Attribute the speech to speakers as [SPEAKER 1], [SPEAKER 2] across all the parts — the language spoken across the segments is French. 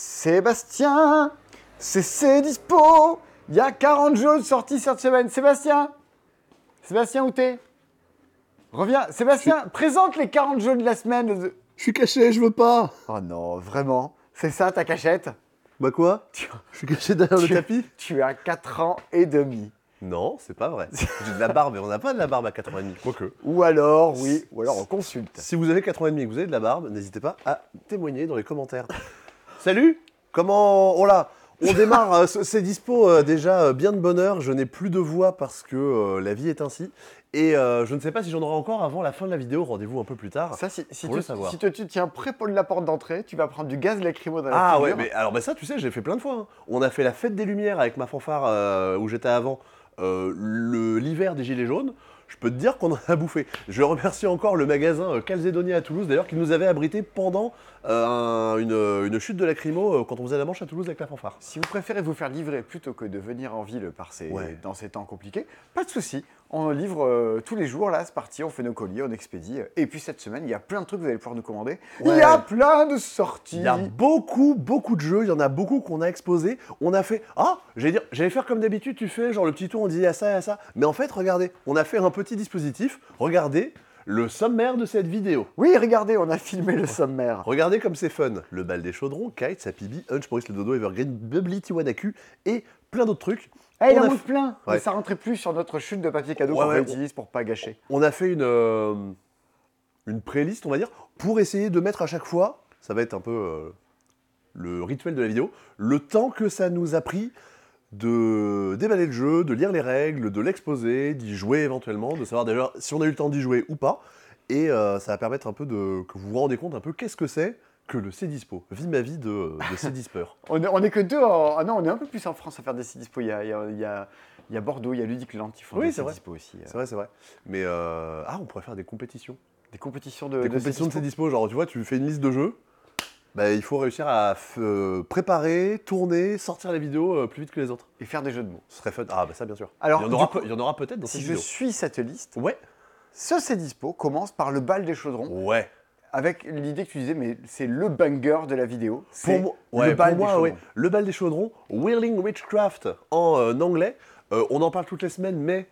[SPEAKER 1] Sébastien, c'est c'est dispo. Il y a 40 jeux sortis cette semaine. Sébastien, Sébastien, où t'es Reviens. Sébastien, présente les 40 jeux de la semaine.
[SPEAKER 2] Je suis caché, je veux pas.
[SPEAKER 1] Oh non, vraiment C'est ça ta cachette
[SPEAKER 2] Bah quoi
[SPEAKER 1] Tu-
[SPEAKER 2] Je suis caché derrière le
[SPEAKER 1] tu-
[SPEAKER 2] tapis
[SPEAKER 1] Tu as 4 ans et demi.
[SPEAKER 3] Non, c'est pas vrai. J'ai de la barbe et on n'a pas de la barbe à 4 ans et demi, quoique.
[SPEAKER 1] Ou alors, oui, ou alors on consulte.
[SPEAKER 3] Si vous avez 4 ans et demi et que vous avez de la barbe, n'hésitez pas à témoigner dans les commentaires. Salut Comment... Oh là On démarre, euh, ce- c'est dispo euh, déjà euh, bien de bonne heure. Je n'ai plus de voix parce que euh, la vie est ainsi. Et euh, je ne sais pas si j'en aurai encore avant la fin de la vidéo. Rendez-vous un peu plus tard.
[SPEAKER 1] Ça, si, si
[SPEAKER 3] Pour
[SPEAKER 1] tu,
[SPEAKER 3] le savoir.
[SPEAKER 1] si te- tu tiens près de la porte d'entrée, tu vas prendre du gaz lacrymo dans la
[SPEAKER 3] Ah ouais,
[SPEAKER 1] figure.
[SPEAKER 3] mais alors bah, ça, tu sais, j'ai fait plein de fois. hein. On a fait la fête des Lumières avec ma fanfare euh, où j'étais avant euh, le- l'hiver des Gilets jaunes. Je peux te dire qu'on en a bouffé. Je remercie encore le magasin euh, Calzedonia à Toulouse, d'ailleurs, qui nous avait abrité pendant euh, un- une, une chute de lacrymo euh, quand on faisait la manche à Toulouse avec la fanfare.
[SPEAKER 1] Si vous préférez vous faire livrer plutôt que de venir en ville par ces,
[SPEAKER 3] Ouais.
[SPEAKER 1] dans ces temps compliqués, pas de souci. On livre euh, tous les jours, là, c'est parti, on fait nos colis, on expédie. Et puis cette semaine, il y a plein de trucs que vous allez pouvoir nous commander. Il y a plein de sorties.
[SPEAKER 3] Il y a beaucoup, beaucoup de jeux, il y en a beaucoup qu'on a exposés. On a fait. Ah J'allais dire, j'allais faire comme d'habitude, tu fais genre le petit tour, on disait à ça et à ça. Mais en fait, regardez, on a fait un petit dispositif. Regardez le sommaire de cette vidéo.
[SPEAKER 1] Oui, regardez, on a filmé le sommaire.
[SPEAKER 3] Regardez comme c'est fun Le bal des chaudrons, Kite, Sapibi, Hunch, Maurice le Dodo, Evergreen, Bubbly, Tiwanaku et plein d'autres trucs.
[SPEAKER 1] Eh, il
[SPEAKER 3] On
[SPEAKER 1] en
[SPEAKER 3] a
[SPEAKER 1] manque
[SPEAKER 3] fait-
[SPEAKER 1] plein.
[SPEAKER 3] Ouais.
[SPEAKER 1] Mais ça rentrait plus sur notre chute de papier cadeau
[SPEAKER 3] Ouais,
[SPEAKER 1] qu'on
[SPEAKER 3] ouais,
[SPEAKER 1] réutilise pour pas gâcher.
[SPEAKER 3] On a fait une, euh, une pré-liste, on va dire, pour essayer de mettre à chaque fois, ça va être un peu euh, le rituel de la vidéo, le temps que ça nous a pris de déballer le jeu, de lire les règles, de l'exposer, d'y jouer éventuellement, de savoir d'ailleurs si on a eu le temps d'y jouer ou pas. Et euh, ça va permettre un peu de, que vous vous rendez compte un peu qu'est-ce que c'est que le C-Dispo. Vive ma vie de, de C-Disper.
[SPEAKER 1] On est, on est que deux. en- Ah non, on est un peu plus en France à faire des sites dispo. Il y a, il y a- il y a- il y a Bordeaux, il y a Ludicland qui font
[SPEAKER 3] Oui,
[SPEAKER 1] des
[SPEAKER 3] c'est
[SPEAKER 1] sites
[SPEAKER 3] vrai.
[SPEAKER 1] dispo aussi. euh.
[SPEAKER 3] C'est vrai, c'est vrai. Mais euh, ah, on pourrait faire des compétitions.
[SPEAKER 1] Des compétitions Euh, de,
[SPEAKER 3] des
[SPEAKER 1] de sites
[SPEAKER 3] compétitions de ces
[SPEAKER 1] dispo.
[SPEAKER 3] dispos, genre tu vois, tu fais une liste de jeux. Bah, il faut réussir à f- euh, préparer, tourner, sortir les vidéos euh, plus vite que les autres.
[SPEAKER 1] et faire des jeux de mots.
[SPEAKER 3] Ce serait fun. Ah bah ça bien sûr.
[SPEAKER 1] Alors,
[SPEAKER 3] il, y en
[SPEAKER 1] du
[SPEAKER 3] aura,
[SPEAKER 1] coup,
[SPEAKER 3] peu- il y en aura peut-être dans
[SPEAKER 1] si
[SPEAKER 3] cette
[SPEAKER 1] je
[SPEAKER 3] vidéo.
[SPEAKER 1] suis cette liste,
[SPEAKER 3] Ouais.
[SPEAKER 1] ce C'est Dispo commence par le bal des chaudrons,
[SPEAKER 3] Ouais.
[SPEAKER 1] avec l'idée que tu disais, mais c'est le banger de la vidéo.
[SPEAKER 3] Pour
[SPEAKER 1] C'est
[SPEAKER 3] moi, ouais,
[SPEAKER 1] le bal
[SPEAKER 3] pour
[SPEAKER 1] des
[SPEAKER 3] moi, ouais.
[SPEAKER 1] chaudrons.
[SPEAKER 3] Le bal des chaudrons, Whirling Witchcraft en euh, en anglais. Euh, on en parle toutes les semaines, mais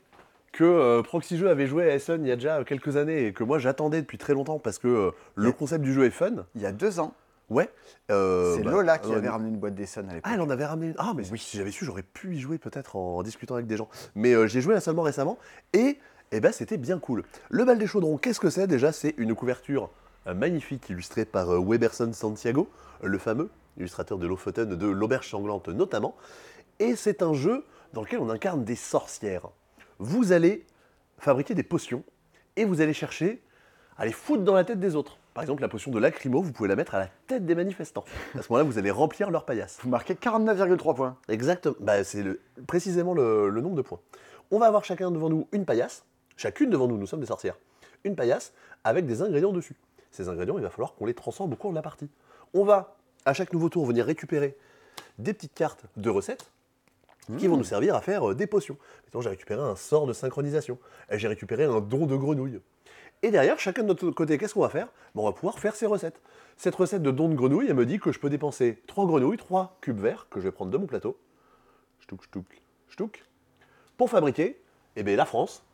[SPEAKER 3] que euh, Proxy Jeux avait joué à Essen il y a déjà euh, quelques années et que moi j'attendais depuis très longtemps parce que euh, le
[SPEAKER 1] Ouais.
[SPEAKER 3] concept du jeu est fun.
[SPEAKER 1] Il y a deux ans,
[SPEAKER 3] Ouais. Euh,
[SPEAKER 1] c'est
[SPEAKER 3] bah,
[SPEAKER 1] Lola qui
[SPEAKER 3] euh,
[SPEAKER 1] avait ramené une boîte d'Essonne à l'époque.
[SPEAKER 3] Ah, elle en avait ramené une. Ah, mais si j'avais su, j'aurais pu y jouer peut-être en discutant avec des gens. Mais euh, j'y ai joué là seulement récemment et eh ben, c'était bien cool. Le bal des chaudrons, qu'est-ce que c'est Déjà, c'est une couverture euh, magnifique illustrée par euh, Weberson Santiago, le fameux illustrateur de Lofoten, de L'Auberge Sanglante notamment. Et c'est un jeu dans lequel on incarne des sorcières. Vous allez fabriquer des potions et vous allez chercher à les foutre dans la tête des autres. Par exemple, la potion de lacrymo, vous pouvez la mettre à la tête des manifestants. À ce moment-là, vous allez remplir leur paillasse.
[SPEAKER 1] Vous marquez 49,3 points.
[SPEAKER 3] Exactement. Bah, c'est le- précisément le, le nombre de points. On va avoir chacun devant nous une paillasse. Chacune devant nous, nous sommes des sorcières. Une paillasse avec des ingrédients dessus. Ces ingrédients, il va falloir qu'on les transforme au cours de la partie. On va, à chaque nouveau tour, venir récupérer des petites cartes de recettes qui vont nous servir à faire euh, des potions. Mettons, j'ai récupéré un sort de synchronisation. Et J'ai récupéré un don de grenouille. Et derrière, chacun de notre côté, qu'est-ce qu'on va faire Ben, On va pouvoir faire ses recettes. Cette recette de don de grenouille, elle me dit que je peux dépenser 3 grenouilles, 3 cubes verts que je vais prendre de mon plateau. Ch'touk, ch'touk, ch'touk. Pour fabriquer, eh ben, la France,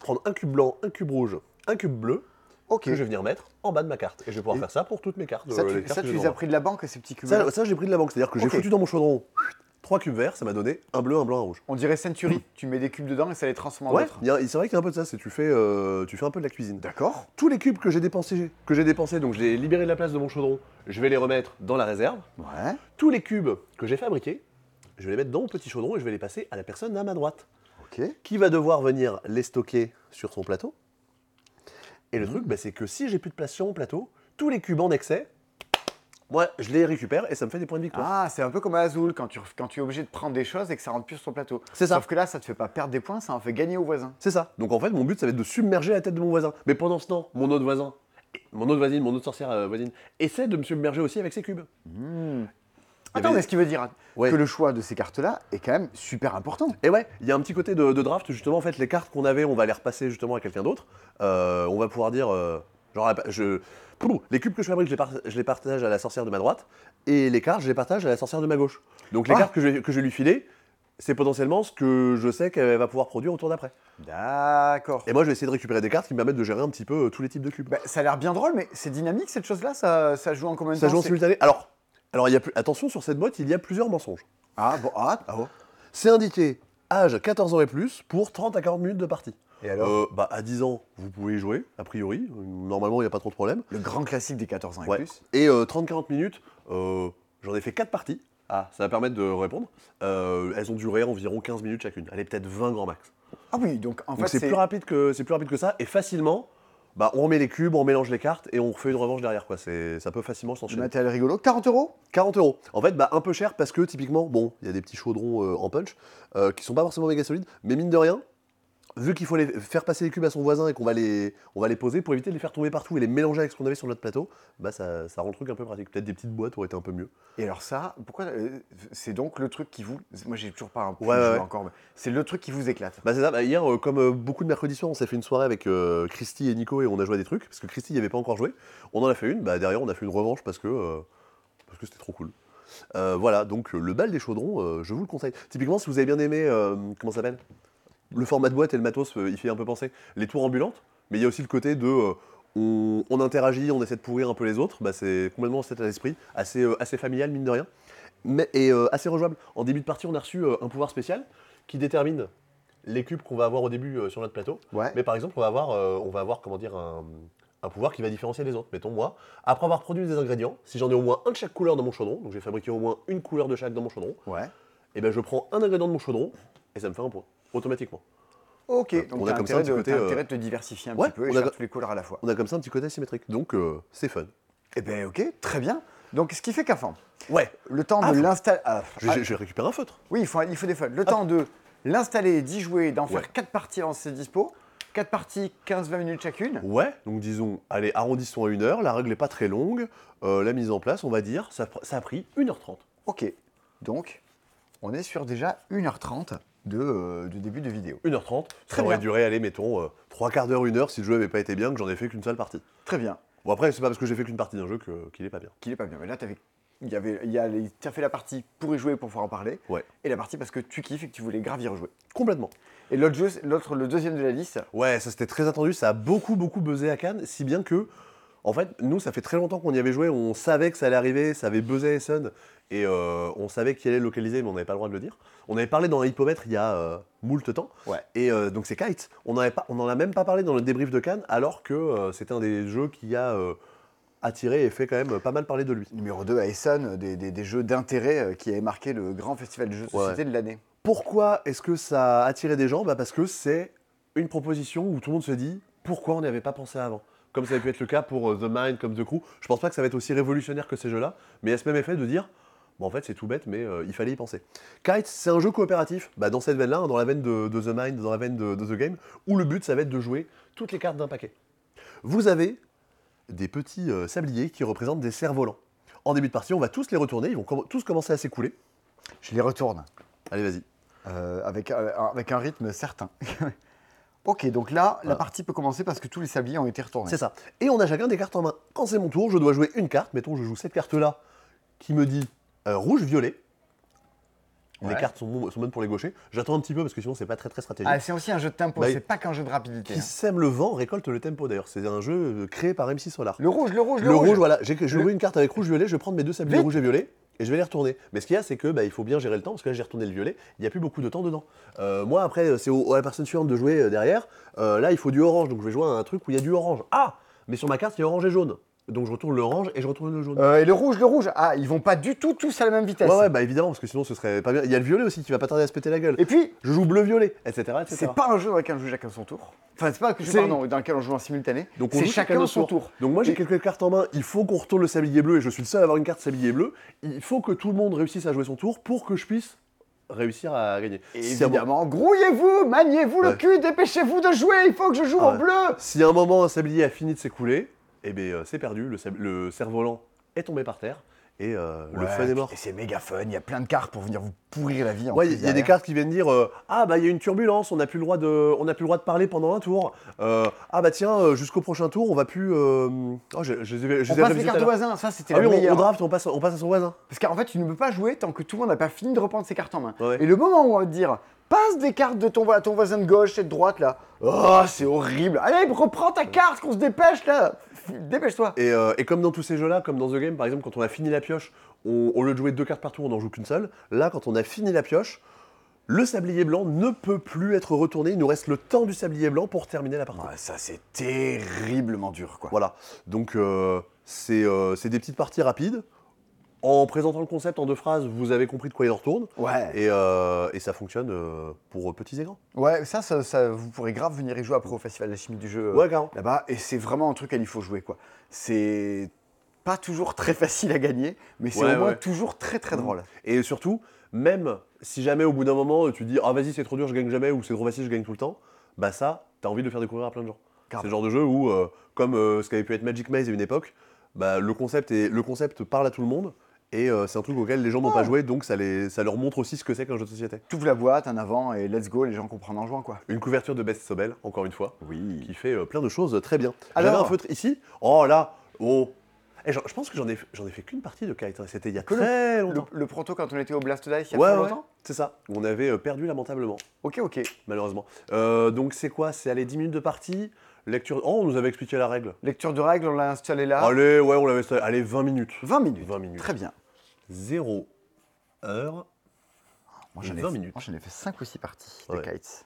[SPEAKER 3] prendre un cube blanc, un cube rouge, un cube bleu,
[SPEAKER 1] Ok.
[SPEAKER 3] que je vais venir mettre en bas de ma carte. Et je vais pouvoir
[SPEAKER 1] Et-
[SPEAKER 3] faire ça pour toutes mes cartes.
[SPEAKER 1] Ça,
[SPEAKER 3] euh,
[SPEAKER 1] tu,
[SPEAKER 3] cartes
[SPEAKER 1] ça,
[SPEAKER 3] que
[SPEAKER 1] tu
[SPEAKER 3] j'ai
[SPEAKER 1] les
[SPEAKER 3] dans
[SPEAKER 1] as pris de la banque, ces petits cubes.
[SPEAKER 3] ça, ça, j'ai pris de la banque, c'est-à-dire que
[SPEAKER 1] Ok.
[SPEAKER 3] j'ai foutu dans mon chaudron trois cubes verts, ça m'a donné un bleu, un blanc, un rouge.
[SPEAKER 1] On dirait Century. tu mets des cubes dedans et ça les transforme en
[SPEAKER 3] Ouais,
[SPEAKER 1] d'autres.
[SPEAKER 3] il y a- c'est vrai qu'il y a un peu de ça, c'est tu fais, euh, tu fais un peu de la cuisine.
[SPEAKER 1] D'accord.
[SPEAKER 3] Tous les cubes que j'ai dépensés, que j'ai dépensés, donc j'ai libéré de la place de mon chaudron, je vais les remettre dans la réserve.
[SPEAKER 1] Ouais.
[SPEAKER 3] Tous les cubes que j'ai fabriqués, je vais les mettre dans mon petit chaudron et je vais les passer à la personne à ma droite,
[SPEAKER 1] Ok.
[SPEAKER 3] qui va devoir venir les stocker sur son plateau. Et le truc, bah, c'est que si j'ai plus de place sur mon plateau, tous les cubes en excès, moi, je les récupère et ça me fait des points de victoire.
[SPEAKER 1] Ah, c'est un peu comme à Azul, quand tu, quand tu es obligé de prendre des choses et que ça rentre plus sur ton plateau.
[SPEAKER 3] Ah, C'est ça.
[SPEAKER 1] Sauf que là, ça te fait pas perdre des points, ça en fait gagner aux voisins.
[SPEAKER 3] C'est ça. Donc en fait, mon but, ça va être de submerger la tête de mon voisin. Mais pendant ce temps, mon autre voisin, mon autre voisine, mon autre sorcière euh, voisine, essaie de me submerger aussi avec ses cubes.
[SPEAKER 1] Hmm.
[SPEAKER 3] Il y
[SPEAKER 1] Attends,
[SPEAKER 3] avait-
[SPEAKER 1] mais ce qui veut dire
[SPEAKER 3] Ouais.
[SPEAKER 1] que le choix de ces cartes-là est quand même super important.
[SPEAKER 3] Et ouais, il y a un petit côté de, de draft, justement, en fait, les cartes qu'on avait, on va les repasser justement à quelqu'un d'autre. Euh, on va pouvoir dire, euh, Genre, la pa- je, Pouh, les cubes que je fabrique, je les, par- je les partage à la sorcière de ma droite, et les cartes, je les partage à la sorcière de ma gauche. Donc les
[SPEAKER 1] Ah.
[SPEAKER 3] cartes que je, vais- que je vais lui filer, c'est potentiellement ce que je sais qu'elle va pouvoir produire au tour d'après.
[SPEAKER 1] D'accord.
[SPEAKER 3] Et moi, je vais essayer de récupérer des cartes qui me permettent de gérer un petit peu euh, tous les types de cubes.
[SPEAKER 1] Bah, ça a l'air bien drôle, mais c'est dynamique cette chose-là, ça, ça joue en combien de
[SPEAKER 3] ça
[SPEAKER 1] temps
[SPEAKER 3] joue en
[SPEAKER 1] c'est-
[SPEAKER 3] simultané. Alors, alors il y a plus... attention, sur cette boîte, il y a plusieurs mensonges.
[SPEAKER 1] Ah bon, ah, ah bon.
[SPEAKER 3] C'est indiqué âge 14 ans et plus pour 30 à 40 minutes de partie.
[SPEAKER 1] Et alors
[SPEAKER 3] Euh, bah, à 10 ans, vous pouvez y jouer, a priori. Normalement, il n'y a pas trop de problème.
[SPEAKER 1] Le grand classique des 14 ans et
[SPEAKER 3] Ouais.
[SPEAKER 1] plus.
[SPEAKER 3] Et euh, 30-40 minutes, euh, j'en ai fait 4 parties. Ah, ça va permettre de répondre. Euh, elles ont duré environ 15 minutes chacune. Allez, peut-être 20 grand max.
[SPEAKER 1] Ah oui, donc en
[SPEAKER 3] Donc
[SPEAKER 1] fait,
[SPEAKER 3] c'est plus, rapide que- c'est plus rapide que ça. Et facilement, bah, on remet les cubes, on mélange les cartes et on refait une revanche derrière. Quoi. C'est- Ça peut facilement
[SPEAKER 1] du
[SPEAKER 3] s'enchaîner.
[SPEAKER 1] matériel rigolo. 40 euros
[SPEAKER 3] 40 euros. En fait, bah, un peu cher parce que typiquement, bon, il y a des petits chaudrons euh, en punch euh, qui sont pas forcément méga solides, mais mine de rien, vu qu'il faut les faire passer les cubes à son voisin et qu'on va les, on va les poser pour éviter de les faire tomber partout et les mélanger avec ce qu'on avait sur notre plateau, bah ça, ça rend le truc un peu pratique. Peut-être des petites boîtes auraient été un peu mieux.
[SPEAKER 1] Et alors ça, pourquoi euh, C'est donc le truc qui vous. Moi, j'ai toujours pas un peu
[SPEAKER 3] Ouais, ouais,
[SPEAKER 1] joué
[SPEAKER 3] ouais.
[SPEAKER 1] encore. mais C'est le truc qui vous éclate.
[SPEAKER 3] Bah c'est ça, bah, hier, euh, comme euh, beaucoup de mercredis soirs, on s'est fait une soirée avec euh, Christy et Nico et on a joué à des trucs, parce que Christy n'y avait pas encore joué. On en a fait une, bah derrière on a fait une revanche parce que euh, parce que c'était trop cool. Euh, voilà, donc euh, le bal des chaudrons, euh, je vous le conseille. Typiquement, si vous avez bien aimé, euh, comment ça s'appelle Le format de boîte et le matos, euh, il fait un peu penser. Les tours ambulantes, mais il y a aussi le côté de euh, on, on interagit, on essaie de pourrir un peu les autres, bah, c'est complètement cet état d'esprit, assez, euh, assez familial mine de rien, mais, et euh, assez rejouable. En début de partie, on a reçu euh, un pouvoir spécial qui détermine les cubes qu'on va avoir au début euh, sur notre plateau.
[SPEAKER 1] Ouais.
[SPEAKER 3] Mais par exemple, on va avoir, euh, on va avoir comment dire, un, un pouvoir qui va différencier les autres. Mettons, moi, après avoir produit des ingrédients, si j'en ai au moins un de chaque couleur dans mon chaudron, donc j'ai fabriqué au moins une couleur de chaque dans mon chaudron,
[SPEAKER 1] Ouais.
[SPEAKER 3] et ben je prends un ingrédient de mon chaudron et ça me fait un point, automatiquement.
[SPEAKER 1] Ok,
[SPEAKER 3] Ouais,
[SPEAKER 1] donc
[SPEAKER 3] on
[SPEAKER 1] t'as
[SPEAKER 3] a comme ça
[SPEAKER 1] intérêt,
[SPEAKER 3] un petit
[SPEAKER 1] de,
[SPEAKER 3] côté,
[SPEAKER 1] t'as
[SPEAKER 3] euh,
[SPEAKER 1] intérêt de te diversifier un
[SPEAKER 3] ouais,
[SPEAKER 1] petit peu et
[SPEAKER 3] on a-
[SPEAKER 1] faire tous les couleurs à la fois.
[SPEAKER 3] On a comme ça un petit côté symétrique, donc euh, c'est fun.
[SPEAKER 1] Eh ben ok, très bien. Donc ce qui fait qu'avant,
[SPEAKER 3] Ouais,
[SPEAKER 1] le temps
[SPEAKER 3] Ah,
[SPEAKER 1] de
[SPEAKER 3] faut-
[SPEAKER 1] l'installer. Ah,
[SPEAKER 3] je,
[SPEAKER 1] ah,
[SPEAKER 3] je- je récupère un feutre.
[SPEAKER 1] oui, il faut, il faut des fun. Le temps de l'installer, d'y jouer, d'en
[SPEAKER 3] Ouais.
[SPEAKER 1] faire 4 parties avant ses dispo. 4 parties, 15-20 minutes chacune.
[SPEAKER 3] Ouais, donc disons, allez, arrondissons à une heure, la règle est pas très longue, euh, la mise en place, on va dire, ça, pr- ça a pris 1h30.
[SPEAKER 1] Ok, donc on est sur déjà 1h30 de, euh, de début de vidéo.
[SPEAKER 3] 1h30,
[SPEAKER 1] Très
[SPEAKER 3] ça aurait
[SPEAKER 1] bien.
[SPEAKER 3] duré, allez, mettons, 3 quarts d'heure, 1 heure, si le jeu avait pas été bien, que j'en ai fait qu'une seule partie.
[SPEAKER 1] Très bien.
[SPEAKER 3] Bon après, c'est pas parce que j'ai fait qu'une partie d'un jeu que- qu'il est pas bien.
[SPEAKER 1] Qu'il est pas bien. Mais là, t'avais, il y avait, il y a les- t'as fait la partie pour y jouer, pour pouvoir en parler.
[SPEAKER 3] Ouais.
[SPEAKER 1] Et la partie parce que tu kiffes et que tu voulais grave y rejouer.
[SPEAKER 3] Complètement.
[SPEAKER 1] Et l'autre jeu, c'est- l'autre, le deuxième de la liste.
[SPEAKER 3] Ouais, ça c'était très attendu, ça a beaucoup beaucoup buzzé à Cannes, si bien que, en fait, nous, ça fait très longtemps qu'on y avait joué, on savait que ça allait arriver, ça avait buzzé à Essen, et euh, on savait qu'il allait le localiser, mais on n'avait pas le droit de le dire. On avait parlé dans un hippomètre il y a euh, moult temps,
[SPEAKER 1] Ouais.
[SPEAKER 3] et euh, donc c'est Kite. On n'en on en a même pas parlé dans le débrief de Cannes, alors que euh, c'était un des jeux qui a euh, attiré et fait quand même pas mal parler de lui.
[SPEAKER 1] Numéro 2 à Essen, euh, des, des- des jeux d'intérêt euh, qui avaient marqué le grand festival de jeux de
[SPEAKER 3] Ouais,
[SPEAKER 1] société de l'année.
[SPEAKER 3] Pourquoi est-ce que ça a attiré des gens bah Parce que c'est une proposition où tout le monde se dit pourquoi on n'y avait pas pensé avant. Comme ça avait pu être le cas pour euh, The Mind, comme The Crew. Je pense pas que ça va être aussi révolutionnaire que ces jeux-là, mais il y a ce même effet de dire bah, en fait c'est tout bête, mais euh, il fallait y penser. Kite, c'est un jeu coopératif, bah, dans cette veine-là, hein, dans la veine de, de The Mind, dans la veine de, de The Game, où le but ça va être de jouer toutes les cartes d'un paquet. Vous avez des petits euh, sabliers qui représentent des cerfs-volants. En début de partie, on va tous les retourner, ils vont com- tous commencer à s'écouler.
[SPEAKER 1] Je les retourne
[SPEAKER 3] Allez, vas-y.
[SPEAKER 1] euh, avec, euh, avec un rythme certain. ok, donc là, la
[SPEAKER 3] Voilà.
[SPEAKER 1] partie peut commencer parce que tous les sabliers ont été retournés.
[SPEAKER 3] C'est ça. Et on a chacun des cartes en main. Quand c'est mon tour, je dois jouer une carte. Mettons, je joue cette carte-là qui me dit euh, rouge-violet.
[SPEAKER 1] Ouais.
[SPEAKER 3] Les cartes sont, bon- sont bonnes pour les gauchers. J'attends un petit peu parce que sinon, c'est pas très très stratégique.
[SPEAKER 1] Ah, c'est aussi un jeu de tempo,
[SPEAKER 3] Bah,
[SPEAKER 1] c'est pas qu'un jeu de rapidité.
[SPEAKER 3] qui
[SPEAKER 1] hein.
[SPEAKER 3] sème le vent récolte le tempo d'ailleurs. C'est un jeu euh, créé par MC Solar.
[SPEAKER 1] Le rouge, le rouge, le,
[SPEAKER 3] Le rouge, voilà. J'ai j'ai
[SPEAKER 1] Le-
[SPEAKER 3] joué une carte avec rouge-violet, je vais prendre mes deux sabliers
[SPEAKER 1] Vite.
[SPEAKER 3] rouge et violet et je vais les retourner. Mais ce qu'il y a, c'est que bah, il faut bien gérer le temps parce que là, j'ai retourné le violet, il n'y a plus beaucoup de temps dedans. Euh, moi, après, c'est au- à la personne suivante de jouer euh, derrière. Euh, là, il faut du orange, donc je vais jouer à un truc où il y a du orange. Ah Mais sur ma carte, il y a orange et jaune. Donc je retourne l'orange et je retourne le jaune.
[SPEAKER 1] Euh, et le rouge, le rouge. Ah, ils vont pas du tout tous à la même vitesse.
[SPEAKER 3] ouais, ouais, bah évidemment, parce que sinon, ce serait pas bien. Il y a le violet aussi qui va pas tarder à se péter la gueule.
[SPEAKER 1] Et puis,
[SPEAKER 3] Je joue bleu-violet, etc. etc.
[SPEAKER 1] c'est pas un jeu dans lequel on joue chacun son tour. Enfin, c'est pas un jeu
[SPEAKER 3] C'est-
[SPEAKER 1] pardon, dans lequel on joue en simultané.
[SPEAKER 3] Donc on
[SPEAKER 1] c'est
[SPEAKER 3] joue
[SPEAKER 1] chacun,
[SPEAKER 3] notre
[SPEAKER 1] son tour.
[SPEAKER 3] Donc moi j'ai
[SPEAKER 1] Et-
[SPEAKER 3] quelques cartes en main, il faut qu'on retourne le sablier bleu et je suis le seul à avoir une carte sablier bleu. Il faut que tout le monde réussisse à jouer son tour pour que je puisse réussir à gagner. Si à un mo-
[SPEAKER 1] Évidemment, grouillez-vous, maniez-vous le
[SPEAKER 3] Ouais.
[SPEAKER 1] cul, dépêchez-vous de jouer, il faut que je joue
[SPEAKER 3] Ah
[SPEAKER 1] en
[SPEAKER 3] ouais.
[SPEAKER 1] bleu.
[SPEAKER 3] Si à un ben, euh, moment un sablier a fini de s'écouler, eh bien c'est perdu, le, sab- le cerf-volant est tombé par terre
[SPEAKER 2] Et euh, le
[SPEAKER 1] Ouais,
[SPEAKER 2] fun est mort.
[SPEAKER 1] Et c'est méga fun, il y a plein de cartes pour venir vous pourrir la vie. en
[SPEAKER 3] Ouais,
[SPEAKER 1] plus
[SPEAKER 3] il y a des
[SPEAKER 1] derrière.
[SPEAKER 3] cartes qui viennent dire euh, ah bah il y a une turbulence, on n'a plus le droit de, on n'a plus le droit de parler pendant un tour. Euh, ah bah tiens, euh, jusqu'au prochain tour, on va plus. euh, oh, je, je les ai- je
[SPEAKER 1] On
[SPEAKER 3] les ai
[SPEAKER 1] passe les
[SPEAKER 3] révisées
[SPEAKER 1] cartes
[SPEAKER 3] tout à
[SPEAKER 1] au
[SPEAKER 3] l'heure.
[SPEAKER 1] voisin, ça c'était
[SPEAKER 3] Ah
[SPEAKER 1] la
[SPEAKER 3] oui, on,
[SPEAKER 1] meilleure.
[SPEAKER 3] on draft, on passe, on passe à son voisin.
[SPEAKER 1] Parce qu'en fait, tu ne peux pas jouer tant que tout le monde n'a pas fini de reprendre ses cartes en main.
[SPEAKER 3] Ouais.
[SPEAKER 1] Et le moment où on va te dire passe des cartes de ton, voilà, ton voisin de gauche et de droite là, oh c'est horrible. Allez, reprends ta carte qu'on se dépêche là. Dépêche-toi.
[SPEAKER 3] Et, euh, et comme dans tous ces jeux-là, comme dans The Game, par exemple, quand on a fini la pioche, on, au lieu de jouer deux cartes par tour, on n'en joue qu'une seule. Là, quand on a fini la pioche, le sablier blanc ne peut plus être retourné. Il nous reste le temps du sablier blanc pour terminer la partie.
[SPEAKER 1] Ouais, ça c'est terriblement dur quoi.
[SPEAKER 3] Voilà. Donc, euh, c'est euh, c'est des petites parties rapides. En présentant le concept en deux phrases, vous avez compris de quoi il en retourne.
[SPEAKER 1] Ouais.
[SPEAKER 3] Et, euh, et ça fonctionne euh, pour petits et grands.
[SPEAKER 1] Ouais, ça, ça, ça, vous pourrez grave venir y jouer après au Festival de la Chimie du Jeu euh,
[SPEAKER 3] carrément.
[SPEAKER 1] là-bas. Et c'est vraiment un truc auquel il faut jouer, quoi. C'est pas toujours très facile à gagner, mais c'est
[SPEAKER 3] Ouais,
[SPEAKER 1] au moins
[SPEAKER 3] ouais.
[SPEAKER 1] toujours très très drôle.
[SPEAKER 3] Et surtout, même si jamais au bout d'un moment tu dis ah vas-y c'est trop dur je gagne jamais ou c'est trop facile je gagne tout le temps, bah ça t'as envie de le faire découvrir à plein de gens.
[SPEAKER 1] Grave.
[SPEAKER 3] C'est le genre de jeu où euh, comme euh, ce qu'avait pu être Magic Maze à une époque, bah le concept est le concept parle à tout le monde et euh, c'est un truc auquel les gens n'ont
[SPEAKER 1] Ouais.
[SPEAKER 3] pas joué donc ça les ça leur montre aussi ce que c'est qu'un jeu de société.
[SPEAKER 1] T'ouvres la boîte, un avant, et let's go, les gens comprennent en jouant, quoi.
[SPEAKER 3] Une couverture de Best Sobel encore une fois
[SPEAKER 1] Oui.
[SPEAKER 3] qui fait euh, plein de choses très bien.
[SPEAKER 1] Alors-
[SPEAKER 3] J'avais un feutre ici. Oh là oh. Eh, j'en- je pense que j'en ai f- j'en ai fait qu'une partie de kite. hein, et C'était il y a
[SPEAKER 1] Que le-
[SPEAKER 3] très
[SPEAKER 1] Le,
[SPEAKER 3] longtemps.
[SPEAKER 1] le proto, quand on était au Blast Dice, il y a
[SPEAKER 3] Ouais,
[SPEAKER 1] très
[SPEAKER 3] ouais.
[SPEAKER 1] longtemps
[SPEAKER 3] C'est ça. On avait euh, perdu lamentablement.
[SPEAKER 1] Ok, ok.
[SPEAKER 3] malheureusement. Euh, donc c'est quoi C'est aller 10 minutes de partie, lecture... Oh, on nous avait expliqué la règle.
[SPEAKER 1] Lecture de règles, on l'a installé là.
[SPEAKER 3] Allez, ouais, on l'avait... Allez, 20 minutes.
[SPEAKER 1] 20 Oh, minutes.
[SPEAKER 3] 20 minutes.
[SPEAKER 1] Très bien.
[SPEAKER 3] 0 heure.
[SPEAKER 1] Moi, j'en ai,
[SPEAKER 3] 20 minutes.
[SPEAKER 1] moi, j'en ai fait 5 ou 6 parties
[SPEAKER 3] Ouais.
[SPEAKER 1] de kites.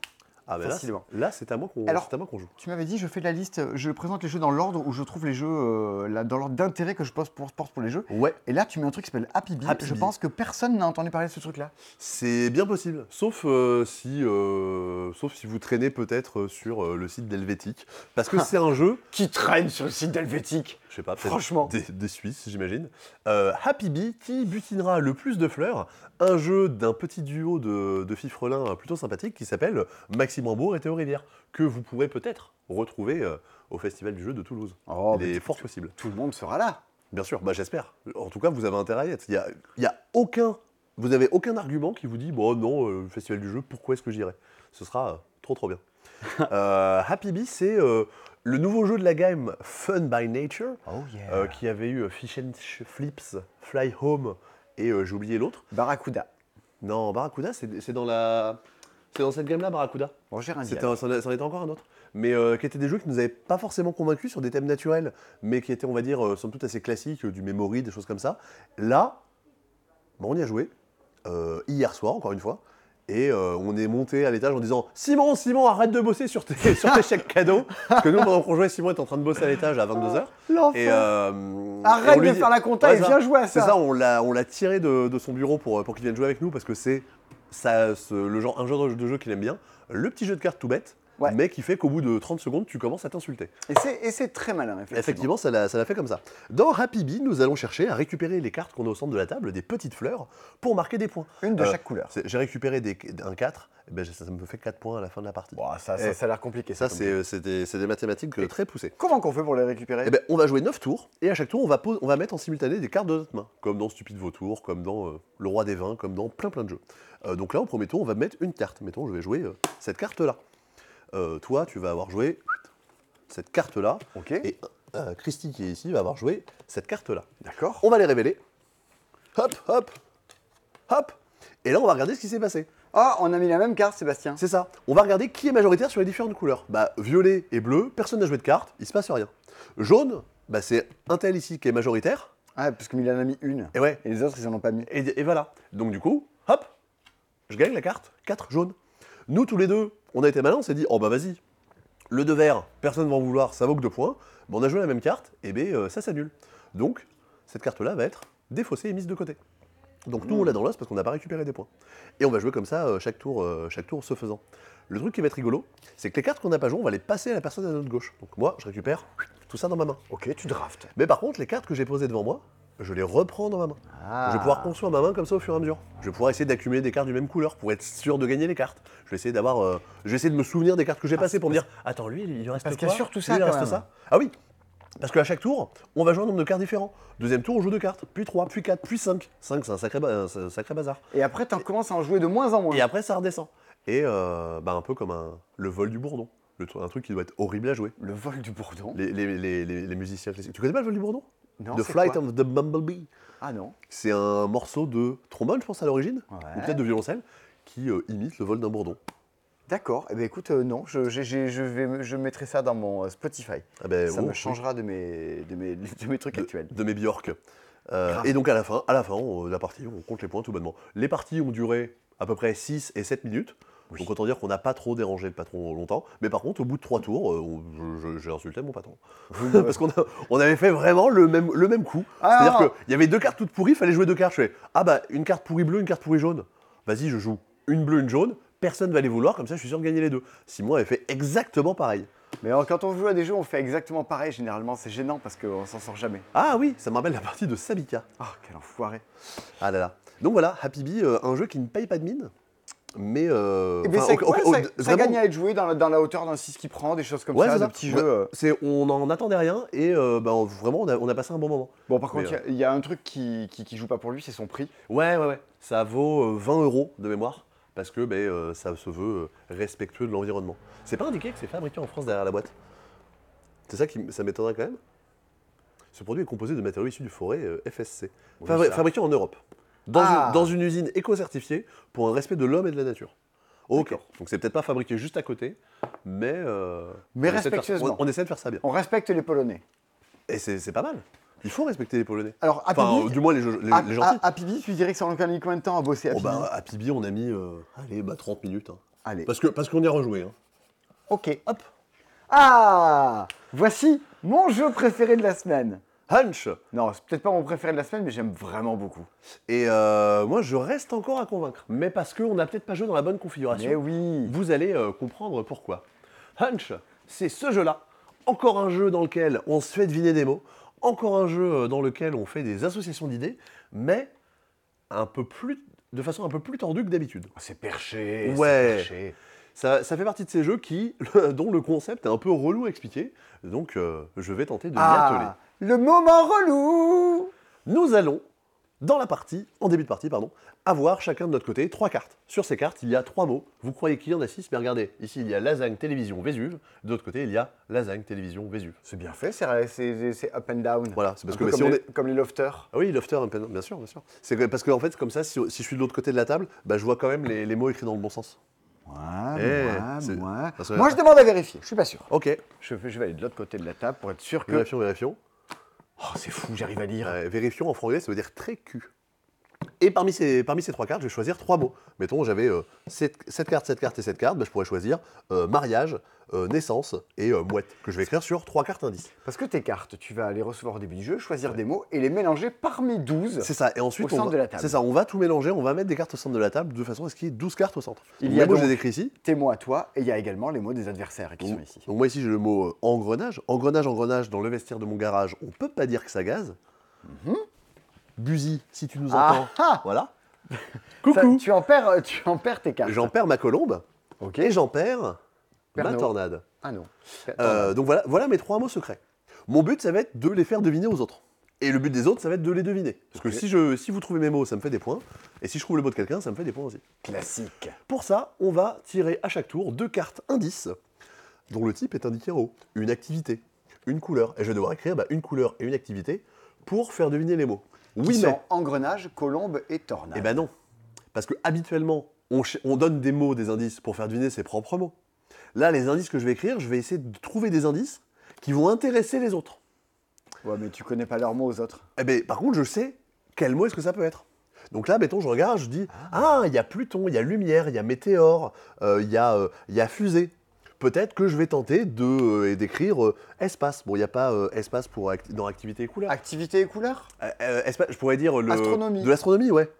[SPEAKER 3] Ah ben là, c'est-
[SPEAKER 1] Facilement.
[SPEAKER 3] là, c'est à moi qu'on
[SPEAKER 1] Alors-
[SPEAKER 3] c'est à moi qu'on joue.
[SPEAKER 1] Tu m'avais dit, je fais de la liste, euh, je présente les jeux dans l'ordre où je trouve les jeux, euh, là, dans l'ordre d'intérêt que je pose pour, porte pour les jeux.
[SPEAKER 3] Ouais,
[SPEAKER 1] Et là, tu mets un truc qui s'appelle Happy Bee.
[SPEAKER 3] Happy
[SPEAKER 1] je
[SPEAKER 3] Bee.
[SPEAKER 1] pense que personne n'a entendu parler de ce truc-là.
[SPEAKER 3] c'est bien possible. Sauf, euh, si, euh, sauf si vous traînez peut-être euh, sur euh, le site d'Helvétique. Parce que c'est un jeu,
[SPEAKER 1] Qui traîne sur le site d'Helvétique
[SPEAKER 3] je sais pas, peut-être
[SPEAKER 1] Franchement.
[SPEAKER 3] des, des Suisses, j'imagine. Euh, Happy Bee qui butinera le plus de fleurs, un jeu d'un petit duo de, de fifrelins plutôt sympathique qui s'appelle Maxime Rambourg et Théo Rivière, que vous pourrez peut-être retrouver euh, au Festival du jeu de Toulouse.
[SPEAKER 1] Oh,
[SPEAKER 3] Il
[SPEAKER 1] mais
[SPEAKER 3] est
[SPEAKER 1] tout-
[SPEAKER 3] fort possible.
[SPEAKER 1] Tout le monde sera là.
[SPEAKER 3] Bien sûr, bah, j'espère. En tout cas, vous avez intérêt à y être. Il y a, il y a aucun, vous n'avez aucun argument qui vous dit bon non, euh, le Festival du jeu, pourquoi est-ce que j'irai Ce sera euh, trop trop bien. Euh, Happy Bee, c'est euh, le nouveau jeu de la gamme Fun by Nature.
[SPEAKER 1] Oh yeah.
[SPEAKER 3] Euh, qui avait eu euh, Fish and Ch- Flips, Fly Home et euh, j'ai oublié l'autre.
[SPEAKER 1] Barracuda.
[SPEAKER 3] Non, Barracuda, c'est c'est dans la, c'est dans cette gamme-là, Barracuda.
[SPEAKER 1] Roger Indian.
[SPEAKER 3] C'était un- c'en c'en était encore un autre, mais euh, qui étaient des jeux qui nous avaient pas forcément convaincus sur des thèmes naturels, mais qui étaient, on va dire, euh, somme toute assez classiques, euh, du memory, des choses comme ça. Là, bah, on y a joué euh, hier soir, encore une fois. Et euh, on est monté à l'étage en disant Simon, Simon, arrête de bosser sur tes, sur tes chèques cadeaux. Parce que nous, pendant qu'on jouait, Simon était en train de bosser à l'étage à 22h.
[SPEAKER 1] L'enfant.
[SPEAKER 3] Et, euh, et
[SPEAKER 1] Arrête
[SPEAKER 3] on lui
[SPEAKER 1] de
[SPEAKER 3] dit-
[SPEAKER 1] faire la compta
[SPEAKER 3] Ouais,
[SPEAKER 1] et
[SPEAKER 3] ça.
[SPEAKER 1] viens jouer à
[SPEAKER 3] C'est
[SPEAKER 1] ça.
[SPEAKER 3] ça, on l'a, on l'a tiré de, de son bureau pour, pour qu'il vienne jouer avec nous parce que c'est ça, ce- le genre, un genre de- de jeu qu'il aime bien. Le petit jeu de cartes tout bête,
[SPEAKER 1] Ouais.
[SPEAKER 3] mais qui fait qu'au bout de 30 secondes, tu commences à t'insulter.
[SPEAKER 1] Et c'est- Et c'est très malin, effectivement.
[SPEAKER 3] Effectivement, ça l'a ça l'a fait comme ça. Dans Happy Bee, nous allons chercher à récupérer les cartes qu'on a au centre de la table, des petites fleurs, pour marquer des points.
[SPEAKER 1] Une de
[SPEAKER 3] Euh,
[SPEAKER 1] chaque couleur.
[SPEAKER 3] C'est- J'ai récupéré des, un 4, eh ben, ça, ça me fait 4 points à la fin de la partie.
[SPEAKER 1] Ouah, ça,
[SPEAKER 3] Eh,
[SPEAKER 1] a l'air compliqué.
[SPEAKER 3] Et ça,
[SPEAKER 1] comme
[SPEAKER 3] c'est
[SPEAKER 1] truc.
[SPEAKER 3] euh, c'est des, c'est des mathématiques euh, très poussées.
[SPEAKER 1] Comment qu'on fait pour les récupérer
[SPEAKER 3] Eh ben, on va jouer 9 tours, et à chaque tour, on va, pose- on va mettre en simultané des cartes de notre main, comme dans Stupide Vautour, comme dans euh, Le Roi des Vins, comme dans plein plein de jeux. Euh, donc là, au premier tour, on va mettre une carte. Mettons, je vais jouer euh, cette carte-là. Euh, toi, tu vas avoir joué cette carte-là,
[SPEAKER 1] Ok.
[SPEAKER 3] ben, et euh, Christy, qui est ici, va avoir joué cette carte-là.
[SPEAKER 1] D'accord.
[SPEAKER 3] On va les révéler. Hop, hop, hop. Et là, on va regarder ce qui s'est passé.
[SPEAKER 1] Ah, on a mis la même carte, Sébastien.
[SPEAKER 3] C'est ça. On va regarder qui est majoritaire sur les différentes couleurs. Bah, violet et bleu, personne n'a joué de carte, il se passe rien. Jaune, bah, c'est un tel ici qui est majoritaire.
[SPEAKER 1] Ah, parce qu'il en a mis une.
[SPEAKER 3] Et ouais.
[SPEAKER 1] Et les autres, ils en ont pas mis.
[SPEAKER 3] Et, et voilà. Donc du coup, hop, je gagne la carte, 4 jaunes. Nous, tous les deux, on a été malins, on s'est dit, oh bah vas-y, le 2 vert, personne va en vouloir, ça vaut que 2 points. Bah, on a joué la même carte, et bien ça s'annule. Donc, cette carte-là va être défaussée et mise de côté. Donc nous, on l'a dans l'os parce qu'on n'a pas récupéré des points. Et on va jouer comme ça euh, chaque, tour, euh, chaque tour se faisant. Le truc qui va être rigolo, c'est que les cartes qu'on n'a pas jouées, on va les passer à la personne à notre gauche. Donc moi, je récupère tout ça dans ma main.
[SPEAKER 1] Ok, tu draftes.
[SPEAKER 3] Mais par contre, les cartes que j'ai posées devant moi, je les reprends dans ma main.
[SPEAKER 1] Ah.
[SPEAKER 3] Je vais pouvoir construire ma main comme ça au fur et à mesure. Je vais pouvoir essayer d'accumuler des cartes du même couleur pour être sûr de gagner les cartes. Je vais essayer d'avoir, euh, je vais essayer de me souvenir des cartes que j'ai passées pour me dire, attends lui il lui reste
[SPEAKER 1] Ah, parce
[SPEAKER 3] quoi
[SPEAKER 1] qu'il y a surtout ça,
[SPEAKER 3] Lui, il
[SPEAKER 1] quand
[SPEAKER 3] reste
[SPEAKER 1] même.
[SPEAKER 3] ça. Ah oui. Parce qu'à chaque tour, on va jouer un nombre de cartes différents. Deuxième tour, on joue deux cartes, puis trois, puis quatre, puis cinq. Cinq, c'est un sacré, ba- un sacré bazar.
[SPEAKER 1] Et après, tu commences à en jouer de moins en moins.
[SPEAKER 3] Et après, ça redescend. Et euh, bah, un peu comme un, le vol du bourdon. Le tru- un truc qui doit être horrible à jouer.
[SPEAKER 1] Le vol du bourdon.
[SPEAKER 3] Les, les- les- les- les musiciens classiques. Tu connais pas le vol du bourdon
[SPEAKER 1] Non,
[SPEAKER 3] The
[SPEAKER 1] c'est
[SPEAKER 3] Flight
[SPEAKER 1] quoi
[SPEAKER 3] of the Bumblebee.
[SPEAKER 1] Ah non.
[SPEAKER 3] C'est un morceau de trombone, je pense, à l'origine, ou
[SPEAKER 1] Ouais.
[SPEAKER 3] peut-être de violoncelle, qui euh, imite le vol d'un bourdon.
[SPEAKER 1] D'accord. Eh ben écoute, euh, non, je, j'ai- j'ai- je, vais, me- je mettrai ça dans mon euh, Spotify.
[SPEAKER 3] Ah ben,
[SPEAKER 1] ça
[SPEAKER 3] oh,
[SPEAKER 1] me changera de, mes, de, mes, de mes trucs
[SPEAKER 3] de,
[SPEAKER 1] actuels.
[SPEAKER 3] de mes Bjork. Euh,
[SPEAKER 1] Grave.
[SPEAKER 3] et donc à la fin, à la fin on- la partie, on compte les points tout bonnement. Les parties ont duré à peu près 6 et 7 minutes. Donc autant dire qu'on n'a pas trop dérangé le patron longtemps. Mais par contre, au bout de 3 tours, euh, on- je- je- j'ai insulté mon patron. Parce qu'on a- on avait fait vraiment le même, le même coup.
[SPEAKER 1] Ah.
[SPEAKER 3] C'est-à-dire qu'il y avait deux cartes toutes pourries, il fallait jouer deux cartes. Je fais Ah bah une carte pourrie bleue, une carte pourrie jaune. Vas-y, je joue une bleue, une jaune. Personne va les vouloir, comme ça je suis sûr de gagner les deux. Simon avait fait exactement pareil.
[SPEAKER 1] Mais alors, quand on joue à des jeux, on fait exactement pareil. Généralement, c'est gênant parce qu'on s'en sort jamais.
[SPEAKER 3] Ah oui, ça me rappelle la partie de Sabika.
[SPEAKER 1] Ah, quel enfoiré.
[SPEAKER 3] Ah là là. Donc voilà, Happy Bee, euh, un jeu qui ne paye pas de mine, mais. Euh,
[SPEAKER 1] Eh ben,
[SPEAKER 3] enfin,
[SPEAKER 1] c'est-
[SPEAKER 3] au- au-
[SPEAKER 1] ouais,
[SPEAKER 3] au-
[SPEAKER 1] ça, ça
[SPEAKER 3] vraiment-
[SPEAKER 1] gagne à être joué dans la, dans la hauteur d'un 6 qui prend, des choses comme
[SPEAKER 3] Ouais,
[SPEAKER 1] ça,
[SPEAKER 3] c'est
[SPEAKER 1] des
[SPEAKER 3] ça.
[SPEAKER 1] petits
[SPEAKER 3] Ouais.
[SPEAKER 1] jeux. euh.
[SPEAKER 3] C'est, on n'en attendait rien et euh, bah, on- vraiment on a, on a passé un bon moment.
[SPEAKER 1] Bon, par
[SPEAKER 3] Mais,
[SPEAKER 1] contre, il y a- il y, a un truc qui, qui, qui joue pas pour lui, c'est son prix.
[SPEAKER 3] Ouais, ouais, ouais. Ça vaut euh, 20 euros de mémoire parce que ben, euh, ça se veut euh, respectueux de l'environnement. C'est pas indiqué que c'est fabriqué en France derrière la boîte. C'est ça qui m- ça m'étonnerait quand même. Ce produit est composé de matériaux issus du forêt euh, FSC,
[SPEAKER 1] Oui,
[SPEAKER 3] Fabri-
[SPEAKER 1] ça.
[SPEAKER 3] fabriqué en Europe, dans,
[SPEAKER 1] Ah.
[SPEAKER 3] une, dans une usine éco-certifiée pour un respect de l'homme et de la nature. Ok.
[SPEAKER 1] D'accord.
[SPEAKER 3] Donc c'est peut-être pas fabriqué juste à côté, mais euh,
[SPEAKER 1] Mais
[SPEAKER 3] on essaie de faire-
[SPEAKER 1] respectueusement.
[SPEAKER 3] on, on essaie de faire ça bien.
[SPEAKER 1] On respecte les Polonais.
[SPEAKER 3] Et c'est c'est pas mal. Il faut respecter les Polonais.
[SPEAKER 1] Alors, Ah, Happy
[SPEAKER 3] Enfin, euh,
[SPEAKER 1] Beat-
[SPEAKER 3] du moins les, gens
[SPEAKER 1] à,
[SPEAKER 3] les
[SPEAKER 1] à-
[SPEAKER 3] gentils.
[SPEAKER 1] Happy Bee, tu dirais que ça en a mis combien de temps à bosser ah,
[SPEAKER 3] Oh
[SPEAKER 1] Happy
[SPEAKER 3] bah,
[SPEAKER 1] Bee
[SPEAKER 3] à Pibi, on a mis euh, allez, bah, 30 minutes. hein.
[SPEAKER 1] Allez,
[SPEAKER 3] Parce qu'on parce qu'on y a rejoué. hein.
[SPEAKER 1] ok.
[SPEAKER 3] Hop
[SPEAKER 1] Ah Voici mon jeu préféré de la semaine.
[SPEAKER 3] Hunch
[SPEAKER 1] Non, c'est peut-être pas mon préféré de la semaine, mais j'aime vraiment beaucoup.
[SPEAKER 3] Et euh, moi, je reste encore à convaincre. Mais parce qu'on n'a peut-être pas joué dans la bonne configuration.
[SPEAKER 1] Mais oui
[SPEAKER 3] Vous allez euh, comprendre pourquoi. Hunch, c'est ce jeu-là. Encore un jeu dans lequel on se fait deviner des mots. Encore un jeu euh, dans lequel on fait des associations d'idées, mais un peu plus, de façon un peu plus tendue que d'habitude.
[SPEAKER 1] Oh, C'est perché
[SPEAKER 3] Ouais.
[SPEAKER 1] c'est perché.
[SPEAKER 3] Ça, ça fait partie de ces jeux qui, dont le concept est un peu relou à expliquer. Donc, euh, je vais tenter de m'y atteler.
[SPEAKER 1] Ah Le moment relou
[SPEAKER 3] Nous allons, dans la partie, en début de partie, pardon, avoir chacun de notre côté trois cartes. Sur ces cartes, il y a trois mots. Vous croyez qu'il y en a six, mais regardez, ici il y a lasagne, télévision, Vésuve. De l'autre côté, il y a lasagne, télévision, Vésuve.
[SPEAKER 1] C'est bien fait, c'est- c'est c'est up and down.
[SPEAKER 3] Voilà, c'est parce
[SPEAKER 1] Un
[SPEAKER 3] que
[SPEAKER 1] peu
[SPEAKER 3] bah, si
[SPEAKER 1] comme,
[SPEAKER 3] on
[SPEAKER 1] les,
[SPEAKER 3] est.
[SPEAKER 1] comme les lofters.
[SPEAKER 3] Ah oui, lofter, un peu- bien sûr, bien sûr. C'est que- parce que en fait, comme ça, si, si je suis de l'autre côté de la table, bah, je vois quand même les, les mots écrits dans le bon sens. Eh, moi, c'est- moi. ça serait-
[SPEAKER 1] Moi, je demande à vérifier, je suis pas sûr.
[SPEAKER 3] Ok,
[SPEAKER 1] euh, Je, vais- je vais aller de l'autre côté de la table pour être sûr que...
[SPEAKER 3] vérifions, vérifions.
[SPEAKER 1] Oh, c'est fou, j'arrive à lire.
[SPEAKER 3] Euh, vérifions en franglais, ça veut dire très cul. Et parmi ces, parmi ces trois cartes, je vais choisir trois mots. Mettons, j'avais euh, cette, cette carte, cette carte et cette carte, bah, je pourrais choisir euh, mariage, euh, naissance et euh, mouette, que je vais écrire sur trois cartes indices.
[SPEAKER 1] Parce que tes cartes, tu vas les recevoir au début du jeu, choisir des mots et les mélanger parmi 12.
[SPEAKER 3] C'est ça, et ensuite,
[SPEAKER 1] Au
[SPEAKER 3] on,
[SPEAKER 1] centre
[SPEAKER 3] va,
[SPEAKER 1] de la table.
[SPEAKER 3] c'est ça, on va tout mélanger, on va mettre des cartes au centre de la table de façon à ce qu'il y ait 12 cartes au centre.
[SPEAKER 1] Il
[SPEAKER 3] Donc,
[SPEAKER 1] y a
[SPEAKER 3] les mots, je
[SPEAKER 1] donc-
[SPEAKER 3] les écris ici.
[SPEAKER 1] Tes mots à toi et il y a également les mots des adversaires qui sont
[SPEAKER 3] Donc,
[SPEAKER 1] ici.
[SPEAKER 3] donc moi ici j'ai le mot euh, engrenage. Engrenage, engrenage, dans le vestiaire de mon garage, on peut pas dire que ça gaze. Buzy, si tu nous entends,
[SPEAKER 1] Mhm. Ah, ah
[SPEAKER 3] voilà.
[SPEAKER 1] Ça,
[SPEAKER 3] Coucou
[SPEAKER 1] tu, en perds, euh, tu en perds tes cartes.
[SPEAKER 3] J'en perds ma colombe.
[SPEAKER 1] Ok.
[SPEAKER 3] Et j'en perds ma
[SPEAKER 1] Pernod.
[SPEAKER 3] tornade.
[SPEAKER 1] Ah non.
[SPEAKER 3] Euh, donc voilà, voilà mes trois mots secrets. Mon but, ça va être de les faire deviner aux autres. Et le but des autres, ça va être de les deviner. Parce que
[SPEAKER 1] Ok.
[SPEAKER 3] si, je, si vous trouvez mes mots, ça me fait des points. Et si je trouve le mot de quelqu'un, ça me fait des points aussi.
[SPEAKER 1] Classique.
[SPEAKER 3] Pour ça, on va tirer à chaque tour deux cartes indices dont le type est indiqué en haut. Une activité, une couleur. Et je vais devoir écrire bah, une couleur et une activité pour faire deviner les mots.
[SPEAKER 1] Oui,
[SPEAKER 3] Oui, mais.
[SPEAKER 1] mais... Engrenage, colombe et tornade.
[SPEAKER 3] Eh ben non. Parce que habituellement, on, ch- on donne des mots, des indices pour faire deviner ses propres mots. Là, les indices que je vais écrire, je vais essayer de trouver des indices qui vont intéresser les autres. ben-
[SPEAKER 1] Ouais, mais tu connais pas leurs mots aux autres.
[SPEAKER 3] Eh ben, par contre, je sais quel mot est-ce que ça peut être. Donc là, mettons, je regarde, je dis Ah, il y a Pluton, il y a lumière, il y a météore, euh, il y, a, euh, il y a fusée. Peut-être que je vais tenter de euh, et d'écrire euh, espace. Bon, il n'y a pas euh, espace pour act- dans activité et couleur.
[SPEAKER 1] Activité et couleur
[SPEAKER 3] Euh, euh, espace- je pourrais dire le-
[SPEAKER 1] Astronomie.
[SPEAKER 3] De l'astronomie, ouais.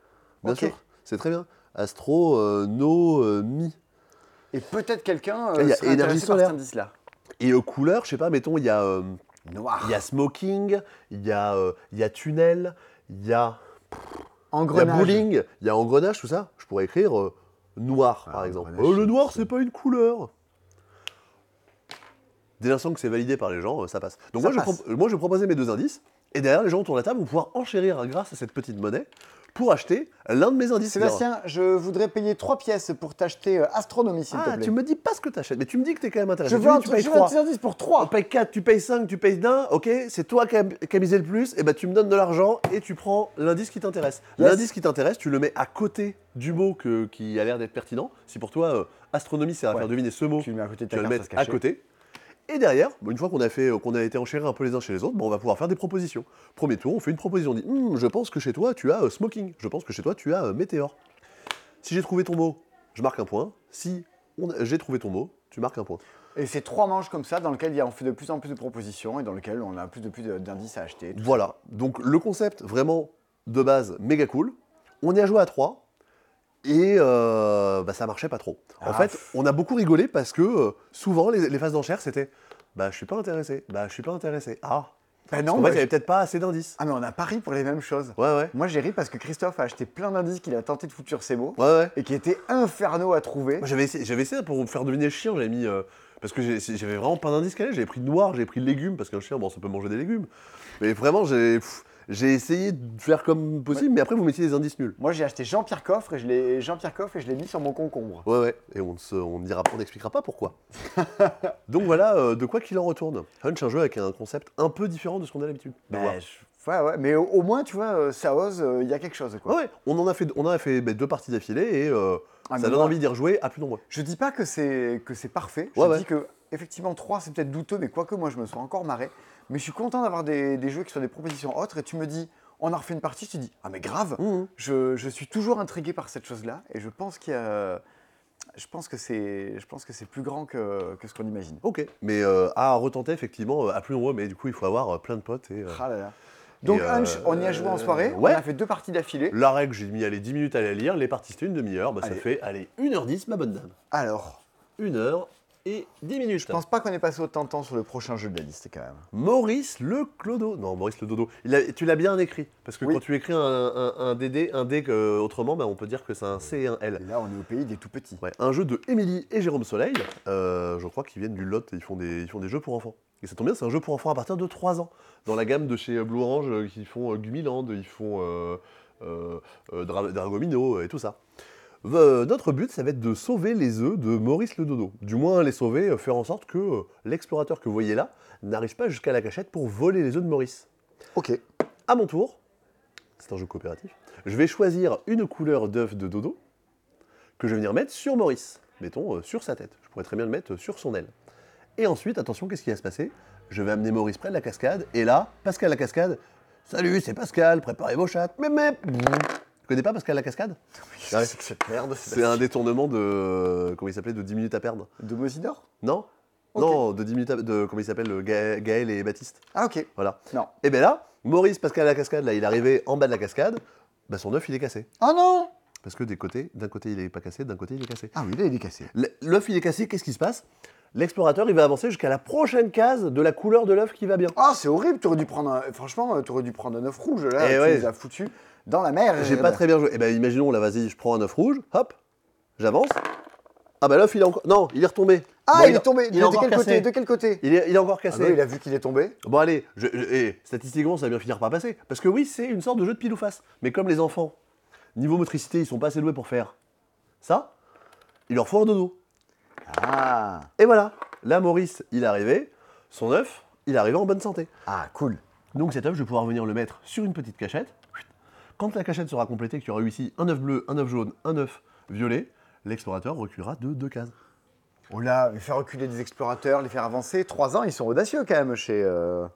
[SPEAKER 3] Bien
[SPEAKER 1] Ok.
[SPEAKER 3] sûr, c'est très bien. Astronomie.
[SPEAKER 1] Et peut-être quelqu'un euh,
[SPEAKER 3] Il y a
[SPEAKER 1] serait
[SPEAKER 3] énergie
[SPEAKER 1] intéressé
[SPEAKER 3] solaire.
[SPEAKER 1] par cet indice-là.
[SPEAKER 3] Et euh, couleur, je sais pas, mettons, il y a, euh,
[SPEAKER 1] Noir.
[SPEAKER 3] il y a smoking, il y, a, euh, il y a tunnel, il y a, il y a
[SPEAKER 1] Engrenage.
[SPEAKER 3] bowling, il y a engrenage, tout ça. Je pourrais écrire euh, noir,
[SPEAKER 1] Ah,
[SPEAKER 3] par exemple.
[SPEAKER 1] engrenage,
[SPEAKER 3] Oh, le
[SPEAKER 1] c'est-
[SPEAKER 3] noir,
[SPEAKER 1] c'est-
[SPEAKER 3] c'est pas une couleur. Dès l'instant que c'est validé par les gens, euh, ça passe. Donc
[SPEAKER 1] Ça
[SPEAKER 3] moi,
[SPEAKER 1] passe.
[SPEAKER 3] Je propo- moi, je proposais mes deux indices, et derrière, les gens autour de la table vont pouvoir enchérir grâce à cette petite monnaie pour acheter l'un de mes indices.
[SPEAKER 1] Sébastien, je voudrais payer 3 pièces pour t'acheter euh, Astronomie, s'il te
[SPEAKER 3] Ah,
[SPEAKER 1] plaît.
[SPEAKER 3] tu me dis pas ce que t'achètes, mais tu me dis que t'es quand même intéressé.
[SPEAKER 1] Je
[SPEAKER 3] Tu
[SPEAKER 1] veux
[SPEAKER 3] dis,
[SPEAKER 1] un
[SPEAKER 3] tu
[SPEAKER 1] truc,
[SPEAKER 3] payes
[SPEAKER 1] je veux un
[SPEAKER 3] trois.
[SPEAKER 1] petit indice pour
[SPEAKER 3] On
[SPEAKER 1] 3.
[SPEAKER 3] paye 4, tu payes 5, tu payes d'un, ok, c'est toi qui as, qui as misé le plus, et ben tu me donnes de l'argent et tu prends l'indice qui t'intéresse.
[SPEAKER 1] Yes.
[SPEAKER 3] L'indice qui t'intéresse, tu le mets à côté du mot que- qui a l'air d'être pertinent. Si pour toi, euh, astronomie, c'est à
[SPEAKER 1] Ouais.
[SPEAKER 3] faire deviner ce mot,
[SPEAKER 1] Tu le mets à côté de
[SPEAKER 3] tu
[SPEAKER 1] ta
[SPEAKER 3] vas le
[SPEAKER 1] carte, ça
[SPEAKER 3] mettre
[SPEAKER 1] se
[SPEAKER 3] à
[SPEAKER 1] cachait.
[SPEAKER 3] côté. Et derrière, bah, une fois qu'on a, fait, euh, qu'on a été enchérés un peu les uns chez les autres, bah, on va pouvoir faire des propositions. Premier tour, on fait une proposition. On dit Hum, Je pense que chez toi, tu as euh, smoking. Je pense que chez toi, tu as euh, météore. Si j'ai trouvé ton mot, je marque un point. Si on- j'ai trouvé ton mot, tu marques un point.
[SPEAKER 1] Et c'est trois manches comme ça dans lesquelles il y a- on fait de plus en plus de propositions et dans lesquelles on a plus de plus de- d'indices à acheter.
[SPEAKER 3] Voilà, donc le concept vraiment de base méga cool. On y a joué à 3 et euh, bah, ça marchait pas trop. En
[SPEAKER 1] Ah.
[SPEAKER 3] fait, on a beaucoup rigolé parce que euh, souvent les, les phases d'enchères c'était bah je suis pas intéressé, bah je suis pas intéressé. Ah,
[SPEAKER 1] Ben non,
[SPEAKER 3] en fait,
[SPEAKER 1] bah,
[SPEAKER 3] il y avait peut-être pas assez d'indices.
[SPEAKER 1] Ah mais on a pari pour les mêmes choses.
[SPEAKER 3] Ouais, ouais,
[SPEAKER 1] Moi j'ai ri parce que Christophe a acheté plein d'indices qu'il a tenté de foutre sur ses mots
[SPEAKER 3] ouais, ouais.
[SPEAKER 1] et qui étaient infernaux à trouver.
[SPEAKER 3] Moi, J'avais essayé, j'avais essayé pour vous faire deviner le chien, j'avais mis. euh, parce que j'ai- j'avais vraiment pas d'indice calé, j'avais pris noir, j'avais pris légumes, parce qu'un chien, bon, ça peut manger des légumes. Mais vraiment, j'ai pff, j'ai essayé de faire comme possible, mais après, vous mettiez des indices nuls.
[SPEAKER 1] Moi j'ai acheté Jean-Pierre Coffre et je l'ai Jean-Pierre Coffre et je l'ai mis sur mon concombre.
[SPEAKER 3] Ouais, ouais, et on se- on n'ira- on n'expliquera pas pourquoi. Donc voilà, euh, de quoi qu'il en retourne. Hunch, un jeu avec un concept un peu différent de ce qu'on a l'habitude de voir.
[SPEAKER 1] Ben, je- ouais ouais, mais au, au moins tu vois euh, ça ose, euh, il y a quelque chose quoi.
[SPEAKER 3] Ouais, ouais, on en a fait, on en a fait ben, deux parties d'affilée et euh,
[SPEAKER 1] Ah, mais
[SPEAKER 3] ça donne
[SPEAKER 1] moi,
[SPEAKER 3] envie d'y rejouer à plus nombreux.
[SPEAKER 1] Je dis pas que c'est que c'est parfait. Je
[SPEAKER 3] Ouais, ouais.
[SPEAKER 1] dis que effectivement 3 c'est peut-être douteux, mais quoique moi je me sois encore marré. Mais je suis content d'avoir des, des jeux qui sont des propositions autres et tu me dis on a refait une partie, je te dis ah mais grave,
[SPEAKER 3] Mhm.
[SPEAKER 1] je, je suis toujours intrigué par cette chose-là et je pense qu'il y a, je pense que c'est je pense que c'est plus grand que, que ce qu'on imagine.
[SPEAKER 3] Ok, mais euh, à retenter effectivement euh, à plus nombreux, mais du coup il faut avoir euh, plein de potes et. euh,
[SPEAKER 1] Ah là là. Donc
[SPEAKER 3] euh,
[SPEAKER 1] Hunch, on y a joué en soirée,
[SPEAKER 3] ouais.
[SPEAKER 1] on a fait deux parties d'affilée.
[SPEAKER 3] La règle, j'ai mis allez, 10 minutes à la lire, les parties c'était une demi-heure, bah, ça
[SPEAKER 1] Allez.
[SPEAKER 3] fait allez, 1h10 ma bonne dame.
[SPEAKER 1] Alors,
[SPEAKER 3] 1h et 10 minutes.
[SPEAKER 1] je pense pas qu'on est passé autant de temps sur le prochain jeu de la liste quand même.
[SPEAKER 3] Maurice le Clodo. Non, Maurice le Dodo. Il a- tu l'as bien écrit. Parce que
[SPEAKER 1] Oui.
[SPEAKER 3] quand tu écris un, un, un DD, un D que- autrement, bah, on peut dire que c'est un C et un L.
[SPEAKER 1] Et là on est au pays des tout petits.
[SPEAKER 3] Ouais, un jeu de Émilie et Jérôme Soleil. Euh, je crois qu'ils viennent du Lot et ils font, des, ils font des jeux pour enfants. Et ça tombe bien, c'est un jeu pour enfants à partir de 3 ans. Dans la gamme de chez euh, Blue Orange, euh, ils font euh, Gumiland, ils font euh, euh, euh, Dra- Dragomino euh, et tout ça. Euh, notre but, ça va être de sauver les œufs de Maurice le Dodo. Du moins, les sauver, euh, faire en sorte que euh, l'explorateur que vous voyez là n'arrive pas jusqu'à la cachette pour voler les œufs de Maurice.
[SPEAKER 1] Ok.
[SPEAKER 3] À mon tour, c'est un jeu coopératif, je vais choisir une couleur d'œuf de dodo que je vais venir mettre sur Maurice. Mettons euh, sur sa tête. Je pourrais très bien le mettre euh, sur son aile. Et ensuite, attention, qu'est-ce qui va se passer Je vais amener Maurice près de la cascade. Et là, Pascal la cascade. Salut, c'est Pascal, préparez vos chattes. Mais mais Tu connais pas Pascal la cascade Ouais.
[SPEAKER 1] C'est que cette merde.
[SPEAKER 3] C'est un détournement de. euh, Comment il s'appelait De 10 minutes à perdre.
[SPEAKER 1] Domosidor
[SPEAKER 3] Non
[SPEAKER 1] Ok.
[SPEAKER 3] Non, de 10 minutes à. De, comment il s'appelle euh, Ga- Gaël et Baptiste.
[SPEAKER 1] Ah ok.
[SPEAKER 3] Voilà.
[SPEAKER 1] Non.
[SPEAKER 3] Et bien là, Maurice, Pascal à la cascade, là, il est arrivé en bas de la cascade, bah, son œuf, il est cassé.
[SPEAKER 1] Oh non
[SPEAKER 3] Parce que des côtés, d'un côté, il est pas cassé, d'un côté, il est cassé.
[SPEAKER 1] Ah oui, là, il est cassé.
[SPEAKER 3] L- L'œuf, il est cassé, qu'est-ce qui se passe L'explorateur, il va avancer jusqu'à la prochaine case de la couleur de l'œuf qui va bien.
[SPEAKER 1] Ah, c'est horrible, t'aurais dû prendre un... Franchement, euh, t'aurais dû prendre un œuf rouge, là,
[SPEAKER 3] Eh
[SPEAKER 1] tu
[SPEAKER 3] ouais.
[SPEAKER 1] les as foutus dans la mer.
[SPEAKER 3] J'ai pas très bien joué. Eh ben imaginons, là, vas-y, je prends un œuf rouge, hop, j'avance. Ah bah l'œuf, il est encore... Non, il est retombé.
[SPEAKER 1] Ah,
[SPEAKER 3] Bon,
[SPEAKER 1] il est tombé
[SPEAKER 3] il
[SPEAKER 1] Il
[SPEAKER 3] est
[SPEAKER 1] est de
[SPEAKER 3] encore
[SPEAKER 1] quel
[SPEAKER 3] cassé.
[SPEAKER 1] côté De quel côté
[SPEAKER 3] Il est, il est encore
[SPEAKER 1] Ah
[SPEAKER 3] cassé.
[SPEAKER 1] non, il a vu qu'il est tombé.
[SPEAKER 3] Bon allez, je, je- eh, statistiquement ça va bien finir par passer. Parce que oui, c'est une sorte de jeu de pile ou face. Mais comme les enfants, niveau motricité, ils sont pas assez doués pour faire ça, il leur faut un dodo.
[SPEAKER 1] Ah,
[SPEAKER 3] Et voilà, là Maurice, il est arrivé, son œuf, il est arrivé en bonne santé.
[SPEAKER 1] ah cool.
[SPEAKER 3] Donc cet œuf, je vais pouvoir venir le mettre sur une petite cachette. Quand la cachette sera complétée, qu'il y aura eu ici un œuf bleu, un œuf jaune, un œuf violet, l'explorateur reculera de deux cases.
[SPEAKER 1] Oh là, mais faire reculer des explorateurs, les faire avancer, trois ans, ils sont audacieux quand même chez, euh,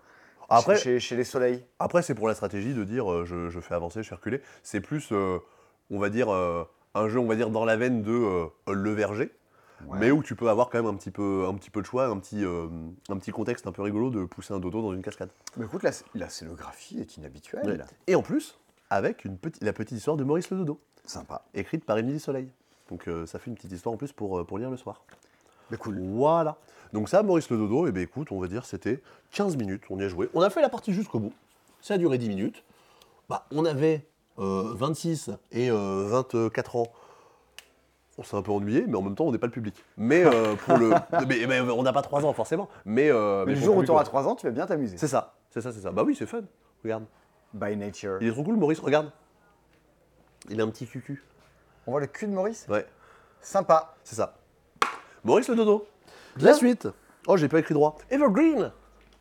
[SPEAKER 3] Après-
[SPEAKER 1] chez, chez- chez les soleils.
[SPEAKER 3] Après, c'est pour la stratégie de dire euh, je, je fais avancer, je fais reculer. C'est plus, euh, on va dire, euh, un jeu, on va dire, dans la veine de euh, le verger,
[SPEAKER 1] Ouais.
[SPEAKER 3] mais où tu peux avoir quand même un petit peu, un petit peu de choix, un petit, euh, un petit contexte un peu rigolo de pousser un dodo dans une cascade.
[SPEAKER 1] Mais écoute, la, la scénographie est inhabituelle.
[SPEAKER 3] Ouais. Et en plus, avec une petite, la petite histoire de Maurice le Dodo,
[SPEAKER 1] Sympa.
[SPEAKER 3] écrite par Émilie Soleil. Donc euh, ça fait une petite histoire en plus pour, euh, pour lire le soir.
[SPEAKER 1] Mais
[SPEAKER 3] Ah,
[SPEAKER 1] cool.
[SPEAKER 3] Voilà. Donc ça, Maurice le Dodo, et ben écoute, on va dire c'était 15 minutes, on y a joué. On a fait la partie jusqu'au bout. Ça a duré 10 minutes. Bah, on avait euh, 26 et euh, 24 ans. on s'est un peu ennuyé, mais en même temps, on n'est pas le public. Mais euh, pour le. mais, mais on n'a pas 3 ans, forcément. Mais, euh,
[SPEAKER 1] Mais
[SPEAKER 3] mais
[SPEAKER 1] le
[SPEAKER 3] pour
[SPEAKER 1] jour où
[SPEAKER 3] public,
[SPEAKER 1] t'auras
[SPEAKER 3] on-
[SPEAKER 1] 3 ans, tu vas bien t'amuser.
[SPEAKER 3] C'est ça, c'est ça, c'est ça. Bah oui, c'est fun. Regarde.
[SPEAKER 1] By nature.
[SPEAKER 3] Il est trop cool, Maurice, regarde. Il a un petit cucu.
[SPEAKER 1] On voit le cul de Maurice
[SPEAKER 3] Ouais,
[SPEAKER 1] Sympa.
[SPEAKER 3] c'est ça. Maurice le dodo.
[SPEAKER 2] Bien.
[SPEAKER 3] La suite. Oh, j'ai pas écrit droit. Evergreen.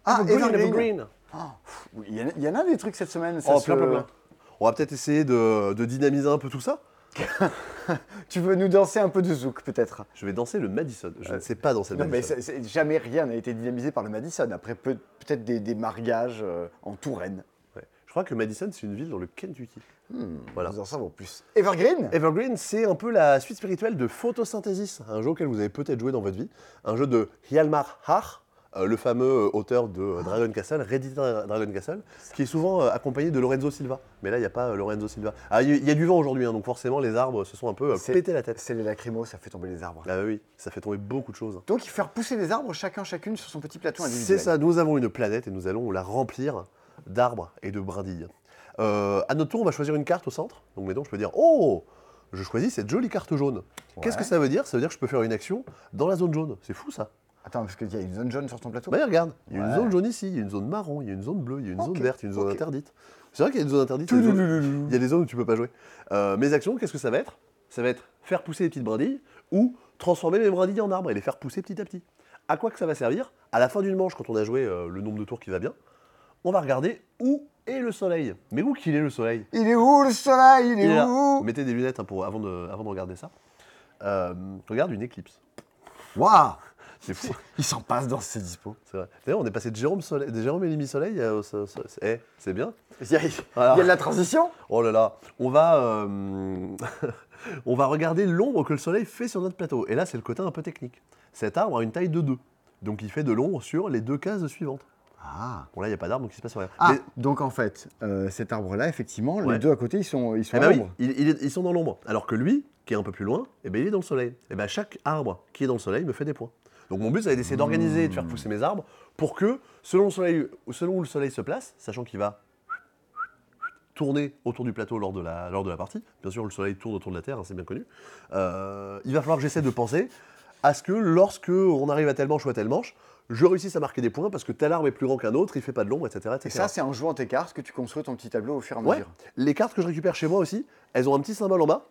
[SPEAKER 1] Ah, Evergreen.
[SPEAKER 3] Evergreen.
[SPEAKER 1] Oui, Il y, en a- il y en a des trucs cette semaine. ça
[SPEAKER 3] Oh,
[SPEAKER 1] se-
[SPEAKER 3] plein, plein, plein. On va peut-être essayer de, de dynamiser un peu tout ça.
[SPEAKER 1] Tu veux nous danser un peu de zouk, peut-être
[SPEAKER 3] Je vais danser le Madison. Je ne sais pas danser le
[SPEAKER 1] Non, mais
[SPEAKER 3] Madison.
[SPEAKER 1] c'est- c'est- jamais rien n'a été dynamisé par le Madison. Après, peut- peut-être des, des mariages euh, en Touraine.
[SPEAKER 3] Ouais. Je crois que Madison, c'est une ville dans le Kentucky. Voilà.
[SPEAKER 1] Nous en savons plus. Evergreen
[SPEAKER 3] Evergreen, c'est un peu la suite spirituelle de Photosynthesis, un jeu auquel vous avez peut-être joué dans votre vie, un jeu de Hjalmar Haar, euh, le fameux euh, auteur de euh, Dragon Castle, rééditeur Dragon Castle, qui est souvent euh, accompagné de Lorenzo Silva. Mais là, il n'y a pas euh, Lorenzo Silva. Ah, Il y, il y a du vent aujourd'hui, hein, donc forcément, les arbres se sont un peu euh,
[SPEAKER 1] C'est-
[SPEAKER 3] pété la tête.
[SPEAKER 1] C'est les lacrymos, ça fait tomber les arbres.
[SPEAKER 3] Ah oui, ça fait tomber beaucoup de choses. hein.
[SPEAKER 1] Donc, il faut faire pousser les arbres chacun, chacune sur son petit plateau
[SPEAKER 3] C'est
[SPEAKER 1] individuel.
[SPEAKER 3] ça, nous avons une planète et nous allons la remplir d'arbres et de brindilles. Euh, à notre tour, on va choisir une carte au centre. Donc, mettons, je peux dire Oh Je choisis cette jolie carte jaune. Qu'est-ce
[SPEAKER 1] Ouais.
[SPEAKER 3] que ça veut dire Ça veut dire que je peux faire une action dans la zone jaune. C'est fou ça.
[SPEAKER 1] Attends, parce qu'il y a une zone jaune sur ton plateau
[SPEAKER 3] Bah, regarde, il y a une
[SPEAKER 1] Ouais.
[SPEAKER 3] zone jaune ici, il y a une zone marron, il y a une zone bleue, il y a une
[SPEAKER 1] Ok,
[SPEAKER 3] zone verte, il y a une zone
[SPEAKER 1] ok.
[SPEAKER 3] interdite. C'est vrai qu'il y a une zone interdite. il y a des zones- Il y a des zones où tu peux pas jouer. Euh, mes actions, qu'est-ce que ça va être Ça va être faire pousser les petites brindilles ou transformer les brindilles en arbres et les faire pousser petit à petit. À quoi que ça va servir À la fin d'une manche, quand on a joué euh, le nombre de tours qui va bien, on va regarder où est le soleil. Mais où qu'il est le soleil
[SPEAKER 1] Il est où le soleil Il est,
[SPEAKER 3] Il est là.
[SPEAKER 1] où
[SPEAKER 3] Mettez des lunettes hein, pour, avant, de, avant de regarder ça. Euh, regarde une éclipse.
[SPEAKER 1] Waouh
[SPEAKER 3] C'est fou,
[SPEAKER 1] Il s'en passe dans ses dispos.
[SPEAKER 3] c'est vrai. D'ailleurs, on est passé de Jérôme, soleil, de Jérôme et l'Imi Soleil à- au so- so- Eh, c'est bien.
[SPEAKER 1] Il y, a,
[SPEAKER 3] Voilà.
[SPEAKER 1] il y a de la transition
[SPEAKER 3] Oh là là, on va, euh, on va regarder l'ombre que le soleil fait sur notre plateau. Et là, c'est le côté un peu technique. Cet arbre a une taille de 2. Donc il fait de l'ombre sur les deux cases suivantes.
[SPEAKER 1] Ah,
[SPEAKER 3] Bon là, il n'y a pas d'arbre, donc il se passe rien. Mais-
[SPEAKER 1] donc en fait, euh, cet arbre-là, effectivement, les
[SPEAKER 3] Ah. Ouais.
[SPEAKER 1] deux à côté, ils sont, ils sont
[SPEAKER 3] eh ben oui,
[SPEAKER 1] arbres.
[SPEAKER 3] il- il est- ils sont dans l'ombre. Alors que lui, qui est un peu plus loin, eh ben, il est dans le soleil. Et ben, chaque arbre qui est dans le soleil me fait des points. Donc mon but, ça va être d'essayer d'organiser et de faire pousser mes arbres pour que, selon, le soleil, selon où le soleil se place, sachant qu'il va tourner autour du plateau lors de, la, lors de la partie, bien sûr le soleil tourne autour de la Terre, hein, c'est bien connu, Euh, il va falloir que j'essaie de penser à ce que lorsque on arrive à telle manche ou à telle manche, je réussisse à marquer des points parce que tel arbre est plus grand qu'un autre, il fait pas de l'ombre, etc.
[SPEAKER 1] Et
[SPEAKER 3] etc.
[SPEAKER 1] ça, c'est en jouant tes cartes que tu construis ton petit tableau au fur et à
[SPEAKER 3] Ouais.
[SPEAKER 1] mesure.
[SPEAKER 3] Les cartes que je récupère chez moi aussi, elles ont un petit symbole en bas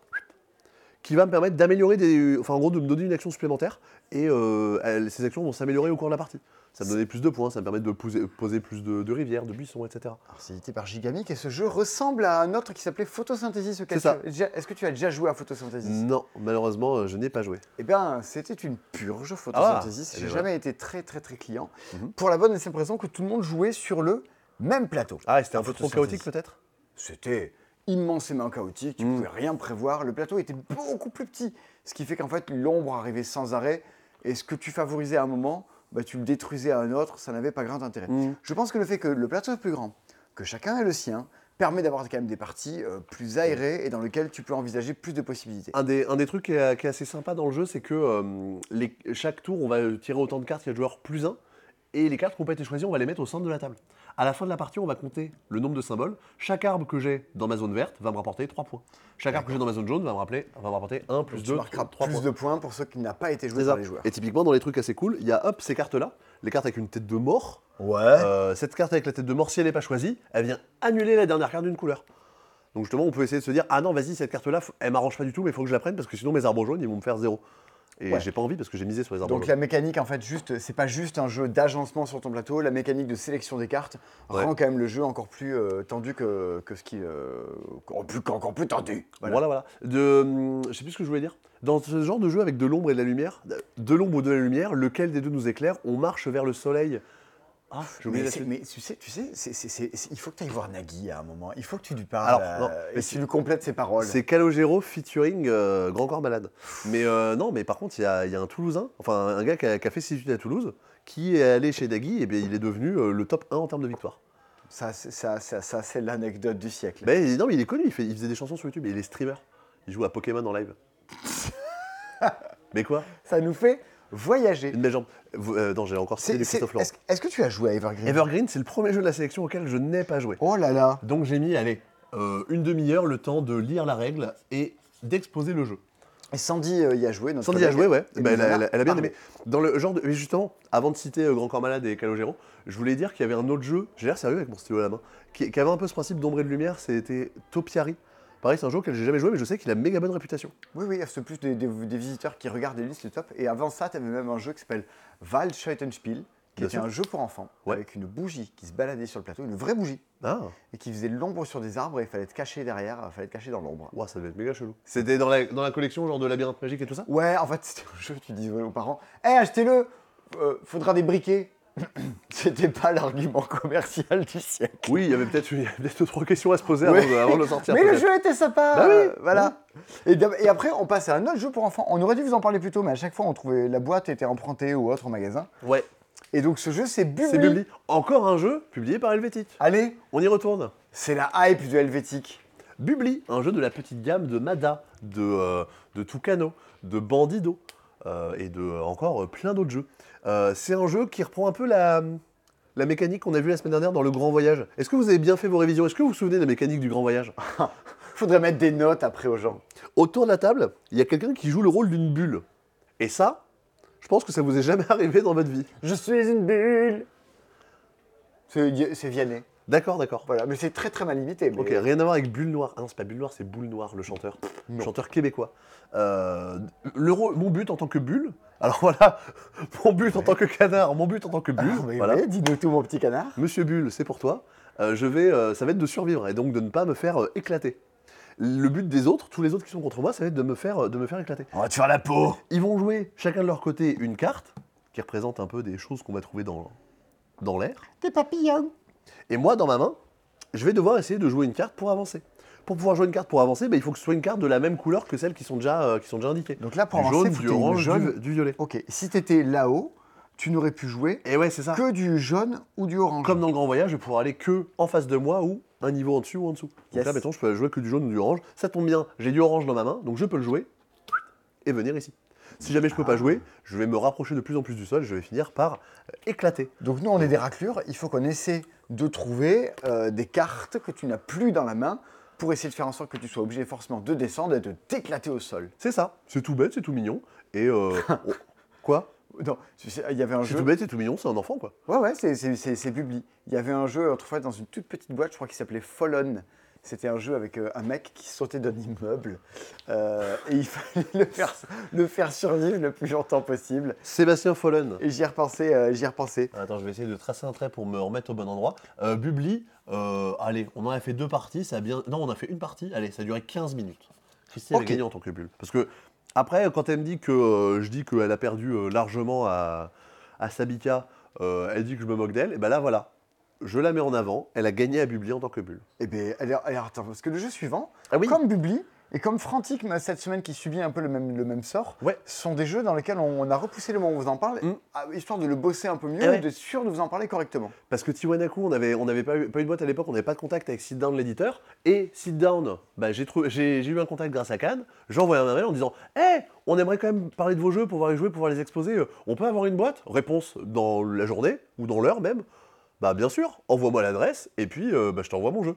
[SPEAKER 3] qui va me permettre d'améliorer des. Enfin, en gros, de me donner une action supplémentaire. Et euh, elles- ces actions vont s'améliorer au cours de la partie. Ça me donnait plus de points, ça me permet de poser, poser plus de, de rivières, de buissons, etc.
[SPEAKER 1] Alors, c'est édité par Gigamic et ce jeu ressemble à un autre qui s'appelait Photosynthesis. auquel
[SPEAKER 3] C'est ça. Mm.
[SPEAKER 1] tu as déjà- Est-ce que tu as déjà joué à Photosynthesis
[SPEAKER 3] Non, malheureusement, euh, je n'ai pas joué.
[SPEAKER 1] Eh bien, c'était une purge Photosynthesis.
[SPEAKER 3] Ah, eh
[SPEAKER 1] J'ai
[SPEAKER 3] ben
[SPEAKER 1] jamais été très, très, très client.
[SPEAKER 3] Mhm.
[SPEAKER 1] Pour la bonne et simple raison que tout le monde jouait sur le même plateau.
[SPEAKER 3] Ah, et c'était un
[SPEAKER 1] En
[SPEAKER 3] peu trop
[SPEAKER 1] photosynthèse.
[SPEAKER 3] chaotique peut-être
[SPEAKER 1] C'était immensément chaotique, tu ne
[SPEAKER 3] Mm.
[SPEAKER 1] pouvais rien prévoir. Le plateau était beaucoup plus petit, ce qui fait qu'en fait, l'ombre arrivait sans arrêt. Et ce que tu favorisais à un moment, bah, tu le détruisais à un autre, ça n'avait pas grand intérêt.
[SPEAKER 3] Mm.
[SPEAKER 1] Je pense que le fait que le plateau est plus grand, que chacun ait le sien, permet d'avoir quand même des parties euh, plus aérées et dans lesquelles tu peux envisager plus de possibilités.
[SPEAKER 3] Un des, un des trucs qui est, qui est assez sympa dans le jeu, c'est que euh, les- chaque tour, on va euh, tirer autant de cartes qu'il y a de joueurs plus un. Et les cartes qui n'ont pas été choisies, on va les mettre au centre de la table. À la fin de la partie, on va compter le nombre de symboles. Chaque arbre que j'ai dans ma zone verte va me rapporter 3 points. Chaque arbre que j'ai dans ma zone jaune va me, rappeler, va me rapporter 1 plus
[SPEAKER 1] Donc,
[SPEAKER 3] 2,
[SPEAKER 1] tu marqueras
[SPEAKER 3] 3
[SPEAKER 1] plus
[SPEAKER 3] points.
[SPEAKER 1] de points pour ceux qui n'ont pas été joués
[SPEAKER 3] C'est
[SPEAKER 1] par
[SPEAKER 3] ça.
[SPEAKER 1] les joueurs.
[SPEAKER 3] Et typiquement, dans les trucs assez cool, il y a hop, ces cartes-là, les cartes avec une tête de mort.
[SPEAKER 1] Ouais.
[SPEAKER 3] Euh, cette carte avec la tête de mort, si elle n'est pas choisie, elle vient annuler la dernière carte d'une couleur. Donc justement, on peut essayer de se dire Ah non, vas-y, cette carte-là, faut- elle m'arrange pas du tout, mais il faut que je la prenne parce que sinon mes arbres jaunes, ils vont me faire zéro. Et
[SPEAKER 1] Ouais.
[SPEAKER 3] j'ai pas envie parce que j'ai misé sur les arbres
[SPEAKER 1] Donc
[SPEAKER 3] jaunes.
[SPEAKER 1] la mécanique, en fait, juste, c'est pas juste un jeu d'agencement sur ton plateau, la mécanique de sélection des cartes
[SPEAKER 3] Ouais.
[SPEAKER 1] rend quand même le jeu encore plus euh, tendu que, que ce qui... euh, encore, plus, encore plus tendu. Voilà.
[SPEAKER 3] Voilà, voilà. De, hum, je sais plus ce que je voulais dire. Dans ce genre de jeu avec de l'ombre et de la lumière, de l'ombre ou de la lumière, lequel des deux nous éclaire On marche vers le soleil. Ah, j'ai oublié
[SPEAKER 1] Mais,
[SPEAKER 3] la
[SPEAKER 1] c'est-
[SPEAKER 3] suite.
[SPEAKER 1] mais tu sais, tu sais c'est- c'est- c'est- c'est- il faut que tu ailles voir Nagui à un moment, il faut que tu lui parles
[SPEAKER 3] Alors,
[SPEAKER 1] euh,
[SPEAKER 3] non, mais
[SPEAKER 1] et que
[SPEAKER 3] c'est-
[SPEAKER 1] tu lui complètes ses paroles.
[SPEAKER 3] C'est Calogero featuring euh, Grand Corps Malade. Mais euh, non, mais par contre, il y, a il y a un Toulousain, enfin un gars qui a, qui a fait ses études à Toulouse, qui est allé chez Dagui, et bien il est devenu euh, le top 1 en termes de victoire.
[SPEAKER 1] Ça, c'est- ça, ça, ça, c'est l'anecdote du siècle.
[SPEAKER 3] Mais il- non, mais il est connu, il, fait- il faisait des chansons sur YouTube, et il est streamer. Il joue à Pokémon en live. mais quoi
[SPEAKER 1] Ça nous fait voyager.
[SPEAKER 3] Une belle jambe. Vous- euh, non, j'ai encore
[SPEAKER 1] C'est-
[SPEAKER 3] cité du
[SPEAKER 1] c'est-
[SPEAKER 3] Christophe Laurent. Eh ben,
[SPEAKER 1] Est-ce est-ce que tu as joué à Evergreen
[SPEAKER 3] Evergreen, c'est le premier jeu de la sélection auquel je n'ai pas joué.
[SPEAKER 1] Oh là là
[SPEAKER 3] Donc j'ai mis, allez, euh, une demi-heure le temps de lire la règle et d'exposer le jeu.
[SPEAKER 1] Et Sandy euh, y a joué. notre
[SPEAKER 3] Sandy a
[SPEAKER 1] collègue.
[SPEAKER 3] joué, ouais.
[SPEAKER 1] Et
[SPEAKER 3] Bah,
[SPEAKER 1] nous
[SPEAKER 3] elle,
[SPEAKER 1] en a
[SPEAKER 3] a- elle a- elle a bien
[SPEAKER 1] parlé.
[SPEAKER 3] aimé. Dans le genre de. Mais justement, avant de citer euh, Grand Corps Malade et Calogero, je voulais dire qu'il y avait un autre jeu, j'ai l'air sérieux avec mon stylo à la main, qui, qui avait un peu ce principe d'ombre et de lumière, c'était Topiari. Pareil, c'est un jeu auquel j'ai jamais joué, mais je sais qu'il a méga bonne réputation.
[SPEAKER 1] Oui, oui, c'est plus des, des- des visiteurs qui regardent les listes, c'est top. Et avant ça, tu avais même un jeu qui s'appelle Wald Scheitenspiel, qui
[SPEAKER 3] Bien
[SPEAKER 1] était
[SPEAKER 3] sûr.
[SPEAKER 1] un jeu pour enfants,
[SPEAKER 3] Ouais.
[SPEAKER 1] avec une bougie qui se baladait sur le plateau, une vraie bougie,
[SPEAKER 3] Ah,
[SPEAKER 1] et qui faisait l'ombre sur des arbres, et il fallait te cacher derrière, il fallait te cacher dans l'ombre.
[SPEAKER 3] Ouah, ça devait être méga chelou. C'était dans la, dans la collection, genre de labyrinthe magique et tout ça
[SPEAKER 1] Ouais, en fait, c'était un jeu, tu disais aux parents, hé, achetez-le, euh, faudra des briquets. C'était pas l'argument commercial du siècle.
[SPEAKER 3] Oui, il y avait peut-être peut deux, trois questions à se poser
[SPEAKER 1] Ouais.
[SPEAKER 3] avant, de, avant de le sortir.
[SPEAKER 1] Mais le
[SPEAKER 3] peut-être.
[SPEAKER 1] jeu était sympa
[SPEAKER 3] Bah oui,
[SPEAKER 1] euh, Voilà. Et, d'ab- et après, on passait à un autre jeu pour enfants. On aurait dû vous en parler plus tôt, mais à chaque fois, on trouvait la boîte était empruntée ou autre au magasin.
[SPEAKER 3] Ouais,
[SPEAKER 1] Et donc, ce jeu, c'est
[SPEAKER 3] c'est
[SPEAKER 1] Bubli.
[SPEAKER 3] publié. Encore un jeu publié par Helvétique.
[SPEAKER 1] Allez,
[SPEAKER 3] On y retourne.
[SPEAKER 1] c'est la hype de Helvétique.
[SPEAKER 3] Bubli, un jeu de la petite gamme de Mada, de, euh, de Tucano, de Bandido euh, et de euh, encore euh, plein d'autres jeux. Euh, c'est un jeu qui reprend un peu la, la mécanique qu'on a vue la semaine dernière dans Le Grand Voyage. Est-ce que vous avez bien fait vos révisions Est-ce que vous vous souvenez de la mécanique du Grand Voyage
[SPEAKER 1] Faudrait mettre des notes après aux gens.
[SPEAKER 3] Autour de la table, il y a quelqu'un qui joue le rôle d'une bulle. Et ça, je pense que ça vous est jamais arrivé dans votre vie.
[SPEAKER 1] Je suis une bulle C'est c'est Vianney.
[SPEAKER 3] D'accord, d'accord.
[SPEAKER 1] Voilà, mais c'est très très mal limité. Mais... euh,
[SPEAKER 3] Ok, rien à voir avec Bulle Noire. Ah non, c'est pas Bulle Noire, c'est Boule Noire, le chanteur.
[SPEAKER 1] non.
[SPEAKER 3] Chanteur québécois. Euh, le rôle- mon but en tant que Bulle, alors voilà, mon but en tant que canard, mon but en tant que Bulle,
[SPEAKER 1] Ah, mais
[SPEAKER 3] voilà.
[SPEAKER 1] ouais, dis-nous tout, mon petit canard.
[SPEAKER 3] Monsieur Bulle, c'est pour toi. Euh, je vais, euh, ça va être de survivre et donc de ne pas me faire euh, éclater. Le but des autres, tous les autres qui sont contre moi, ça va être de me faire, euh, de me faire éclater.
[SPEAKER 1] On va te faire la peau.
[SPEAKER 3] Ils vont jouer chacun de leur côté une carte qui représente un peu des choses qu'on va trouver dans, dans l'air.
[SPEAKER 1] T'es papillon.
[SPEAKER 3] Et moi, dans ma main, je vais devoir essayer de jouer une carte pour avancer. Pour pouvoir jouer une carte pour avancer, ben, il faut que ce soit une carte de la même couleur que celles qui sont déjà, euh, qui sont déjà indiquées.
[SPEAKER 1] Donc là, pour
[SPEAKER 3] Du jaune,
[SPEAKER 1] avancer, faut
[SPEAKER 3] du
[SPEAKER 1] que t'aies une
[SPEAKER 3] orange,
[SPEAKER 1] jaune.
[SPEAKER 3] du, du violet.
[SPEAKER 1] Ok, si t'étais là-haut, tu n'aurais pu jouer
[SPEAKER 3] Et ouais, c'est ça.
[SPEAKER 1] que du jaune ou du orange.
[SPEAKER 3] Comme dans le grand voyage, je vais pouvoir aller que en face de moi ou un niveau en dessus ou en dessous. Donc
[SPEAKER 1] Yes.
[SPEAKER 3] là, mettons, je peux jouer que du jaune ou du orange. Ça tombe bien, j'ai du orange dans ma main, donc je peux le jouer et venir ici. Si jamais je peux
[SPEAKER 1] Ah.
[SPEAKER 3] pas jouer, je vais me rapprocher de plus en plus du sol, je vais finir par euh, éclater.
[SPEAKER 1] Donc nous, on est des raclures, il faut qu'on essaie de trouver euh, des cartes que tu n'as plus dans la main pour essayer de faire en sorte que tu sois obligé forcément de descendre et de t'éclater au sol.
[SPEAKER 3] C'est ça, c'est tout bête, c'est tout mignon. Et euh, on- quoi
[SPEAKER 1] Non, tu sais, il y avait un
[SPEAKER 3] C'est
[SPEAKER 1] jeu...
[SPEAKER 3] tout bête, c'est tout mignon, c'est un enfant quoi.
[SPEAKER 1] Ouais, ouais, c'est- c'est c'est- c'est publi. Il y avait un jeu autrefois dans une toute petite boîte, je crois, qui s'appelait Fallon. C'était un jeu avec euh, un mec qui sautait d'un immeuble euh, et il fallait le faire, le faire survivre le plus longtemps possible.
[SPEAKER 3] Sébastien Follen.
[SPEAKER 1] Et j'y ai repensé, euh, j'y ai repensé.
[SPEAKER 3] Ah, Attends, je vais essayer de tracer un trait pour me remettre au bon endroit. Euh, Bubli, euh, allez, on en a fait deux parties, ça a bien. Non, on a fait une partie, allez, ça a duré 15 minutes. Christelle
[SPEAKER 1] Ok.
[SPEAKER 3] a gagné en tant que bulle. Parce que, après, quand elle me dit que euh, je dis qu'elle a perdu euh, largement à, à Sabika, euh, elle dit que je me moque d'elle, et ben là, voilà. Je la mets en avant, elle a gagné à Bubli en tant que bulle.
[SPEAKER 1] Eh bien, alors, alors, attends, parce que le jeu suivant,
[SPEAKER 3] Ah oui
[SPEAKER 1] comme Bubli et comme Frantic mais cette semaine qui subit un peu le même, le même sort,
[SPEAKER 3] Ouais.
[SPEAKER 1] sont des jeux dans lesquels on, on a repoussé le moment où on vous en parle,
[SPEAKER 3] Mm.
[SPEAKER 1] à- histoire de le bosser un peu mieux
[SPEAKER 3] Eh ouais.
[SPEAKER 1] et d'être sûr de vous en parler correctement.
[SPEAKER 3] Parce que Tiwanaku, on n'avait on avait pas, eu, pas eu de boîte à l'époque, on n'avait pas de contact avec Sit Down, l'éditeur. Et Sit Down, bah, j'ai trouvé- j'ai j'ai eu un contact grâce à Cannes. J'ai envoyé un mail en disant Hé, on aimerait quand même parler de vos jeux, pouvoir les jouer, pouvoir les exposer. Euh, On peut avoir une boîte Réponse dans la journée ou dans l'heure même. Bah, bien sûr, envoie-moi l'adresse et puis euh, bah, je t'envoie mon jeu.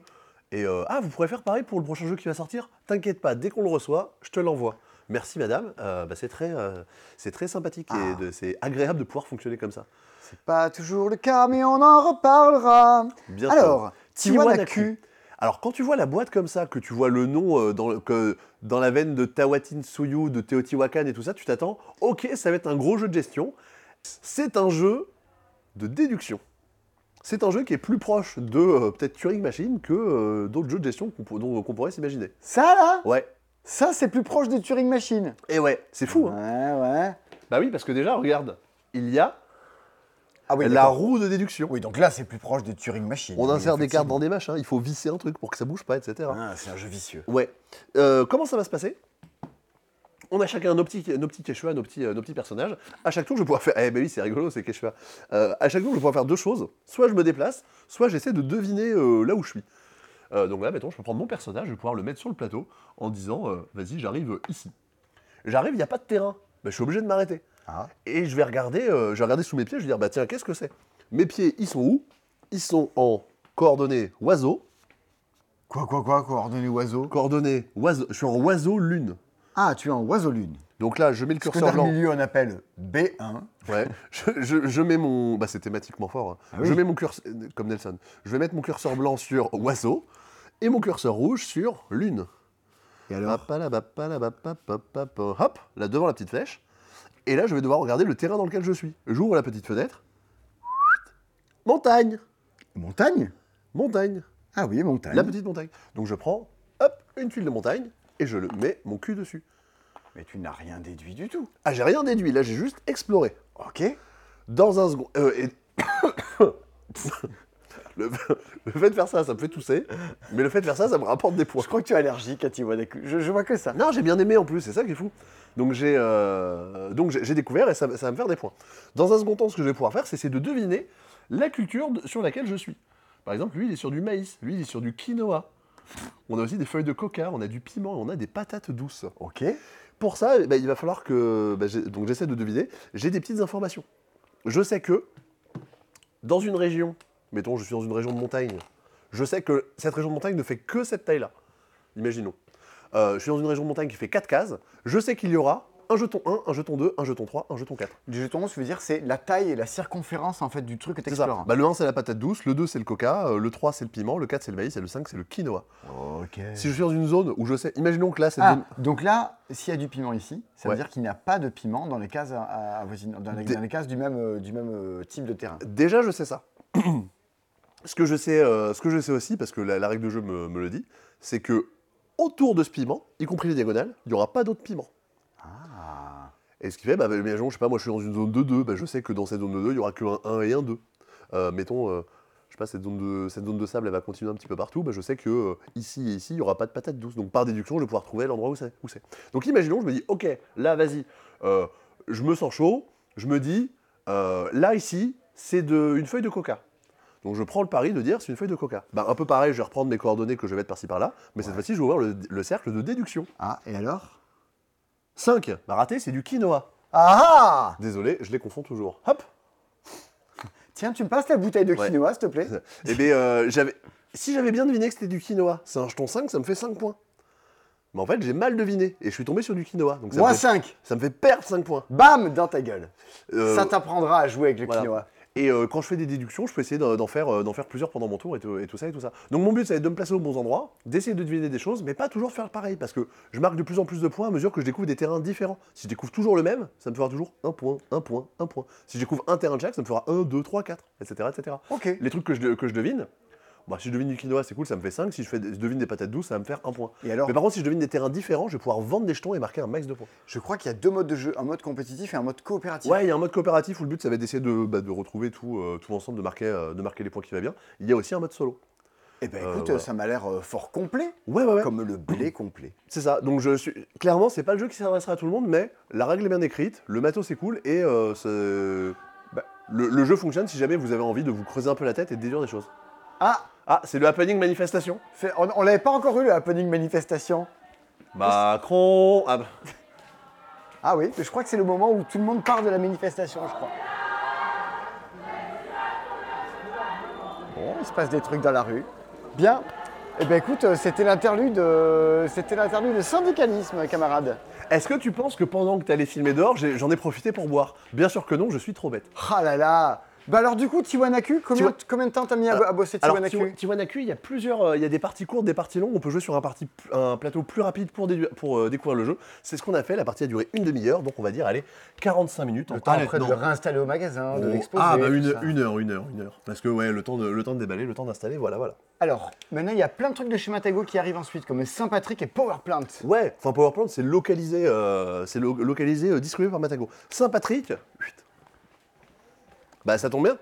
[SPEAKER 3] Et euh, ah, vous pourrez faire pareil pour le prochain jeu qui va sortir T'inquiète pas, dès qu'on le reçoit, je te l'envoie. Merci madame, Euh, bah, c'est très, euh, c'est très sympathique
[SPEAKER 1] Ah.
[SPEAKER 3] et de- c'est agréable de pouvoir fonctionner comme ça.
[SPEAKER 1] C'est pas toujours le cas, mais on en reparlera.
[SPEAKER 3] Bien sûr.
[SPEAKER 1] Alors,
[SPEAKER 3] Tiwanaku.
[SPEAKER 1] Tiwanaku.
[SPEAKER 3] Alors, quand tu vois la boîte comme ça, que tu vois le nom euh, dans, le- que- dans la veine de Tawatin Suyu, de Teotihuacan et tout ça, tu t'attends, ok, ça va être un gros jeu de gestion. C'est un jeu de déduction. C'est un jeu qui est plus proche de euh, peut-être Turing Machine que euh, d'autres jeux de gestion qu'on pour- dont- qu'on pourrait s'imaginer.
[SPEAKER 1] Ça là,
[SPEAKER 3] Ouais,
[SPEAKER 1] ça c'est plus proche de Turing Machine.
[SPEAKER 3] et ouais, c'est fou. hein.
[SPEAKER 1] Ouais, ouais.
[SPEAKER 3] Bah oui, parce que déjà, regarde, il y a
[SPEAKER 1] Ah oui,
[SPEAKER 3] la
[SPEAKER 1] d'accord.
[SPEAKER 3] roue de déduction.
[SPEAKER 1] Oui, donc là c'est plus proche de Turing Machine.
[SPEAKER 3] On
[SPEAKER 1] Oui,
[SPEAKER 3] insère des cartes
[SPEAKER 1] effectivement.
[SPEAKER 3] dans des machins, il faut visser un truc pour que ça bouge pas, etc.
[SPEAKER 1] Ah, c'est un jeu vicieux.
[SPEAKER 3] Ouais. Euh, comment ça va se passer On a chacun nos petits, nos petits Quechua, nos petits, euh, nos petits personnages. À chaque tour, je vais pouvoir faire. Eh ben oui, c'est rigolo, c'est Quechua. Euh, à chaque tour, je vais pouvoir faire deux choses. Soit je me déplace, soit j'essaie de deviner euh, là où je suis. Euh, donc là, mettons, je peux prendre mon personnage, je vais pouvoir le mettre sur le plateau en disant euh, Vas-y, j'arrive euh, ici. J'arrive, il n'y a pas de terrain. Ben, je suis obligé de m'arrêter.
[SPEAKER 1] Ah.
[SPEAKER 3] Et je vais, regarder, euh, je vais regarder sous mes pieds, je vais dire Bah tiens, qu'est-ce que c'est Mes pieds, ils sont où Ils sont en coordonnées oiseau.
[SPEAKER 1] Quoi, quoi, quoi, coordonnées oiseaux
[SPEAKER 3] Coordonnées oiseau. Je suis en oiseau lune.
[SPEAKER 1] Ah, tu es en oiseau lune.
[SPEAKER 3] Donc là, je mets le
[SPEAKER 1] Ce que
[SPEAKER 3] curseur
[SPEAKER 1] dans
[SPEAKER 3] blanc.
[SPEAKER 1] le milieu on appelle B1.
[SPEAKER 3] Ouais. Je, je- je mets mon. Bah, c'est thématiquement fort. hein.
[SPEAKER 1] Ah oui.
[SPEAKER 3] Je mets mon curseur. Comme Nelson. Je vais mettre mon curseur blanc sur oiseau et mon curseur rouge sur lune.
[SPEAKER 1] Et alors
[SPEAKER 3] Ah. Papalabapalabapapapapa. Hop, là devant la petite flèche. Et là, je vais devoir regarder le terrain dans lequel je suis. J'ouvre la petite fenêtre. Montagne
[SPEAKER 1] Montagne
[SPEAKER 3] Montagne
[SPEAKER 1] Ah oui, montagne.
[SPEAKER 3] La petite montagne. Donc je prends, hop, une tuile de montagne et je le mets mon cul dessus.
[SPEAKER 1] Mais tu n'as rien déduit du tout.
[SPEAKER 3] Ah, j'ai rien déduit, là j'ai juste exploré.
[SPEAKER 1] Ok.
[SPEAKER 3] Dans un second. euh, et- le, le fait de faire ça, ça me fait tousser, mais le fait de faire ça, ça me rapporte des points.
[SPEAKER 1] Je crois que tu es allergique à Tiwanaku. Je, je vois que ça.
[SPEAKER 3] Non, j'ai bien aimé en plus, c'est ça qui est fou. Donc j'ai euh, donc j'ai j'ai découvert et ça, ça va me faire des points. Dans un second temps, ce que je vais pouvoir faire, c'est c'est de deviner la culture de- sur laquelle je suis. Par exemple, lui, il est sur du maïs, lui, il est sur du quinoa. On a aussi des feuilles de coca, on a du piment, et on a des patates douces.
[SPEAKER 1] Ok.
[SPEAKER 3] Pour ça, eh ben, il va falloir que. ben, j'ai- donc j'essaie de deviner. J'ai des petites informations. Je sais que dans une région, mettons, je suis dans une région de montagne, je sais que cette région de montagne ne fait que cette taille-là. Imaginons. Euh, je suis dans une région de montagne qui fait 4 cases. Je sais qu'il y aura un jeton 1, un jeton 2, un jeton 3, un jeton 4.
[SPEAKER 1] Du jeton 11, je veux dire, c'est la taille et la circonférence en fait du truc que tu
[SPEAKER 3] C'est ça. Bah, le 1, c'est la patate douce. Le 2, c'est le coca. euh, Le 3, c'est le piment. Le 4, c'est le maïs. Et le 5, c'est le quinoa.
[SPEAKER 1] Ok.
[SPEAKER 3] Si je suis dans une zone où je sais. Imaginons que là, c'est.
[SPEAKER 1] Ah, donc là, s'il y a du piment ici, ça
[SPEAKER 3] Ouais.
[SPEAKER 1] veut dire qu'il n'y a pas de piment dans les cases, à- à- avoisines- dans les,
[SPEAKER 3] Des-
[SPEAKER 1] dans les cases du même, euh, du même euh, type de terrain.
[SPEAKER 3] Déjà, je sais ça. ce, que je sais, euh, ce que je sais aussi, parce que la, la règle de jeu me, me le dit, c'est que autour de ce piment, y compris les diagonales, il n'y aura pas d'autres piments.
[SPEAKER 1] Ah.
[SPEAKER 3] Et ce qui fait, bah, bah, imaginons, je sais pas, moi je suis dans une zone de 2, bah, je sais que dans cette zone de 2, il n'y aura qu'un 1 et un 2. Euh, mettons, euh, je sais pas, cette zone, de, cette zone de sable, elle va continuer un petit peu partout, bah, je sais que euh, ici et ici, il n'y aura pas de patate douce. Donc par déduction, je vais pouvoir trouver l'endroit où c'est. où c'est. Donc imaginons, je me dis, ok, là, vas-y, euh, je me sens chaud, je me dis, euh, là, ici, c'est de- une feuille de coca. Donc je prends le pari de dire c'est une feuille de coca. Bah, un peu pareil, je vais reprendre mes coordonnées que je vais mettre par-ci par-là, mais cette fois-ci je vais ouvrir le, le cercle de déduction.
[SPEAKER 1] Ah, et alors
[SPEAKER 3] 5, bah raté, c'est du quinoa.
[SPEAKER 1] Ah ah
[SPEAKER 3] Désolé, je les confonds toujours. Hop
[SPEAKER 1] Tiens, tu me passes la bouteille de
[SPEAKER 3] Ouais.
[SPEAKER 1] quinoa, s'il te plaît
[SPEAKER 3] Eh bien, j'avais... si j'avais bien deviné que c'était du quinoa, c'est un jeton 5, ça me fait 5 points. Mais en fait, j'ai mal deviné et je suis tombé sur du quinoa. Donc ça,
[SPEAKER 1] Moins
[SPEAKER 3] me, fait...
[SPEAKER 1] 5
[SPEAKER 3] ça me fait perdre 5 points.
[SPEAKER 1] Bam Dans ta gueule.
[SPEAKER 3] Euh,
[SPEAKER 1] Ça t'apprendra à jouer avec le
[SPEAKER 3] voilà.
[SPEAKER 1] quinoa.
[SPEAKER 3] et euh, quand je fais des déductions, je peux essayer d'en d'en faire, euh, d'en faire plusieurs pendant mon tour et tout, et tout ça et tout ça. Donc mon but, ça va être de me placer aux bons endroits, d'essayer de deviner des choses, mais pas toujours faire pareil parce que je marque de plus en plus de points à mesure que je découvre des terrains différents. Si je découvre toujours le même, ça me fera toujours 1 point, 1 point, 1 point. Si je découvre un terrain de chaque, ça me fera 1, 2, 3, 4, etc. etc.
[SPEAKER 1] Ok.
[SPEAKER 3] Les trucs que je, que je devine, bah, si je devine du quinoa, c'est cool, ça me fait 5. Si je, fais, je devine des patates douces, ça va me faire un point.
[SPEAKER 1] Et alors
[SPEAKER 3] Mais par contre, si je devine des terrains différents, je vais pouvoir vendre des jetons et marquer un max de points.
[SPEAKER 1] Je crois qu'il y a deux modes de jeu, un mode compétitif et un mode coopératif.
[SPEAKER 3] Ouais, il y a un mode coopératif où le but, ça va être d'essayer de, bah, de retrouver tout, euh, tout l'ensemble, de marquer, euh, de marquer les points qui va bien. Il y a aussi un mode solo.
[SPEAKER 1] Eh ben
[SPEAKER 3] Euh,
[SPEAKER 1] écoute,
[SPEAKER 3] voilà.
[SPEAKER 1] ça m'a l'air euh, fort complet,
[SPEAKER 3] Ouais, ouais, ouais.
[SPEAKER 1] comme le blé complet.
[SPEAKER 3] C'est ça. Donc, je suis... clairement, c'est pas le jeu qui s'adressera à tout le monde, mais la règle est bien écrite, le matos c'est cool et euh, c'est- bah, le, le jeu fonctionne si jamais vous avez envie de vous creuser un peu la tête et de déduire des choses.
[SPEAKER 1] Ah,
[SPEAKER 3] Ah, c'est le happening manifestation.
[SPEAKER 1] c'est- on, on l'avait pas encore eu le happening manifestation.
[SPEAKER 3] Macron. Ah, bah.
[SPEAKER 1] Ah oui, je crois que c'est le moment où tout le monde part de la manifestation, je crois. Bon, il se passe des trucs dans la rue. Bien. Eh ben écoute, euh, c'était l'interlude, euh, c'était l'interlude de syndicalisme, camarade.
[SPEAKER 3] Est-ce que tu penses que pendant que t'allais filmer dehors, j'ai- j'en ai profité pour boire Bien sûr que non, je suis trop bête.
[SPEAKER 1] Ah là là. Bah alors du coup, Tiwanaku, combien,
[SPEAKER 3] Tiwa-
[SPEAKER 1] combien de temps t'as mis à,
[SPEAKER 3] Euh,
[SPEAKER 1] à bosser
[SPEAKER 3] Alors,
[SPEAKER 1] Tiwanaku
[SPEAKER 3] Tiwa- Tiwanaku, il y a plusieurs, euh, il y a des parties courtes, des parties longues. On peut jouer sur un, parti, un plateau plus rapide pour, dédu- pour euh, découvrir le jeu. C'est ce qu'on a fait. La partie a duré une demi-heure, donc on va dire, allez, 45 minutes.
[SPEAKER 1] Le
[SPEAKER 3] On
[SPEAKER 1] temps
[SPEAKER 3] arrête,
[SPEAKER 1] après de
[SPEAKER 3] non.
[SPEAKER 1] le réinstaller au magasin, de
[SPEAKER 3] On-
[SPEAKER 1] l'exposer.
[SPEAKER 3] ah, bah
[SPEAKER 1] tout
[SPEAKER 3] une,
[SPEAKER 1] ça.
[SPEAKER 3] une heure, une heure, une heure. Parce que, ouais, le temps de, le temps de déballer, le temps d'installer, voilà, voilà.
[SPEAKER 1] Alors, maintenant, il y a plein de trucs de chez Matago qui arrivent ensuite, comme Saint-Patrick et Power Plant.
[SPEAKER 3] Ouais, enfin, PowerPoint, c'est localisé, euh, c'est lo- localisé, euh, distribué par Matago. Saint-Patrick, chut. bah ça tombe bien.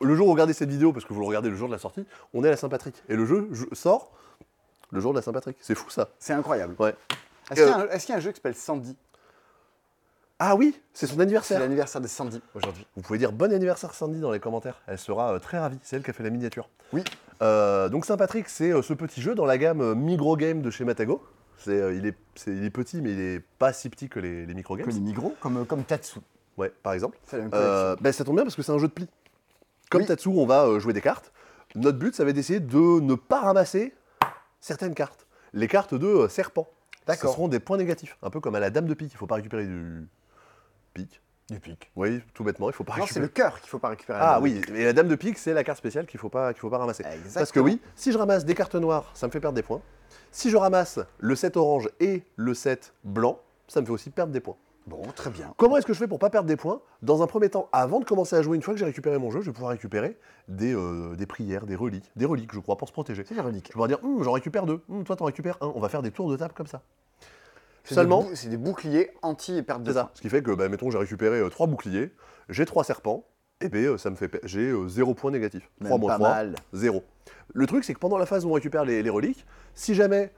[SPEAKER 3] Le jour où vous regardez cette vidéo, parce que vous le regardez le jour de la sortie, on est à la Saint-Patrick. Et le jeu je- sort le jour de la Saint-Patrick. C'est fou ça.
[SPEAKER 1] C'est incroyable.
[SPEAKER 3] Ouais. Euh,
[SPEAKER 1] Est-ce qu'il y, a un- est-ce qu'il y a un jeu qui s'appelle Sandy
[SPEAKER 3] Ah oui, c'est son
[SPEAKER 1] C'est
[SPEAKER 3] anniversaire.
[SPEAKER 1] l'anniversaire de Sandy aujourd'hui.
[SPEAKER 3] Vous pouvez dire bon anniversaire Sandy dans les commentaires. Elle sera euh, très ravie. C'est elle qui a fait la miniature.
[SPEAKER 1] Oui.
[SPEAKER 3] Euh, donc Saint-Patrick, c'est euh, ce petit jeu dans la gamme euh, micro game de chez Matago. C'est, euh, il, est, c'est- il est petit, mais il est pas si petit que les, les micro games.
[SPEAKER 1] Que les migros, comme, euh, comme Tatsu.
[SPEAKER 3] Ouais, par exemple.
[SPEAKER 1] C'est la même collection.
[SPEAKER 3] Euh, ben, ça tombe bien parce que c'est un jeu de pli. Comme
[SPEAKER 1] Oui.
[SPEAKER 3] Tatsu, on va euh, jouer des cartes. Notre but, ça va être d'essayer de ne pas ramasser certaines cartes. Les cartes de euh, serpent. Ce
[SPEAKER 1] D'accord.
[SPEAKER 3] seront des points négatifs, un peu comme à la dame de pique. Il faut pas récupérer du pique. Du Ah, pique. Oui, tout bêtement, il faut pas
[SPEAKER 1] Non, c'est
[SPEAKER 3] récupérer.
[SPEAKER 1] le cœur qu'il faut pas récupérer.
[SPEAKER 3] Ah oui, et la dame de pique, c'est la carte spéciale qu'il faut pas qu'il faut pas ramasser.
[SPEAKER 1] Exactement.
[SPEAKER 3] Parce que oui, si je ramasse des cartes noires, ça me fait perdre des points. Si je ramasse le 7 orange et le 7 blanc, ça me fait aussi perdre des points.
[SPEAKER 1] Bon, très bien.
[SPEAKER 3] Comment est-ce que je fais pour pas perdre des points Dans un premier temps, avant de commencer à jouer, une fois que j'ai récupéré mon jeu, je vais pouvoir récupérer des, euh, des prières, des reliques, des reliques, je crois, pour se protéger.
[SPEAKER 1] C'est ironique.
[SPEAKER 3] Je vais pouvoir dire, Hum, j'en récupère deux, Hum, toi t'en récupères un, on va faire des tours de table comme ça.
[SPEAKER 1] C'est
[SPEAKER 3] Seulement-
[SPEAKER 1] des bou- C'est des boucliers anti et perte de
[SPEAKER 3] C'est ça.
[SPEAKER 1] points.
[SPEAKER 3] Ce qui fait que, bah, mettons, j'ai récupéré euh, trois boucliers, j'ai trois serpents, et ben, euh, ça me fait, pe- j'ai euh, zéro point négatif.
[SPEAKER 1] Même
[SPEAKER 3] Trois moins
[SPEAKER 1] pas
[SPEAKER 3] trois,
[SPEAKER 1] mal.
[SPEAKER 3] zéro. Le truc, c'est que pendant la phase où on récupère les, les reliques, si jamais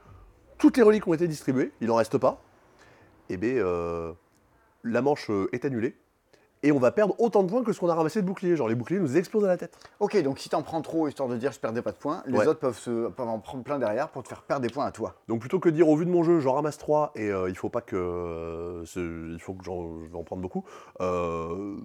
[SPEAKER 3] toutes les reliques ont été distribuées, il n'en reste pas, et ben, euh, la manche euh, est annulée. Et on va perdre autant de points que ce qu'on a ramassé de boucliers. Genre les boucliers nous explosent à la tête.
[SPEAKER 1] Ok, donc si t'en prends trop, histoire de dire je perdais pas de points, les
[SPEAKER 3] Ouais.
[SPEAKER 1] autres peuvent, se, peuvent en prendre plein derrière pour te faire perdre des points à toi.
[SPEAKER 3] Donc plutôt que de dire au vu de mon jeu, j'en ramasse 3 et euh, il faut pas que euh, ce- il faut que j'en je vais en prendre beaucoup. euh,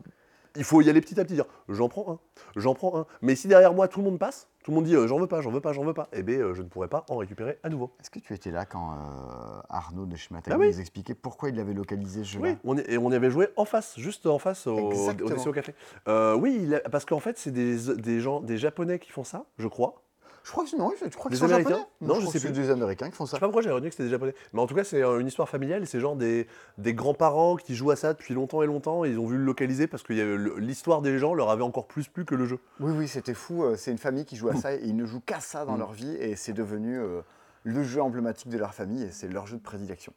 [SPEAKER 3] il faut y aller petit à petit dire j'en prends un, j'en prends un. Mais si derrière moi tout le monde passe, tout le monde dit euh, j'en veux pas, j'en veux pas, j'en veux pas, eh bien je ne pourrai pas en récupérer à nouveau.
[SPEAKER 1] Est-ce que tu étais là quand euh, Arnaud de chez Matagou
[SPEAKER 3] Ah oui.
[SPEAKER 1] nous expliquait pourquoi il l'avait localisé ce jeu-là
[SPEAKER 3] Oui, on, est- et on y avait joué en face, juste en face au, au
[SPEAKER 1] Exactement.
[SPEAKER 3] TCO Café. Euh, oui, il a- parce qu'en fait c'est des, des gens, des japonais qui font ça, je crois.
[SPEAKER 1] Je crois que c'est- non, je crois que
[SPEAKER 3] Des
[SPEAKER 1] c'est
[SPEAKER 3] Américains
[SPEAKER 1] japonais.
[SPEAKER 3] Non, je
[SPEAKER 1] crois
[SPEAKER 3] sais
[SPEAKER 1] que c'est
[SPEAKER 3] plus.
[SPEAKER 1] des Américains qui font
[SPEAKER 3] Je
[SPEAKER 1] ça.
[SPEAKER 3] sais pas pourquoi j'ai retenu que c'était des japonais. Mais en tout cas, c'est euh, une histoire familiale. C'est genre des, des grands-parents qui jouent à ça depuis longtemps et longtemps. Et ils ont voulu le localiser parce que il y avait le- l'histoire des gens leur avait encore plus plu que le jeu.
[SPEAKER 1] Oui, oui, c'était fou. euh, C'est une famille qui joue à ça et ils ne jouent qu'à ça dans
[SPEAKER 3] Mm.
[SPEAKER 1] leur vie et c'est devenu euh, le jeu emblématique de leur famille et c'est leur jeu de prédilection.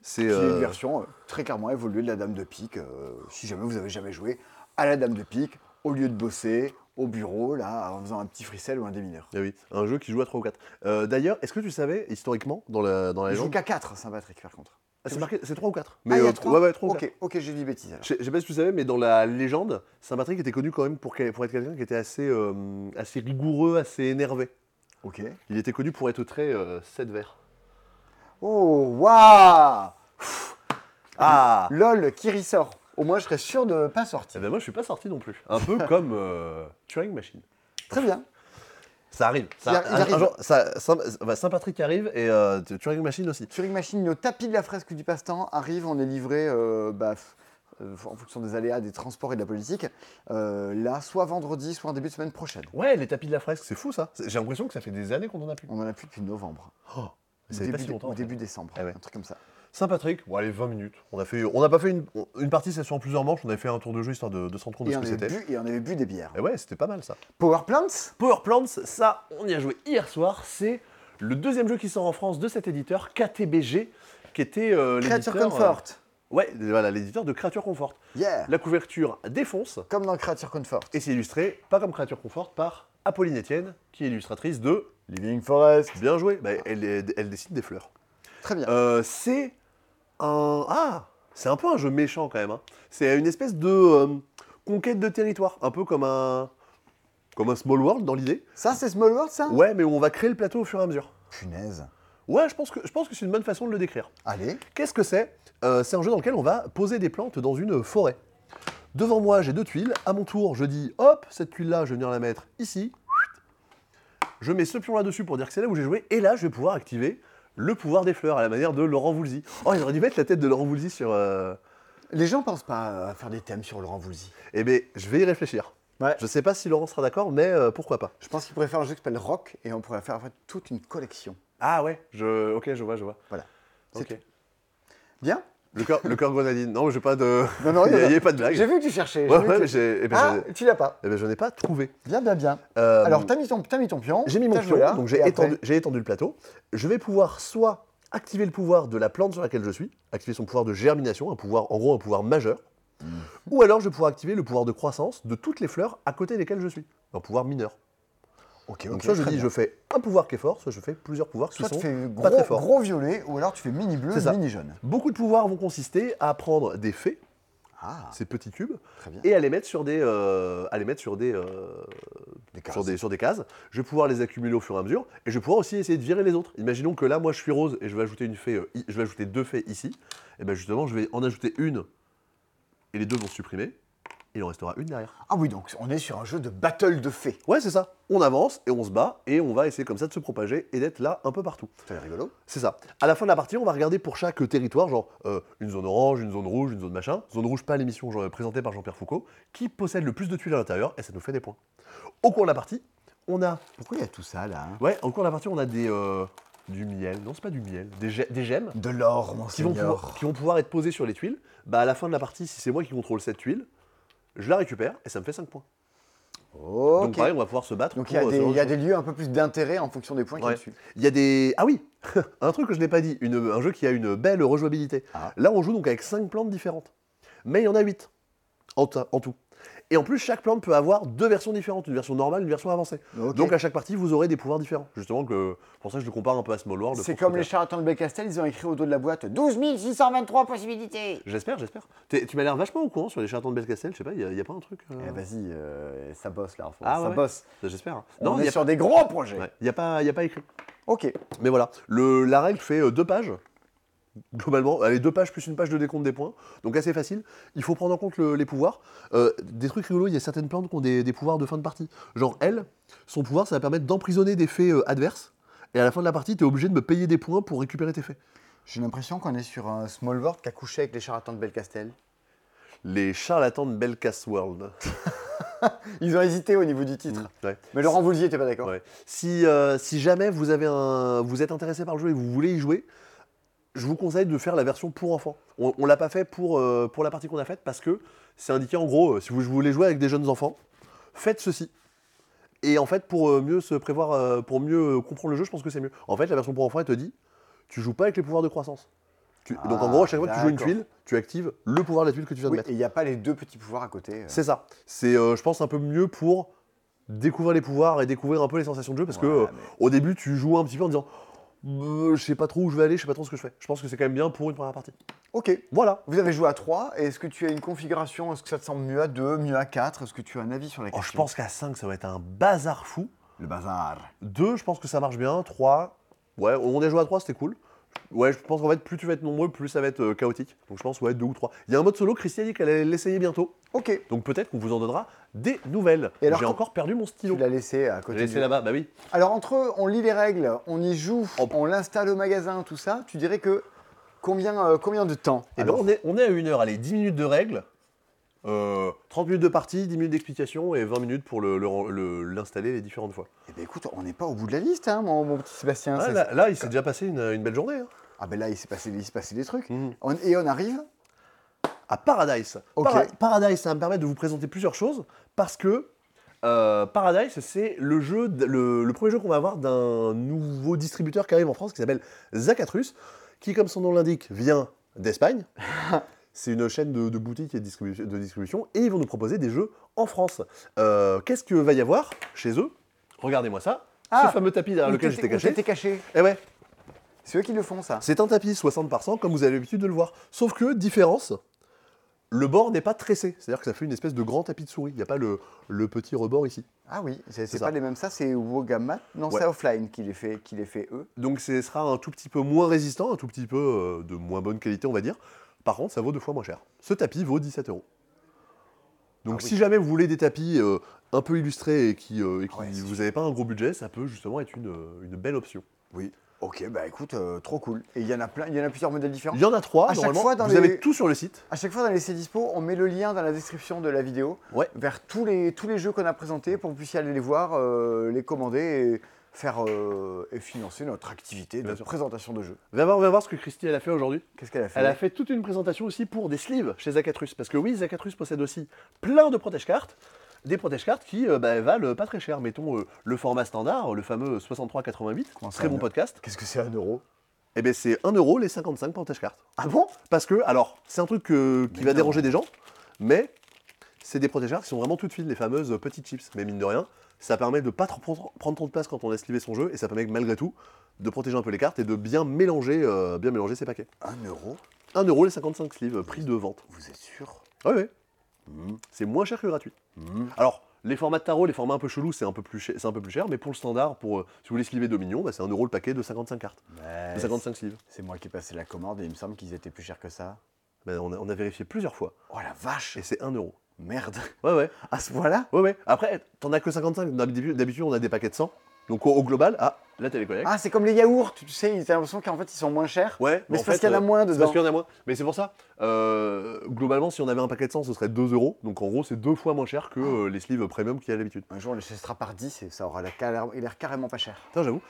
[SPEAKER 3] C'est
[SPEAKER 1] Qui est
[SPEAKER 3] euh,
[SPEAKER 1] une version euh, très clairement évoluée de la Dame de Pique. euh, si jamais vous avez jamais joué à la Dame de Pique, au lieu de bosser, au bureau, là, en faisant un petit fricelle ou un démineur.
[SPEAKER 3] ah oui, un jeu qui joue à 3 ou 4. D'ailleurs, est-ce que tu savais, historiquement, dans la, dans la
[SPEAKER 1] Ils jouent
[SPEAKER 3] légende,
[SPEAKER 1] qu'à 4, Saint-Patrick, par contre.
[SPEAKER 3] Ah, c'est marqué, c'est 3 ou 4.
[SPEAKER 1] Ah, il y a
[SPEAKER 3] euh,
[SPEAKER 1] trois
[SPEAKER 3] ouais, ouais, 3 ou 4.
[SPEAKER 1] Ok, ok, j'ai dit bêtise alors.
[SPEAKER 3] Je sais- je sais pas si tu savais, mais dans la légende, Saint-Patrick était connu quand même pour, quel- pour être quelqu'un qui était assez, euh, assez rigoureux, assez énervé.
[SPEAKER 1] Ok.
[SPEAKER 3] Il était connu pour être très euh, sévère.
[SPEAKER 1] Oh, waouh
[SPEAKER 3] Ah
[SPEAKER 1] LOL qui ressort. Au moins, je serais sûr de pas
[SPEAKER 3] Eh
[SPEAKER 1] sortir.
[SPEAKER 3] ben moi je suis pas sorti non plus. Un peu comme euh, Turing Machine.
[SPEAKER 1] Très bien.
[SPEAKER 3] Ça arrive. Ça,
[SPEAKER 1] Il arri- il
[SPEAKER 3] un- un
[SPEAKER 1] arrive.
[SPEAKER 3] jour, ça- Saint, bah, Saint-Patrick arrive et euh, Turing Machine aussi.
[SPEAKER 1] Turing Machine, le tapis de la fresque du passe-temps arrive, on est livré euh, bah, f- euh, en fonction des aléas des transports et de la politique, euh, là, soit vendredi, soit en début de semaine prochaine.
[SPEAKER 3] Ouais, les tapis de la fresque, c'est fou ça. C'est- J'ai l'impression que ça fait des années qu'on en a plus.
[SPEAKER 1] On en a plus depuis novembre.
[SPEAKER 3] Oh, ça fait
[SPEAKER 1] début,
[SPEAKER 3] pas si
[SPEAKER 1] dé-
[SPEAKER 3] longtemps.
[SPEAKER 1] ou
[SPEAKER 3] en fait.
[SPEAKER 1] début décembre,
[SPEAKER 3] Ah ouais.
[SPEAKER 1] un truc comme ça.
[SPEAKER 3] Saint-Patrick, bon allez 20 minutes. On a fait, on n'a pas fait une, une partie, c'est sur plusieurs manches. On avait fait un tour de jeu histoire de, de se rendre compte
[SPEAKER 1] Et
[SPEAKER 3] de
[SPEAKER 1] on,
[SPEAKER 3] ce que
[SPEAKER 1] avait
[SPEAKER 3] c'était.
[SPEAKER 1] bu, et on avait bu des bières.
[SPEAKER 3] Et ouais, c'était pas mal ça.
[SPEAKER 1] Power Plants
[SPEAKER 3] Power Plants, ça, on y a joué hier soir. C'est le deuxième jeu qui sort en France de cet éditeur KTBG, qui était euh,
[SPEAKER 1] Creature
[SPEAKER 3] l'éditeur, euh,
[SPEAKER 1] Comfort
[SPEAKER 3] ouais, voilà, l'éditeur de Creature Comfort.
[SPEAKER 1] Yeah
[SPEAKER 3] La couverture défonce
[SPEAKER 1] Comme dans Creature Comfort.
[SPEAKER 3] et c'est illustré, pas comme créature confort, par Apolline Etienne, qui est illustratrice de
[SPEAKER 1] Living Forest
[SPEAKER 3] Bien joué. Bah, elle, elle- elle dessine des fleurs.
[SPEAKER 1] Très bien.
[SPEAKER 3] Euh, c'est un. Ah C'est un peu un jeu méchant quand même. hein. C'est une espèce de euh, conquête de territoire, un peu comme un. Comme un small world dans l'idée.
[SPEAKER 1] Ça, c'est Small World, ça
[SPEAKER 3] Ouais, mais où on va créer le plateau au fur et à mesure.
[SPEAKER 1] Punaise.
[SPEAKER 3] Ouais, je pense que, je pense que c'est une bonne façon de le décrire.
[SPEAKER 1] Allez,
[SPEAKER 3] Qu'est-ce que c'est Euh, C'est un jeu dans lequel on va poser des plantes dans une forêt. Devant moi, j'ai deux tuiles. À mon tour, je dis hop, cette tuile-là, je vais venir la mettre ici. Je mets ce pion-là dessus pour dire que c'est là où j'ai joué. Et là, je vais pouvoir activer le pouvoir des fleurs à la manière de Laurent Voulzy. Oh, il aurait dû mettre la tête de Laurent Voulzy sur. euh,
[SPEAKER 1] les gens pensent pas euh, à faire des thèmes sur Laurent Voulzy.
[SPEAKER 3] Eh bien, je vais y réfléchir.
[SPEAKER 1] Ouais.
[SPEAKER 3] Je sais pas si Laurent sera d'accord, mais euh, pourquoi pas.
[SPEAKER 1] Je pense qu'ils pourraient faire un jeu qui s'appelle Rock et on pourrait faire en fait, toute une collection.
[SPEAKER 3] Ah ouais je... Ok, je vois, je vois.
[SPEAKER 1] Voilà. C'est
[SPEAKER 3] Ok.
[SPEAKER 1] Bien
[SPEAKER 3] Le cœur, le cœur grenadine. Oh, Non, mais j'ai pas de.
[SPEAKER 1] Non, non,
[SPEAKER 3] il
[SPEAKER 1] il y en a-
[SPEAKER 3] n'y avait pas de blague.
[SPEAKER 1] J'ai vu que tu cherchais. j'ai
[SPEAKER 3] Ouais,
[SPEAKER 1] vu
[SPEAKER 3] ouais,
[SPEAKER 1] que-
[SPEAKER 3] mais j'ai- eh ben,
[SPEAKER 1] Ah,
[SPEAKER 3] j'ai-
[SPEAKER 1] tu l'as pas.
[SPEAKER 3] eh ben, je n'ai pas trouvé.
[SPEAKER 1] Bien, bien, bien.
[SPEAKER 3] Euh,
[SPEAKER 1] Alors, t'as mis, ton- t'as mis ton pion.
[SPEAKER 3] J'ai mis mon
[SPEAKER 1] t'as
[SPEAKER 3] pion,
[SPEAKER 1] joué là,
[SPEAKER 3] donc j'ai
[SPEAKER 1] et après-
[SPEAKER 3] étendu, j'ai étendu le plateau. Je vais pouvoir soit activer le pouvoir de la plante sur laquelle je suis, activer son pouvoir de germination, un pouvoir, en gros un pouvoir majeur,
[SPEAKER 1] Hmm.
[SPEAKER 3] ou alors je vais pouvoir activer le pouvoir de croissance de toutes les fleurs à côté desquelles je suis, un pouvoir mineur.
[SPEAKER 1] Ok,
[SPEAKER 3] Donc
[SPEAKER 1] ok,
[SPEAKER 3] soit je
[SPEAKER 1] très
[SPEAKER 3] dis
[SPEAKER 1] bien.
[SPEAKER 3] je fais un pouvoir qui est fort, soit je fais plusieurs pouvoirs qui
[SPEAKER 1] Soit tu
[SPEAKER 3] sont
[SPEAKER 1] fais
[SPEAKER 3] pas très
[SPEAKER 1] gros,
[SPEAKER 3] forts.
[SPEAKER 1] gros violet ou alors tu fais mini bleu,
[SPEAKER 3] C'est ça.
[SPEAKER 1] mini jaune.
[SPEAKER 3] Beaucoup de pouvoirs vont consister à prendre des fées,
[SPEAKER 1] Ah,
[SPEAKER 3] ces petits cubes,
[SPEAKER 1] très bien.
[SPEAKER 3] et à les mettre sur des, euh, à les mettre sur des, euh,
[SPEAKER 1] Des cases.
[SPEAKER 3] sur des, sur des cases. Je vais pouvoir les accumuler au fur et à mesure et je vais pouvoir aussi essayer de virer les autres. Imaginons que là, moi, je suis rose et je vais ajouter, une fée, euh, i- je vais Eh ben, ajouter deux fées ici. Et bien justement, je vais en ajouter une et les deux vont se supprimer. il en restera une derrière.
[SPEAKER 1] Ah oui, donc on est sur un jeu de battle de fées.
[SPEAKER 3] Ouais, c'est ça. On avance et on se bat et on va essayer comme ça de se propager et d'être là un peu partout.
[SPEAKER 1] C'est rigolo.
[SPEAKER 3] C'est ça. À la fin de la partie, on va regarder pour chaque territoire, genre euh, une zone orange, une zone rouge, une zone machin. Zone rouge, pas l'émission genre, présentée par Jean-Pierre Foucault, qui possède le plus de tuiles à l'intérieur et ça nous fait des points. Au cours de la partie, on a.
[SPEAKER 1] Pourquoi il y a tout ça là hein
[SPEAKER 3] Ouais, au cours de la partie, on a des. euh, du miel. Non, c'est pas du miel. Des, ge- des gemmes
[SPEAKER 1] De l'or,
[SPEAKER 3] qui vont, pouvoir,
[SPEAKER 1] monseigneur.
[SPEAKER 3] qui vont pouvoir être posées sur les tuiles. Bah, à la fin de la partie, si c'est moi qui contrôle cette tuile, je la récupère et ça me fait 5 points.
[SPEAKER 1] Ok.
[SPEAKER 3] Donc pareil, on va pouvoir se battre.
[SPEAKER 1] Donc il
[SPEAKER 3] pour,
[SPEAKER 1] y, a des-
[SPEAKER 3] euh, ce genre
[SPEAKER 1] il y a
[SPEAKER 3] de
[SPEAKER 1] des lieux un peu plus d'intérêt en fonction des points qu'il y a
[SPEAKER 3] Ouais.
[SPEAKER 1] dessus.
[SPEAKER 3] Il y a des. Ah oui Un truc que je n'ai pas dit, une- un jeu qui a une belle rejouabilité.
[SPEAKER 1] Ah.
[SPEAKER 3] Là, on joue donc avec 5 plantes différentes. Mais il y en a 8 en, ta- en tout. Et en plus, chaque plante peut avoir deux versions différentes, une version normale, une version avancée.
[SPEAKER 1] Ok.
[SPEAKER 3] Donc à chaque partie, vous aurez des pouvoirs différents. Justement, que, pour ça, je le compare un peu à Small World.
[SPEAKER 1] c'est
[SPEAKER 3] pour ce
[SPEAKER 1] comme les
[SPEAKER 3] côté-là.
[SPEAKER 1] charlatans de Belcastel, ils ont écrit au dos de la boîte 12
[SPEAKER 4] 623 possibilités.
[SPEAKER 3] J'espère, j'espère. T'es- Tu m'as l'air vachement au courant sur les charlatans de Belcastel, je sais pas, il n'y a, pas un truc. euh,
[SPEAKER 1] Eh, Vas-y, euh, ça bosse là. en fait.
[SPEAKER 3] Ah,
[SPEAKER 1] ça
[SPEAKER 3] ouais.
[SPEAKER 1] bosse.
[SPEAKER 3] J'espère. hein.
[SPEAKER 1] Non, on
[SPEAKER 3] Non, il
[SPEAKER 1] est
[SPEAKER 3] n'y a,
[SPEAKER 1] sur des gros projets.
[SPEAKER 3] ouais, il y a pas- il y a pas écrit.
[SPEAKER 1] Ok.
[SPEAKER 3] Mais voilà, le, la règle fait euh, deux pages. Globalement, allez, deux pages plus une page de décompte des points. Donc assez facile. Il faut prendre en compte le- les pouvoirs. Euh, des trucs rigolos, il y a certaines plantes qui ont des, des pouvoirs de fin de partie. Genre, elle, son pouvoir, ça va permettre d'emprisonner des fées euh, adverses. Et à la fin de la partie, tu es obligé de me payer des points pour récupérer tes fées.
[SPEAKER 1] J'ai l'impression qu'on est sur un small world qui a couché avec les charlatans de Belcastel.
[SPEAKER 3] Les charlatans de Belcas World.
[SPEAKER 1] Ils ont hésité au niveau du titre.
[SPEAKER 3] Ouais.
[SPEAKER 1] Mais Laurent Voulzy était pas d'accord.
[SPEAKER 3] Mmh. Ouais. Si, euh, si jamais vous, avez un, vous êtes intéressé par le jeu et vous voulez y jouer, je vous conseille de faire la version pour enfants. On, on l'a pas fait pour, euh, pour la partie qu'on a faite parce que c'est indiqué en gros, euh, si vous voulez jouer avec des jeunes enfants, faites ceci. Et en fait, pour euh, mieux se prévoir, euh, pour mieux euh, comprendre le jeu, je pense que c'est mieux. En fait, la version pour enfants, elle te dit, tu joues pas avec les pouvoirs de croissance. Tu- donc en
[SPEAKER 1] Ah,
[SPEAKER 3] gros, à chaque fois que tu joues une
[SPEAKER 1] d'accord.
[SPEAKER 3] tuile, tu actives le pouvoir de la tuile que tu viens de
[SPEAKER 1] Oui,
[SPEAKER 3] mettre.
[SPEAKER 1] et il n'y a pas les deux petits pouvoirs à côté. euh.
[SPEAKER 3] C'est ça. C'est, euh, je pense, un peu mieux pour découvrir les pouvoirs et découvrir un peu les sensations de jeu parce que
[SPEAKER 1] Voilà,
[SPEAKER 3] euh, au début, tu joues un petit peu en disant Euh, je sais pas trop où je vais aller, je sais pas trop ce que je fais. Je pense que c'est quand même bien pour une première partie.
[SPEAKER 1] Ok.
[SPEAKER 3] Voilà.
[SPEAKER 1] Vous avez joué à 3, et est-ce que tu as une configuration Est-ce que ça te semble mieux à 2, mieux à 4 Est-ce que tu as un avis sur la
[SPEAKER 3] Oh,
[SPEAKER 1] question
[SPEAKER 3] je pense qu'à 5, ça va être un bazar fou.
[SPEAKER 1] Le bazar.
[SPEAKER 3] 2, je pense que ça marche bien. 3, ouais, on a joué à 3, c'était cool. Ouais, je pense qu'en fait, plus tu vas être nombreux, plus ça va être euh, chaotique. Donc je pense, ouais, 2 ou 3. Il y a un mode solo, Christian a dit qu'elle allait l'essayer bientôt.
[SPEAKER 1] Ok.
[SPEAKER 3] Donc peut-être qu'on vous en donnera des nouvelles.
[SPEAKER 1] Et alors,
[SPEAKER 3] J'ai
[SPEAKER 1] quand-
[SPEAKER 3] encore perdu mon
[SPEAKER 1] Tu
[SPEAKER 3] stylo.
[SPEAKER 1] l'as laissé à côté.
[SPEAKER 3] J'ai laissé
[SPEAKER 1] du-
[SPEAKER 3] là-bas, bah oui.
[SPEAKER 1] Alors entre eux, on lit les règles, on y joue, on l'installe au magasin, tout ça. Tu dirais que combien, euh, combien de temps
[SPEAKER 3] Et
[SPEAKER 1] Alors,
[SPEAKER 3] Eh ben, on, est, on est à une heure, allez, 10 minutes de règles, euh, 30 minutes de partie, 10 minutes d'explication et 20 minutes pour l'installer le, le- l'installer les différentes fois.
[SPEAKER 1] eh ben, écoute, on n'est pas au bout de la liste, hein, mon, mon petit Sébastien.
[SPEAKER 3] Ah,
[SPEAKER 1] ça-
[SPEAKER 3] là, là, il s'est déjà passé une, une belle journée. hein.
[SPEAKER 1] Ah ben là, il s'est passé, il s'est passé des trucs.
[SPEAKER 3] Mhm.
[SPEAKER 1] On- et on arrive
[SPEAKER 3] À Paradise.
[SPEAKER 1] Ok.
[SPEAKER 3] Para- Paradise, ça va me permettre de vous présenter plusieurs choses parce que euh, Paradise, c'est le, jeu, d- le, le premier jeu qu'on va avoir d'un nouveau distributeur qui arrive en France qui s'appelle Zacatrus, qui, comme son nom l'indique, vient d'Espagne. C'est une chaîne de, de boutiques et de distribu- de distribution et ils vont nous proposer des jeux en France. Euh, Qu'est-ce que va y avoir chez eux Regardez-moi ça.
[SPEAKER 1] Ah,
[SPEAKER 3] ce fameux tapis derrière
[SPEAKER 1] où
[SPEAKER 3] lequel
[SPEAKER 1] t'étais-
[SPEAKER 3] j'étais
[SPEAKER 1] où
[SPEAKER 3] caché.
[SPEAKER 1] t'étais caché.
[SPEAKER 3] Eh ouais,
[SPEAKER 1] C'est eux qui le font, ça.
[SPEAKER 3] c'est un tapis 60 par 100 comme vous avez l'habitude de le voir. Sauf que, différence, le bord n'est pas tressé. C'est-à-dire que ça fait une espèce de grand tapis de souris. Il n'y a pas le, le petit rebord ici.
[SPEAKER 1] Ah oui, c'est c'est
[SPEAKER 3] ça.
[SPEAKER 1] pas les mêmes. Ça, c'est Wogamat. Non,
[SPEAKER 3] Ouais.
[SPEAKER 1] c'est Offline qui les fait, qui les fait eux.
[SPEAKER 3] Donc ce sera un tout petit peu moins résistant, un tout petit peu euh, de moins bonne qualité, on va dire. Par contre, ça vaut deux fois moins cher. Ce tapis vaut 17 euros. Donc
[SPEAKER 1] Ah oui.
[SPEAKER 3] si jamais vous voulez des tapis euh, un peu illustrés et qui, euh, et qui-
[SPEAKER 1] Ah ouais, c'est
[SPEAKER 3] vous n'avez pas un gros budget, ça peut justement être une, euh, une belle option.
[SPEAKER 1] Ok, bah écoute, euh, trop cool. Et il y en a plein, il y en a plusieurs modèles différents.
[SPEAKER 3] Il y en a trois,
[SPEAKER 1] À chaque
[SPEAKER 3] normalement.
[SPEAKER 1] fois dans
[SPEAKER 3] vous
[SPEAKER 1] les-
[SPEAKER 3] avez tout sur le site.
[SPEAKER 1] À chaque fois dans les C'est Dispo, on met le lien dans la description de la vidéo
[SPEAKER 3] Ouais.
[SPEAKER 1] vers tous les, tous les jeux qu'on a présentés pour que vous puissiez aller les voir, euh, les commander et faire euh, et financer notre activité de
[SPEAKER 3] Bien sûr.
[SPEAKER 1] présentation de jeux.
[SPEAKER 3] Viens voir, viens voir ce que Christy elle a fait aujourd'hui.
[SPEAKER 1] Qu'est-ce qu'elle a fait
[SPEAKER 3] Elle a fait toute une présentation aussi pour des sleeves chez Zacatrus. Parce que oui, Zacatrus possède aussi plein de protège-cartes. Des protège-cartes qui euh, bah, valent pas très cher. Mettons euh, le format standard, le fameux 6388,
[SPEAKER 1] Comment ça,
[SPEAKER 3] très bon
[SPEAKER 1] un-
[SPEAKER 3] podcast.
[SPEAKER 1] Qu'est-ce que c'est un euro
[SPEAKER 3] Et bien c'est 1 euro les 55 protège-cartes.
[SPEAKER 1] Ah bon
[SPEAKER 3] Parce que, alors, c'est un truc que- qui
[SPEAKER 1] Mais
[SPEAKER 3] va
[SPEAKER 1] non.
[SPEAKER 3] déranger des gens, mais c'est des protège-cartes qui sont vraiment toutes fines, les fameuses petites chips. Mais mine de rien, ça permet de pas trop prendre, prendre trop de place quand on laisse livrer son jeu, et ça permet malgré tout de protéger un peu les cartes et de bien mélanger, euh, bien mélanger ses paquets.
[SPEAKER 1] Un euro
[SPEAKER 3] 1 euro les 55 sleeves, prix de vente.
[SPEAKER 1] Vous êtes sûr
[SPEAKER 3] Ouais, ouais.
[SPEAKER 1] Mhm.
[SPEAKER 3] C'est moins cher que gratuit.
[SPEAKER 1] Mhm.
[SPEAKER 3] Alors, les formats de tarot, les formats un peu chelous, c'est un, peu plus cher- c'est un peu plus cher, mais pour le standard, pour, euh, si vous voulez sliver Dominion, bah, c'est 1 euro le paquet de 55 cartes,
[SPEAKER 1] Ouais,
[SPEAKER 3] de 55 sleeves.
[SPEAKER 1] Bah, C'est moi qui ai passé la commande et il me semble qu'ils étaient plus chers que ça.
[SPEAKER 3] Bah, on, a, on a vérifié plusieurs fois,
[SPEAKER 1] Oh la vache
[SPEAKER 3] et c'est 1 euro.
[SPEAKER 1] Merde.
[SPEAKER 3] Ouais, ouais.
[SPEAKER 1] À ce point-là
[SPEAKER 3] Ouais, ouais. Après, t'en as que 55. D'habitude, d'habitude, on a des paquets de 100. Donc, au, au global, ah, là, t'as les collègues.
[SPEAKER 1] Ah, c'est comme les yaourts, tu sais, t'as l'impression qu'en fait ils sont moins chers.
[SPEAKER 3] Ouais,
[SPEAKER 1] Mais
[SPEAKER 3] en
[SPEAKER 1] c'est parce
[SPEAKER 3] fait,
[SPEAKER 1] qu'il y en a
[SPEAKER 3] euh,
[SPEAKER 1] moins
[SPEAKER 3] c'est parce
[SPEAKER 1] dedans.
[SPEAKER 3] qu'il y en a moins. Mais c'est pour ça, euh, globalement, si on avait un paquet de 100, ce serait 2 euros. Donc en gros, c'est deux fois moins cher
[SPEAKER 1] Ah.
[SPEAKER 3] que euh, les sleeves premium qu'il y a d'habitude.
[SPEAKER 1] Un jour, on les chassera par 10 et ça aura la cal- il a l'air carrément pas cher.
[SPEAKER 3] Putain, j'avoue.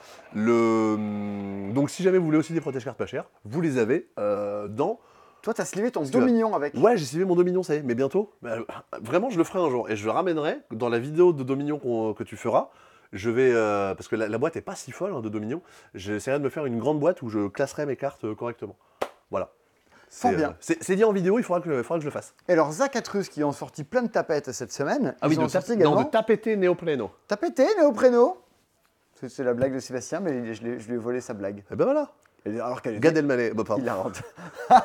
[SPEAKER 3] Le... hum, Donc si jamais vous voulez aussi des protège-cartes pas chères, vous les avez euh, dans.
[SPEAKER 1] Toi, t'as slivé ton
[SPEAKER 3] Parce que-
[SPEAKER 1] dominion avec.
[SPEAKER 3] Ouais, j'ai suivi mon Dominion, ça y est, mais bientôt. bah, euh, vraiment, je le ferai un jour. Et je le ramènerai dans la vidéo de Dominion qu'on- euh, que tu feras. Je vais. euh, parce que la, la boîte est pas si folle hein, de Dominion. J'essaierai de me faire une grande boîte où je classerai mes cartes euh, correctement. Voilà.
[SPEAKER 1] Fort
[SPEAKER 3] C'est, euh,
[SPEAKER 1] bien.
[SPEAKER 3] c'est c'est dit en vidéo, il faudra que, faudra que je le fasse.
[SPEAKER 1] Et alors, Zacatrus, qui ont sorti plein de tapettes cette semaine, ils ont
[SPEAKER 3] de,
[SPEAKER 1] sorti
[SPEAKER 3] tapeter
[SPEAKER 1] également.
[SPEAKER 3] non, de tapeter Néopléno.
[SPEAKER 1] Tapetté, Néopréno C'est- C'est la blague de Sébastien, mais il- je, l'ai- je lui ai volé sa blague.
[SPEAKER 3] Et ben voilà.
[SPEAKER 1] Et Alors qu'elle
[SPEAKER 3] Gad Elmaleh, bah, pardon.
[SPEAKER 1] il la rentre.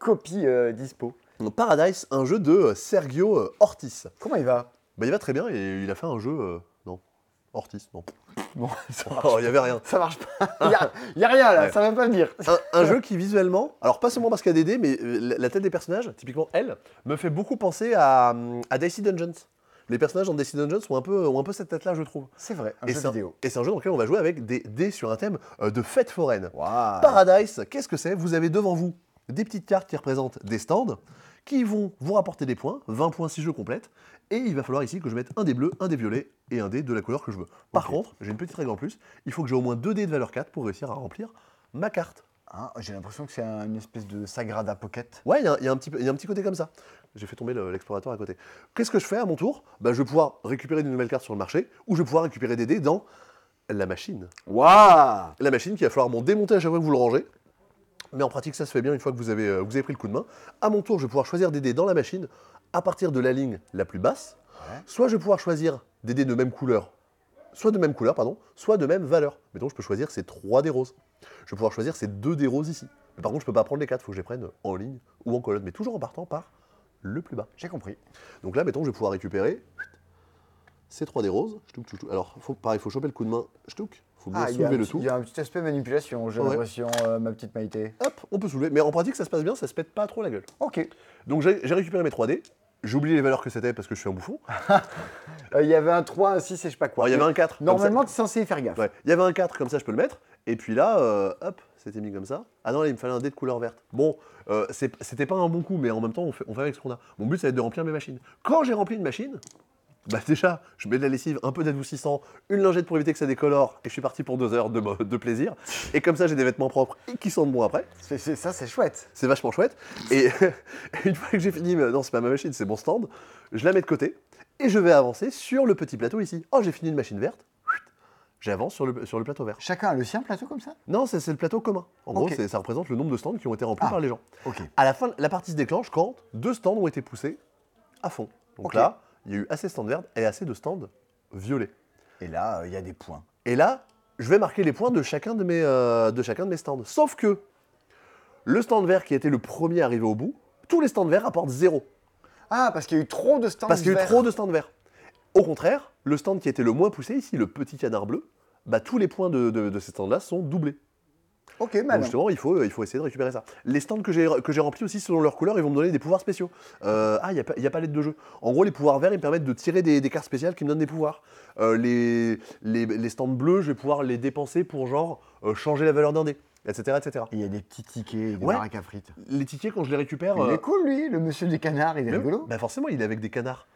[SPEAKER 1] Copie euh, dispo.
[SPEAKER 3] Donc, Paradise, un jeu de euh, Sergio euh, Ortiz.
[SPEAKER 1] Comment il va
[SPEAKER 3] Bah, il va très bien et il a fait un jeu. euh, non. Ortiz, non.
[SPEAKER 1] Bon,
[SPEAKER 3] Oh, il y avait rien.
[SPEAKER 1] ça marche pas. Il y a, il y a rien là,
[SPEAKER 3] Ouais.
[SPEAKER 1] ça va pas le dire.
[SPEAKER 3] Un, un jeu qui visuellement, alors pas seulement parce qu'il y a des dés, mais euh, la la tête des personnages, typiquement elle, me fait beaucoup penser à, hum, à Dicey Dungeons. Les personnages dans Dicey Dungeons ont un peu, ont un peu cette tête-là, je trouve.
[SPEAKER 1] C'est vrai, un
[SPEAKER 3] et
[SPEAKER 1] jeu
[SPEAKER 3] c'est un-
[SPEAKER 1] vidéo.
[SPEAKER 3] et c'est un jeu dans lequel on va jouer avec des dés sur un thème euh, de fête foraine.
[SPEAKER 1] Waouh.
[SPEAKER 3] Ah. Paradise, qu'est-ce que c'est Vous avez devant vous des petites cartes qui représentent des stands qui vont vous rapporter des points, 20 points si je complète, et il va falloir ici que je mette un dé bleu, un dé violet et un dé de la couleur que je veux. Par
[SPEAKER 1] Ok.
[SPEAKER 3] contre, j'ai une petite règle en plus, il faut que j'ai au moins deux dés de valeur 4 pour réussir à remplir ma carte.
[SPEAKER 1] Hein, J'ai l'impression que c'est un- une espèce de Sagrada Pocket.
[SPEAKER 3] Ouais, il y, a- il y a un petit peu- il y a un petit côté comme ça. J'ai fait tomber le- l'explorateur à côté. Qu'est-ce que je fais à mon tour bah, Je vais pouvoir récupérer des nouvelles cartes sur le marché, ou je vais pouvoir récupérer des dés dans la machine.
[SPEAKER 1] Waouh
[SPEAKER 3] La machine qui va falloir mon démonter à chaque fois que vous le rangez. Mais en pratique, ça se fait bien une fois que vous avez, euh, vous avez pris le coup de main. À mon tour, je vais pouvoir choisir des dés dans la machine à partir de la ligne la plus basse.
[SPEAKER 1] Ouais.
[SPEAKER 3] Soit je vais pouvoir choisir des dés de même couleur, soit de même couleur, pardon, soit de même valeur. Mais donc, je peux choisir ces trois dés roses. Je vais pouvoir choisir ces deux dés roses ici. Mais par contre, je peux pas prendre les quatre, il faut que je les prenne en ligne ou en colonne, mais toujours en partant par le plus bas.
[SPEAKER 1] J'ai compris.
[SPEAKER 3] Donc là, mettons, je vais pouvoir récupérer ces trois dés roses. Ch'touk, ch'touk, ch'touk. Alors, faut, pareil, il faut choper le coup de main. Ch'touk. faut bien
[SPEAKER 1] Ah, il y, a un
[SPEAKER 3] soulever le
[SPEAKER 1] petit-
[SPEAKER 3] tout.
[SPEAKER 1] il y a un petit aspect manipulation, j'ai
[SPEAKER 3] Ouais.
[SPEAKER 1] l'impression, euh, ma petite Maïté.
[SPEAKER 3] Hop, on peut soulever. Mais en pratique, ça se passe bien, ça se pète pas trop la gueule.
[SPEAKER 1] Ok. Euh,
[SPEAKER 3] Donc j'ai j'ai récupéré mes 3D. J'ai oublié les valeurs que c'était parce que je suis un bouffon.
[SPEAKER 1] Euh, Il y avait un 3, un 6 et je sais pas
[SPEAKER 3] Alors,
[SPEAKER 1] quoi.
[SPEAKER 3] il y avait un 4. comme
[SPEAKER 1] Normalement, t'es censé y faire
[SPEAKER 3] ça-
[SPEAKER 1] gaffe.
[SPEAKER 3] Ouais, il y avait un 4, comme ça je peux le mettre. Et puis là, euh, hop, c'était mis comme ça. Ah non, là, il me fallait un dé de couleur verte. Bon, euh, c'est- c'était pas un bon coup, mais en même temps, on fait, on fait avec ce qu'on a. Mon but, ça va être de remplir mes machines. Quand j'ai rempli une machine, bah déjà, je mets de la lessive, un peu d'adoucissant, une lingette pour éviter que ça décolore, et je suis parti pour deux heures de, mo- de plaisir. Et comme ça, j'ai des vêtements propres et qui sentent bon après.
[SPEAKER 1] C'est- c'est- ça, c'est chouette.
[SPEAKER 3] C'est vachement chouette. Et une fois que j'ai fini, mais non, c'est pas ma machine, c'est mon stand, je la mets de côté et je vais avancer sur le petit plateau ici. Oh, j'ai fini une machine verte. J'avance sur le, sur le plateau vert.
[SPEAKER 1] Chacun a le sien plateau comme ça
[SPEAKER 3] Non, c'est c'est le plateau commun. En gros,
[SPEAKER 1] Ok.
[SPEAKER 3] c'est- ça représente le nombre de stands qui ont été remplis
[SPEAKER 1] Ah.
[SPEAKER 3] par les gens.
[SPEAKER 1] Ok.
[SPEAKER 3] À la fin, la partie se déclenche quand deux stands ont été poussés à fond. Donc
[SPEAKER 1] Ok.
[SPEAKER 3] là, il y a eu assez de stands verts et assez de stands violets.
[SPEAKER 1] Et là, euh, il y a des points.
[SPEAKER 3] Et là, je vais marquer les points de chacun de mes, euh, de chacun de mes stands. Sauf que le stand vert qui était le premier arrivé au bout, tous les stands verts apportent zéro.
[SPEAKER 1] Ah, parce qu'il y a eu trop de stands
[SPEAKER 3] Parce qu'il y a eu
[SPEAKER 1] verts.
[SPEAKER 3] trop de stands verts. Au contraire, le stand qui était le moins poussé ici, le petit canard bleu, bah, tous les points de, de, de ces stands-là sont doublés.
[SPEAKER 1] Ok,
[SPEAKER 3] Donc
[SPEAKER 1] malin.
[SPEAKER 3] justement, il faut, euh, il faut essayer de récupérer ça. Les stands que j'ai que j'ai remplis aussi selon leur couleur, ils vont me donner des pouvoirs spéciaux. Euh, ah, il n'y a, pas- il y a pas les deux jeux. En gros, les pouvoirs verts, ils me permettent de tirer des, des cartes spéciales qui me donnent des pouvoirs. Euh, les, les, les stands bleus, je vais pouvoir les dépenser pour genre euh, changer la valeur d'un dé, etc., etc.
[SPEAKER 1] Et Il y a des petits tickets, et des
[SPEAKER 3] Ouais.
[SPEAKER 1] baraques à frites.
[SPEAKER 3] Les tickets, quand je les récupère...
[SPEAKER 1] Il
[SPEAKER 3] euh,
[SPEAKER 1] est cool, lui, le monsieur du canard, il est
[SPEAKER 3] Mais-
[SPEAKER 1] rigolo.
[SPEAKER 3] Bah forcément, il est avec des canards.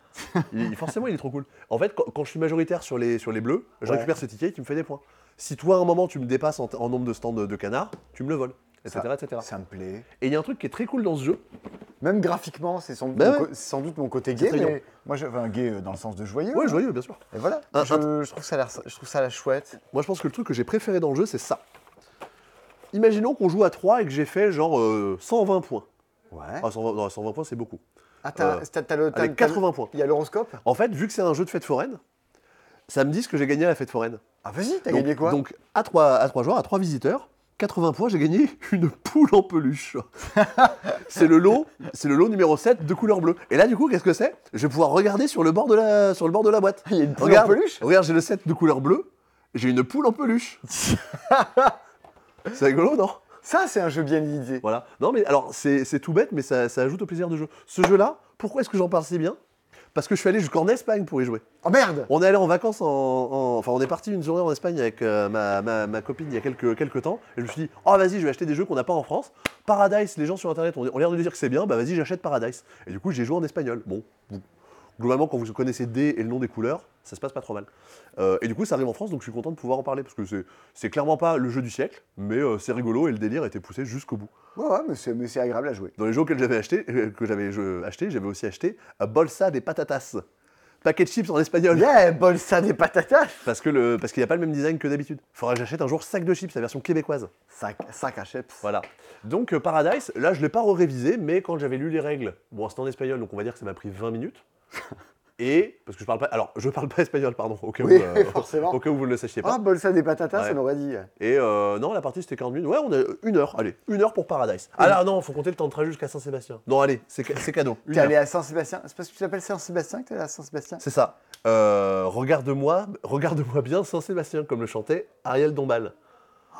[SPEAKER 3] Il- forcément, il est trop cool. En fait, quand, quand je suis majoritaire sur les, sur les bleus, je
[SPEAKER 1] Ouais.
[SPEAKER 3] récupère ce ticket qui me fait des points. Si toi, à un moment, tu me dépasses en, en nombre de stands de canards, tu me le voles, etc.
[SPEAKER 1] Ça-
[SPEAKER 3] etc.
[SPEAKER 1] Ça me plaît.
[SPEAKER 3] Et il y a un truc qui est très cool dans ce jeu.
[SPEAKER 1] Même graphiquement, c'est sans,
[SPEAKER 3] Bah
[SPEAKER 1] mon
[SPEAKER 3] ouais.
[SPEAKER 1] co- sans doute mon côté
[SPEAKER 3] C'est
[SPEAKER 1] gay,
[SPEAKER 3] très
[SPEAKER 1] mais moi, je, enfin, gay euh, dans le sens de joyeux.
[SPEAKER 3] Ouais, Ah,
[SPEAKER 1] hein.
[SPEAKER 3] joyeux, bien sûr.
[SPEAKER 1] Et voilà.
[SPEAKER 3] Un-
[SPEAKER 1] je, je trouve ça, a l'air- je trouve ça a l'air chouette.
[SPEAKER 3] Moi, je pense que le truc que j'ai préféré dans le jeu, c'est ça. Imaginons qu'on joue à 3 et que j'ai fait genre euh, 120 points.
[SPEAKER 1] Ouais.
[SPEAKER 3] Ah, 120, non, 120 points, c'est beaucoup.
[SPEAKER 1] Ah, t'as,
[SPEAKER 3] euh,
[SPEAKER 1] t'as- t'as le. t'as-
[SPEAKER 3] Avec
[SPEAKER 1] t'as-
[SPEAKER 3] 80 points.
[SPEAKER 1] Il y a l'horoscope.
[SPEAKER 3] En fait, vu que c'est un jeu de fête foraine, ça me dit ce que j'ai gagné à la fête foraine.
[SPEAKER 1] Ah, vas-y, t'as
[SPEAKER 3] donc,
[SPEAKER 1] gagné quoi
[SPEAKER 3] Donc, à trois, à trois joueurs, à trois visiteurs, 80 points, j'ai gagné une poule en peluche. c'est le lot, c'est le lot numéro 7 de couleur bleue. Et là, du coup, qu'est-ce que c'est Je vais pouvoir regarder sur le bord de la, sur le bord de la boîte.
[SPEAKER 1] Il y a une poule en
[SPEAKER 3] regarde,
[SPEAKER 1] peluche
[SPEAKER 3] Regarde, j'ai le 7 de couleur bleue, j'ai une poule en peluche. c'est rigolo, non
[SPEAKER 1] Ça, c'est un jeu bien idée.
[SPEAKER 3] Voilà. Non, mais alors, c'est c'est tout bête, mais ça, ça ajoute au plaisir de jeu. Ce jeu-là, Pourquoi est-ce que j'en parle si bien Parce que je suis allé jusqu'en Espagne pour y jouer.
[SPEAKER 1] Oh merde
[SPEAKER 3] On est allé en vacances en, en- Enfin, on est parti une journée en Espagne avec euh, ma, ma- ma copine il y a quelques, quelques temps. Et je me suis dit, oh vas-y, je vais acheter des jeux qu'on n'a pas en France. Paradise, les gens sur internet ont, ont l'air de dire que c'est bien, bah vas-y, j'achète Paradise. Et du coup, j'ai joué en espagnol. Bon, vous- globalement, quand vous connaissez D et le nom des couleurs, ça se passe pas trop mal. Euh, et du coup, ça arrive en France, donc je suis content de pouvoir en parler parce que c'est- c'est clairement pas le jeu du siècle, mais euh, c'est rigolo et le délire était poussé jusqu'au bout.
[SPEAKER 1] Ouais, ouais, mais c'est- mais c'est agréable à jouer.
[SPEAKER 3] Dans les jeux auxquels j'avais acheté, euh, que j'avais euh, acheté, j'avais aussi acheté euh, Bolsa des Patatas. Paquet de chips en espagnol.
[SPEAKER 2] Yeah, bolsa des patatas
[SPEAKER 3] Parce que le, parce qu'il n'y a pas le même design que d'habitude. Faudra que j'achète un jour sac de chips, la version québécoise.
[SPEAKER 2] Sac, sac à chips.
[SPEAKER 3] Voilà. Donc euh, Paradise, là je l'ai pas révisé, mais quand j'avais lu les règles, bon c'est en espagnol, donc on va dire que ça m'a pris 20 minutes. Et parce que je parle pas, alors je parle pas espagnol, pardon, au cas,
[SPEAKER 1] Oui,
[SPEAKER 3] où, euh,
[SPEAKER 1] forcément.
[SPEAKER 3] au cas où vous ne le sachiez pas.
[SPEAKER 1] Ah, bolsa des patatas,
[SPEAKER 3] Ouais.
[SPEAKER 1] on aurait dit.
[SPEAKER 3] Et euh, non, la partie c'était 40 minutes. Ouais, on a une heure. Allez, une heure pour Paradise. Ah là non, faut compter le temps de trajet jusqu'à Saint-Sébastien. Non, allez, c'est ca- c'est cadeau. Une
[SPEAKER 1] T'es
[SPEAKER 3] heure.
[SPEAKER 1] allé à Saint-Sébastien C'est parce que tu t'appelles Saint-Sébastien que t'es allé à Saint-Sébastien
[SPEAKER 3] C'est ça. Euh, regarde-moi, regarde-moi bien Saint-Sébastien, comme le chantait Ariel Dombal.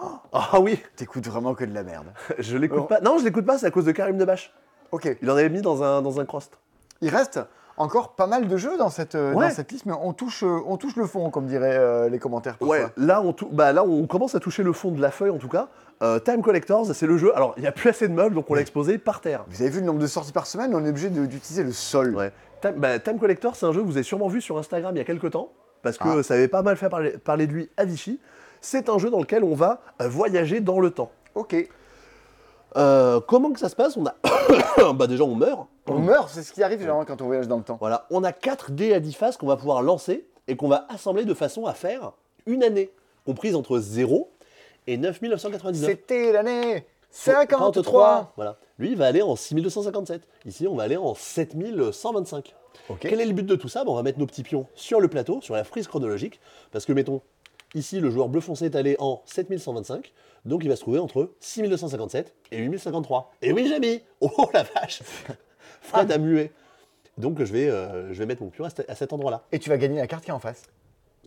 [SPEAKER 1] Oh.
[SPEAKER 3] Ah oui,
[SPEAKER 1] T'écoutes vraiment que de la merde.
[SPEAKER 3] je l'écoute
[SPEAKER 1] Alors-
[SPEAKER 3] pas. Non, je l'écoute pas, c'est à cause de Karim Debache.
[SPEAKER 1] Ok.
[SPEAKER 3] Il en avait mis dans un, dans un crust.
[SPEAKER 1] Il reste encore pas mal de jeux dans cette, euh,
[SPEAKER 3] Ouais.
[SPEAKER 1] dans cette liste, mais on touche, euh, on touche le fond, comme diraient euh, les commentaires. parfois.
[SPEAKER 3] Ouais, là on, tou- bah, là, on commence à toucher le fond de la feuille en tout cas. Euh, Time Collectors, c'est le jeu. Alors, il n'y a plus assez de meubles, donc on l'a exposé par terre.
[SPEAKER 1] Vous avez vu le nombre de sorties par semaine On est obligé de- d'utiliser le sol.
[SPEAKER 3] Ouais. Time, bah, Time Collector, c'est un jeu que vous avez sûrement vu sur Instagram il y a quelques temps, parce que
[SPEAKER 1] Ah.
[SPEAKER 3] ça avait pas mal fait parler, parler de lui à Vichy. C'est un jeu dans lequel on va euh, voyager dans le temps.
[SPEAKER 1] Ok.
[SPEAKER 3] Euh, comment que ça se passe On a. bah déjà on meurt.
[SPEAKER 1] On meurt, c'est ce qui
[SPEAKER 3] Mm.
[SPEAKER 1] arrive généralement quand on voyage dans le temps.
[SPEAKER 3] Voilà, on a 4 dés à 10 faces qu'on va pouvoir lancer et qu'on va assembler de façon à faire une année, comprise entre 0 et 9999.
[SPEAKER 1] C'était l'année 53
[SPEAKER 3] Voilà. Lui, il va aller en 6257. Ici, on va aller en 7125.
[SPEAKER 1] Ok.
[SPEAKER 3] Quel est le but de tout ça Bah, On va mettre nos petits pions sur le plateau, sur la frise chronologique, parce que, mettons, ici, le joueur bleu foncé est allé en 7125, donc il va se trouver entre 6257 et 8053. Et oui, j'ai mis Oh la vache Fred a mué Donc, je vais, euh, je vais mettre mon pion à, cet- à cet endroit-là.
[SPEAKER 1] Et tu vas gagner la carte qui est en face.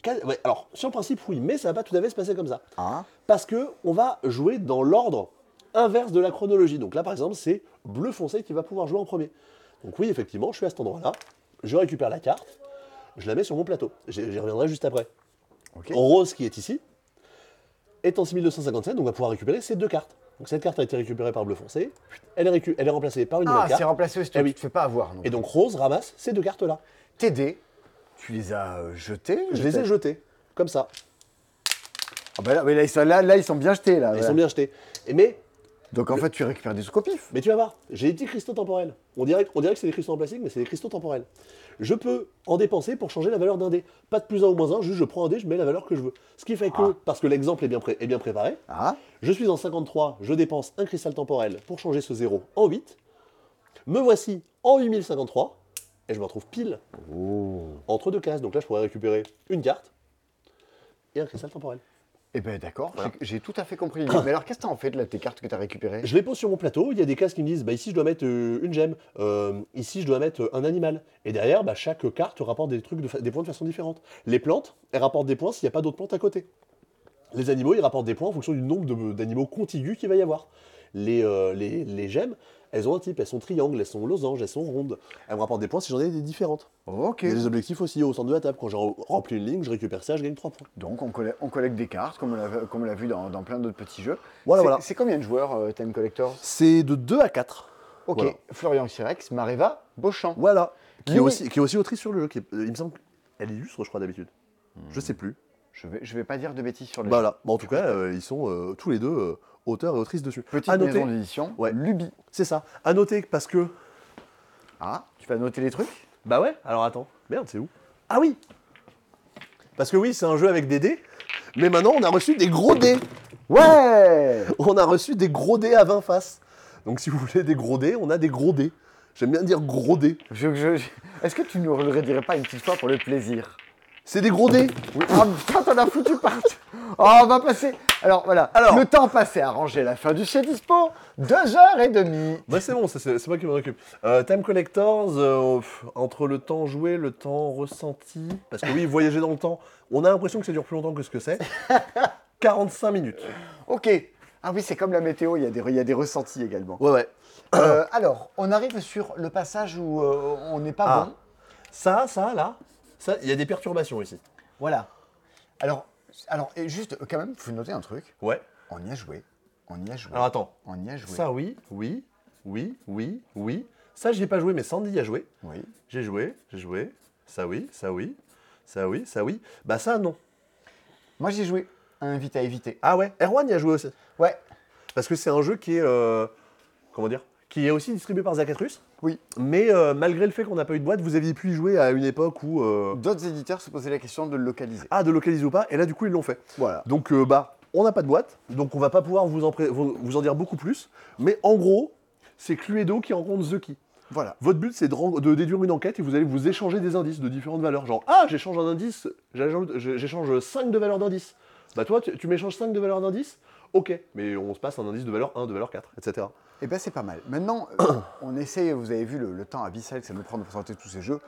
[SPEAKER 3] Quel- ouais, alors, sur le principe, oui, mais ça va pas tout à fait se passer comme ça
[SPEAKER 1] Ah.
[SPEAKER 3] parce que on va jouer dans l'ordre inverse de la chronologie. Donc là, par exemple, c'est bleu foncé qui va pouvoir jouer en premier. Donc oui, effectivement, je suis à cet endroit-là, je récupère la carte, je la mets sur mon plateau. J'y j'y reviendrai juste après.
[SPEAKER 1] Ok.
[SPEAKER 3] Rose, qui est ici, est en 6257, donc on va pouvoir récupérer ces deux cartes. Donc cette carte a été récupérée par bleu foncé, elle est, récu- elle est remplacée par une
[SPEAKER 1] Ah,
[SPEAKER 3] nouvelle
[SPEAKER 1] c'est
[SPEAKER 3] carte,
[SPEAKER 1] remplacé aussi,
[SPEAKER 3] Eh
[SPEAKER 1] toi,
[SPEAKER 3] oui.
[SPEAKER 1] tu te fais pas avoir. non.
[SPEAKER 3] et donc Rose ramasse ces deux cartes-là.
[SPEAKER 1] Tes dés, tu les as euh, jetés
[SPEAKER 3] Je les ai
[SPEAKER 1] peut-être
[SPEAKER 3] jetées, comme ça.
[SPEAKER 1] Ah bah là, oui, là, ils sont, là, là, ils sont bien jetés. Là,
[SPEAKER 3] Elles
[SPEAKER 1] voilà.
[SPEAKER 3] sont bien jetées. Et mais
[SPEAKER 1] Donc en fait, tu récupères des trucs au pif.
[SPEAKER 3] Mais tu vas voir, j'ai des petits cristaux temporels. On dirait, on dirait que c'est des cristaux en plastique, mais c'est des cristaux temporels. Je peux en dépenser pour changer la valeur d'un dé. Pas de plus un ou moins un, juste je prends un dé, je mets la valeur que je veux. Ce qui fait que, parce que l'exemple est bien, pré- est bien préparé,
[SPEAKER 1] Ah,
[SPEAKER 3] je suis en 53, je dépense un cristal temporel pour changer ce 0 en 8. Me voici en 8053, et je me retrouve pile
[SPEAKER 1] Oh.
[SPEAKER 3] entre deux cases. Donc là, je pourrais récupérer une carte et un cristal temporel.
[SPEAKER 1] eh ben d'accord, j'ai- j'ai tout à fait compris. l'idée. Mais alors, qu'est-ce que t'as en fait de là, tes cartes que t'as récupérées
[SPEAKER 3] Je les pose sur mon plateau, il y a des cases qui me disent bah, ici je dois mettre euh, une gemme, euh, ici je dois mettre euh, un animal. Et derrière, bah, chaque carte rapporte des, trucs de fa- des points de façon différente. Les plantes, elles rapportent des points s'il n'y a pas d'autres plantes à côté. Les animaux, ils rapportent des points en fonction du nombre de- d'animaux contigus qu'il va y avoir. Les, euh, les, les gemmes, elles ont un type, elles sont triangles, elles sont losanges, elles sont rondes. Elles me rapportent des points si j'en ai des différentes.
[SPEAKER 1] Ok.
[SPEAKER 3] Il y a des objectifs aussi au centre de la table. Quand j'ai re- rempli une ligne, je récupère ça, je gagne 3 points.
[SPEAKER 1] Donc on, colle- on collecte des cartes, comme on l'a- comme on l'a vu dans, dans plein d'autres petits jeux.
[SPEAKER 3] Voilà,
[SPEAKER 1] C'est-
[SPEAKER 3] voilà.
[SPEAKER 1] C'est combien de joueurs, euh, Time Collector
[SPEAKER 3] C'est de 2 à 4.
[SPEAKER 1] Ok,
[SPEAKER 3] Voilà.
[SPEAKER 1] Florian Sirex, Mareva, Beauchamp.
[SPEAKER 3] Voilà. Qui, est
[SPEAKER 1] Louis-
[SPEAKER 3] aussi, qui est aussi autrice sur le jeu. qui est- euh, il me semble qu'elle illustre, je crois, d'habitude.
[SPEAKER 1] Hmm.
[SPEAKER 3] Je sais plus.
[SPEAKER 1] Je vais, je vais pas dire de bêtises sur les jeux.
[SPEAKER 3] Voilà. Bon, en tout cas, euh, ils sont euh, tous les deux euh, auteurs et autrices dessus.
[SPEAKER 1] Petite
[SPEAKER 3] à
[SPEAKER 1] maison
[SPEAKER 3] noter,
[SPEAKER 1] d'édition,
[SPEAKER 3] Ouais.
[SPEAKER 1] Luby.
[SPEAKER 3] c'est ça. À noter que parce que.
[SPEAKER 1] Ah, tu vas noter les trucs
[SPEAKER 3] Bah ouais. Alors attends. Merde, c'est où Ah oui. Parce que oui, c'est un jeu avec des dés. Mais maintenant, on a reçu des gros dés.
[SPEAKER 1] Ouais
[SPEAKER 3] On a reçu des gros dés à 20 faces. Donc, si vous voulez des gros dés, on a des gros dés. J'aime bien dire gros dés.
[SPEAKER 1] Je- je- je- Est-ce que tu nous le redirais pas une petite fois pour le plaisir
[SPEAKER 3] C'est des gros dés.
[SPEAKER 1] Oui. Ah putain, t'en as foutu partout Oh, on va passer Alors voilà,
[SPEAKER 3] Alors-
[SPEAKER 1] le temps passé à ranger la fin du chez Dispo, deux heures et demie
[SPEAKER 3] Bah c'est bon, ça, c'est c'est moi qui m'en occupe. Euh, Time Collectors, euh, pff, entre le temps joué, le temps ressenti, parce que oui, voyager dans le temps, on a l'impression que ça dure plus longtemps que ce que c'est. 45 minutes.
[SPEAKER 1] Ok. Ah oui, c'est comme la météo, il y a des, il y a des ressentis également.
[SPEAKER 3] Ouais, ouais.
[SPEAKER 1] Euh, alors, on arrive sur le passage où euh, on n'est pas
[SPEAKER 3] Ah.
[SPEAKER 1] bon.
[SPEAKER 3] Ça, ça, là, ça, il y a des perturbations ici.
[SPEAKER 1] Voilà. Alors, alors et juste, quand même, il faut noter un truc.
[SPEAKER 3] Ouais.
[SPEAKER 1] On y a joué. On y a joué.
[SPEAKER 3] Alors attends.
[SPEAKER 1] on y a joué.
[SPEAKER 3] Ça, oui, oui, oui, oui, oui. Ça, j'ai pas joué, mais Sandy y a joué.
[SPEAKER 1] Oui.
[SPEAKER 3] J'ai joué, j'ai joué. Ça, oui, ça, oui. Ça, oui, ça, oui. Bah, ça, non.
[SPEAKER 1] Moi, j'ai joué. à Invite à éviter.
[SPEAKER 3] Ah ouais, Erwan y a joué aussi.
[SPEAKER 1] Ouais.
[SPEAKER 3] Parce que c'est un jeu qui est. euh, comment dire Qui est aussi distribué par Zacatrus.
[SPEAKER 1] Oui.
[SPEAKER 3] Mais euh, malgré le fait qu'on n'a pas eu de boîte, vous aviez pu y jouer à une époque où. euh,
[SPEAKER 1] D'autres éditeurs se posaient la question de le localiser.
[SPEAKER 3] ah, de localiser ou pas. Et là, du coup, ils l'ont fait.
[SPEAKER 1] Voilà.
[SPEAKER 3] Donc, euh, bah, on n'a pas de boîte. Donc, on va pas pouvoir vous en, pré- vous, vous en dire beaucoup plus. Mais en gros, c'est Cluedo qui rencontre The Key.
[SPEAKER 1] Voilà.
[SPEAKER 3] Votre but, c'est de, ren- de déduire une enquête et vous allez vous échanger des indices de différentes valeurs. Genre, ah, j'échange un indice, j'ajoute- je- j'échange 5 de valeurs d'indice. Bah, toi, tu, tu m'échanges 5 de valeurs d'indice Ok, mais on se passe un indice de valeur 1, de valeur 4, etc.
[SPEAKER 1] Et ben c'est pas mal. Maintenant, euh, on essaye, vous avez vu le, le temps abyssal que ça nous prend de présenter tous ces jeux.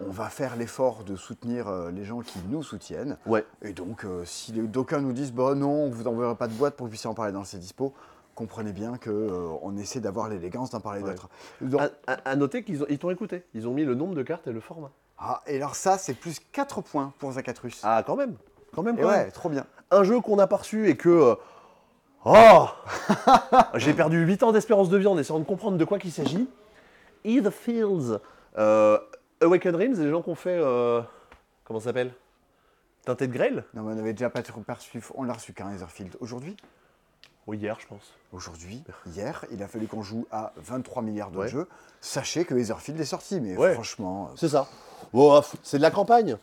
[SPEAKER 1] On va faire l'effort de soutenir euh, les gens qui nous soutiennent.
[SPEAKER 3] Ouais.
[SPEAKER 1] Et donc, euh, si les- d'aucuns nous disent, bah non, vous n'enverrez pas de boîte pour que vous puissiez en parler dans ces dispos, comprenez bien que euh, on essaie d'avoir l'élégance d'en parler
[SPEAKER 3] Ouais. Ah,
[SPEAKER 1] d'autres. Donc-
[SPEAKER 3] À, à- à noter qu'ils ont- ils t'ont écouté. Ils ont mis le nombre de cartes et le format.
[SPEAKER 1] Ah, et alors ça, c'est plus 4 points pour Zacatrus.
[SPEAKER 3] Ah, quand même Quand même,
[SPEAKER 1] et
[SPEAKER 3] quand même.
[SPEAKER 1] ouais, trop bien.
[SPEAKER 3] Un jeu qu'on n'a pas reçu et que. euh, Oh J'ai perdu 8 ans d'espérance de vie en essayant de comprendre de quoi qu'il s'agit. In the Fields. Euh, Awaken Dreams, les gens qui ont fait. euh, Comment ça s'appelle Teinté de grêle
[SPEAKER 1] Non, mais on avait déjà pas trop perçu, on l'a reçu qu'un Etherfield. Aujourd'hui
[SPEAKER 3] Oui, hier, je pense.
[SPEAKER 1] Aujourd'hui, hier, il a fallu qu'on joue à 23 milliards de
[SPEAKER 3] Ouais.
[SPEAKER 1] jeux. Sachez que Etherfield est sorti, mais
[SPEAKER 3] Ouais.
[SPEAKER 1] franchement,
[SPEAKER 3] C'est ça. Bon, pff, c'est de la campagne.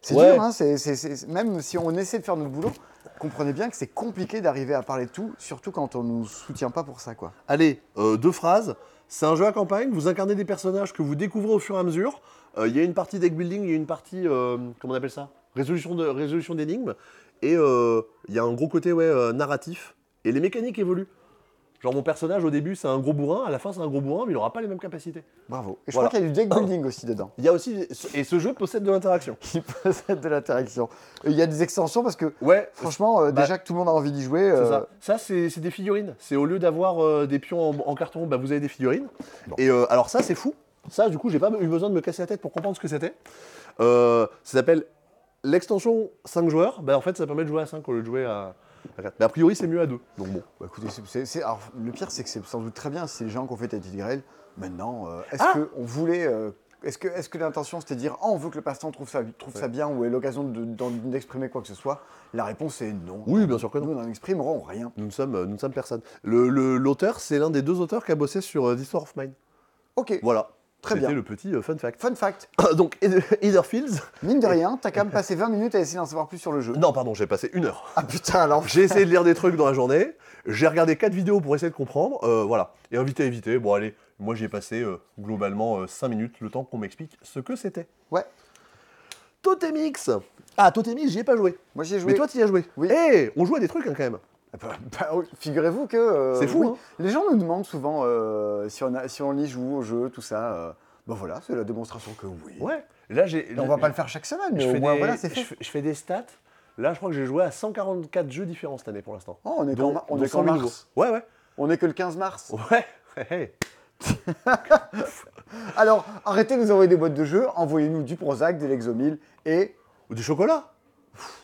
[SPEAKER 1] C'est
[SPEAKER 3] Ouais.
[SPEAKER 1] dur, hein, c'est- c'est- c'est- même si on essaie de faire notre boulot, comprenez bien que c'est compliqué d'arriver à parler de tout, surtout quand on nous soutient pas pour ça, quoi.
[SPEAKER 3] Allez, euh, deux phrases. C'est un jeu à campagne, vous incarnez des personnages que vous découvrez au fur et à mesure. Euh, Il y a une partie deck building, il y a une partie, euh, comment on appelle ça Résolution de résolution d'énigmes. Et euh, il y a un gros côté ouais, euh, narratif. Et les mécaniques évoluent. Genre mon personnage au début c'est un gros bourrin, à la fin c'est un gros bourrin, mais il n'aura pas les mêmes capacités.
[SPEAKER 1] Bravo. Et je
[SPEAKER 3] Voilà.
[SPEAKER 1] crois qu'il y a du deck building aussi dedans,
[SPEAKER 3] Il y a aussi et ce jeu possède de l'interaction.
[SPEAKER 1] qui possède de l'interaction. Et Il y a des extensions parce que,
[SPEAKER 3] Ouais,
[SPEAKER 1] franchement, euh,
[SPEAKER 3] Bah,
[SPEAKER 1] déjà que tout le monde a envie d'y jouer,
[SPEAKER 3] C'est
[SPEAKER 1] euh,
[SPEAKER 3] ça. Ça, c'est c'est des figurines. C'est au lieu d'avoir euh, des pions en, en carton, bah, vous avez des figurines.
[SPEAKER 1] Bon.
[SPEAKER 3] Et euh, alors ça, c'est fou. Ça, du coup, j'ai pas eu besoin de me casser la tête pour comprendre ce que c'était. Euh, ça s'appelle l'extension 5 joueurs. Bah, en fait, ça permet de jouer à 5 au lieu de jouer à, 4. Mais a priori, c'est mieux à 2. Donc bon.
[SPEAKER 1] bah, écoutez, c'est- c'est- c'est- alors, le pire, c'est que c'est sans doute très bien si les gens qui ont fait Tati Grêle, maintenant, euh, est-ce
[SPEAKER 3] Ah
[SPEAKER 1] qu'on voulait... euh, est-ce que, est-ce que l'intention c'était de dire Ah, on veut que le passe-temps trouve ça, trouve ça bien ou ait l'occasion de- d'en- d'exprimer quoi que ce soit La réponse est non.
[SPEAKER 3] Oui, bien sûr que non.
[SPEAKER 1] Nous n'en exprimerons rien.
[SPEAKER 3] Nous ne sommes, euh, nous ne sommes personne. L'auteur, le, l'auteur, c'est l'un des deux auteurs qui a bossé sur euh, The Story of Mine.
[SPEAKER 1] Ok,
[SPEAKER 3] Voilà.
[SPEAKER 1] Très
[SPEAKER 3] C'était
[SPEAKER 1] bien.
[SPEAKER 3] le petit euh, fun fact.
[SPEAKER 1] fun fact.
[SPEAKER 3] Donc, Etherfields.
[SPEAKER 1] Mine de rien, t'as quand même passé 20 minutes à essayer d'en savoir plus sur le jeu.
[SPEAKER 3] Non, pardon, j'ai passé une heure.
[SPEAKER 1] Ah putain, alors.
[SPEAKER 3] J'ai essayé de lire des trucs dans la journée, j'ai regardé quatre vidéos pour essayer de comprendre, euh, voilà. Et invité à éviter, bon allez, moi j'ai passé euh, globalement 5 minutes, le temps qu'on m'explique ce que c'était.
[SPEAKER 1] Ouais.
[SPEAKER 3] Totemix Ah, Totemix, j'y ai pas joué.
[SPEAKER 1] Moi j'y ai joué.
[SPEAKER 3] Mais toi, tu y as joué.
[SPEAKER 1] Oui.
[SPEAKER 3] Eh, on joue à des trucs hein, quand même.
[SPEAKER 1] Bah, bah, oui, Figurez-vous que. euh,
[SPEAKER 3] C'est fou,
[SPEAKER 1] oui.
[SPEAKER 3] hein.
[SPEAKER 1] Les gens nous demandent souvent euh, si, on a, si on y joue au jeu, tout ça. euh, Bah voilà, c'est la démonstration que oui.
[SPEAKER 3] Ouais. Là, j'ai.
[SPEAKER 1] Et on va pas le faire chaque semaine, mais
[SPEAKER 3] Je
[SPEAKER 1] au
[SPEAKER 3] fais,
[SPEAKER 1] moins
[SPEAKER 3] des...
[SPEAKER 1] voilà, c'est
[SPEAKER 3] je
[SPEAKER 1] fait.
[SPEAKER 3] fais- je fais des stats. Là, je crois que j'ai joué à 144 jeux différents cette année pour l'instant.
[SPEAKER 1] Oh, on est
[SPEAKER 3] Dont-
[SPEAKER 1] qu'en on
[SPEAKER 3] dont
[SPEAKER 1] est qu'en
[SPEAKER 3] 100 000
[SPEAKER 1] mars.
[SPEAKER 3] Ouais, ouais.
[SPEAKER 1] On est que le 15 mars.
[SPEAKER 3] Ouais. Hey. Oh.
[SPEAKER 1] Alors, arrêtez de nous envoyer des boîtes de jeux, envoyez-nous du Prozac, des Lexomil et.
[SPEAKER 3] Ou du chocolat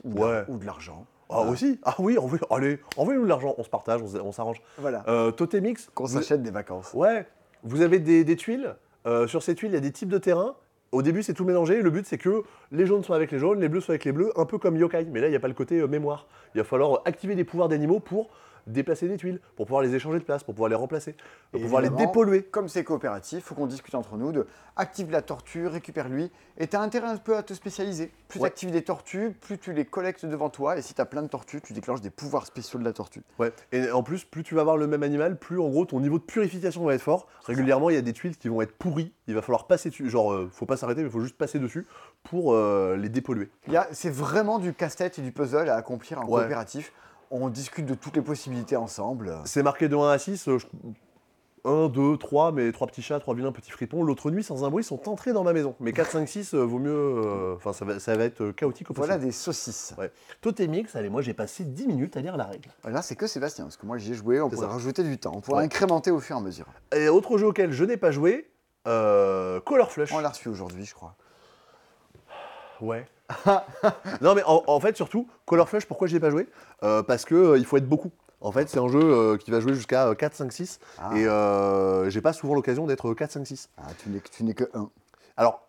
[SPEAKER 1] ou de l'ar-
[SPEAKER 3] Ouais.
[SPEAKER 1] Ou de l'argent.
[SPEAKER 3] Ah, aussi Ah oui, envoyez- allez, envoyez-nous de l'argent, on se partage, on s- on s'arrange.
[SPEAKER 1] Voilà.
[SPEAKER 3] Euh, Totemix,
[SPEAKER 1] Qu'on
[SPEAKER 3] vous-
[SPEAKER 1] s'achète des vacances.
[SPEAKER 3] Ouais, vous avez des, des tuiles. Euh, sur ces tuiles, il y a des types de terrain. Au début, c'est tout mélangé. Le but, c'est que les jaunes sont avec les jaunes, les bleus sont avec les bleus, un peu comme Yokai. Mais là, il n'y a pas le côté euh, mémoire. Il va falloir activer des pouvoirs d'animaux pour déplacer des tuiles, pour pouvoir les échanger de place, pour pouvoir les remplacer, pour
[SPEAKER 1] Et
[SPEAKER 3] pouvoir les
[SPEAKER 1] évidemment,
[SPEAKER 3] dépolluer.
[SPEAKER 1] Comme c'est coopératif, faut qu'on discute entre nous de active la tortue, récupère-lui. Et t'as intérêt un peu à te spécialiser. Plus
[SPEAKER 3] Ouais.
[SPEAKER 1] t'actives des tortues, plus tu les collectes devant toi. Et si t'as plein de tortues, tu déclenches des pouvoirs spéciaux de la tortue.
[SPEAKER 3] Ouais. Et en plus, plus tu vas avoir le même animal, plus en gros ton niveau de purification va être fort. Régulièrement, il y a des tuiles qui vont être pourries. Il va falloir passer dessus. Genre, euh, faut pas s'arrêter, mais faut juste passer dessus pour euh, les dépolluer.
[SPEAKER 1] Il y a- C'est vraiment du casse-tête et du puzzle à accomplir en
[SPEAKER 3] Ouais.
[SPEAKER 1] coopératif. On discute de toutes les possibilités ensemble.
[SPEAKER 3] C'est marqué de 1 à 6. euh, je- 1, 2, 3, mais trois petits chats, trois vilains petits fripons, l'autre nuit, sans un bruit, sont entrés dans ma maison. Mais 4, 5, 6, vaut mieux. euh, Enfin, ça, va, ça va être euh, chaotique au
[SPEAKER 1] Voilà
[SPEAKER 3] possible.
[SPEAKER 1] des saucisses.
[SPEAKER 3] Totemix, allez, moi j'ai passé 10 minutes à lire la règle.
[SPEAKER 1] Là, c'est que Sébastien, parce que moi, j'y ai joué, on
[SPEAKER 3] C'est
[SPEAKER 1] pourrait
[SPEAKER 3] ça.
[SPEAKER 1] rajouter du temps, on pourrait
[SPEAKER 3] Ouais.
[SPEAKER 1] incrémenter au fur et à mesure.
[SPEAKER 3] Et autre jeu auquel je n'ai pas joué, euh, Color Flush.
[SPEAKER 1] On l'a reçu aujourd'hui, je crois.
[SPEAKER 3] Ouais. non, mais en, en fait, surtout, Color Flush, pourquoi je l'ai pas joué Euh, Parce que euh, il faut être beaucoup. En fait, c'est un jeu euh, qui va jouer jusqu'à euh, 4, 5, 6.
[SPEAKER 1] Ah.
[SPEAKER 3] Et euh, j'ai pas souvent l'occasion d'être euh, 4, 5, 6.
[SPEAKER 1] Ah, tu n'es tu n'es que un.
[SPEAKER 3] Alors,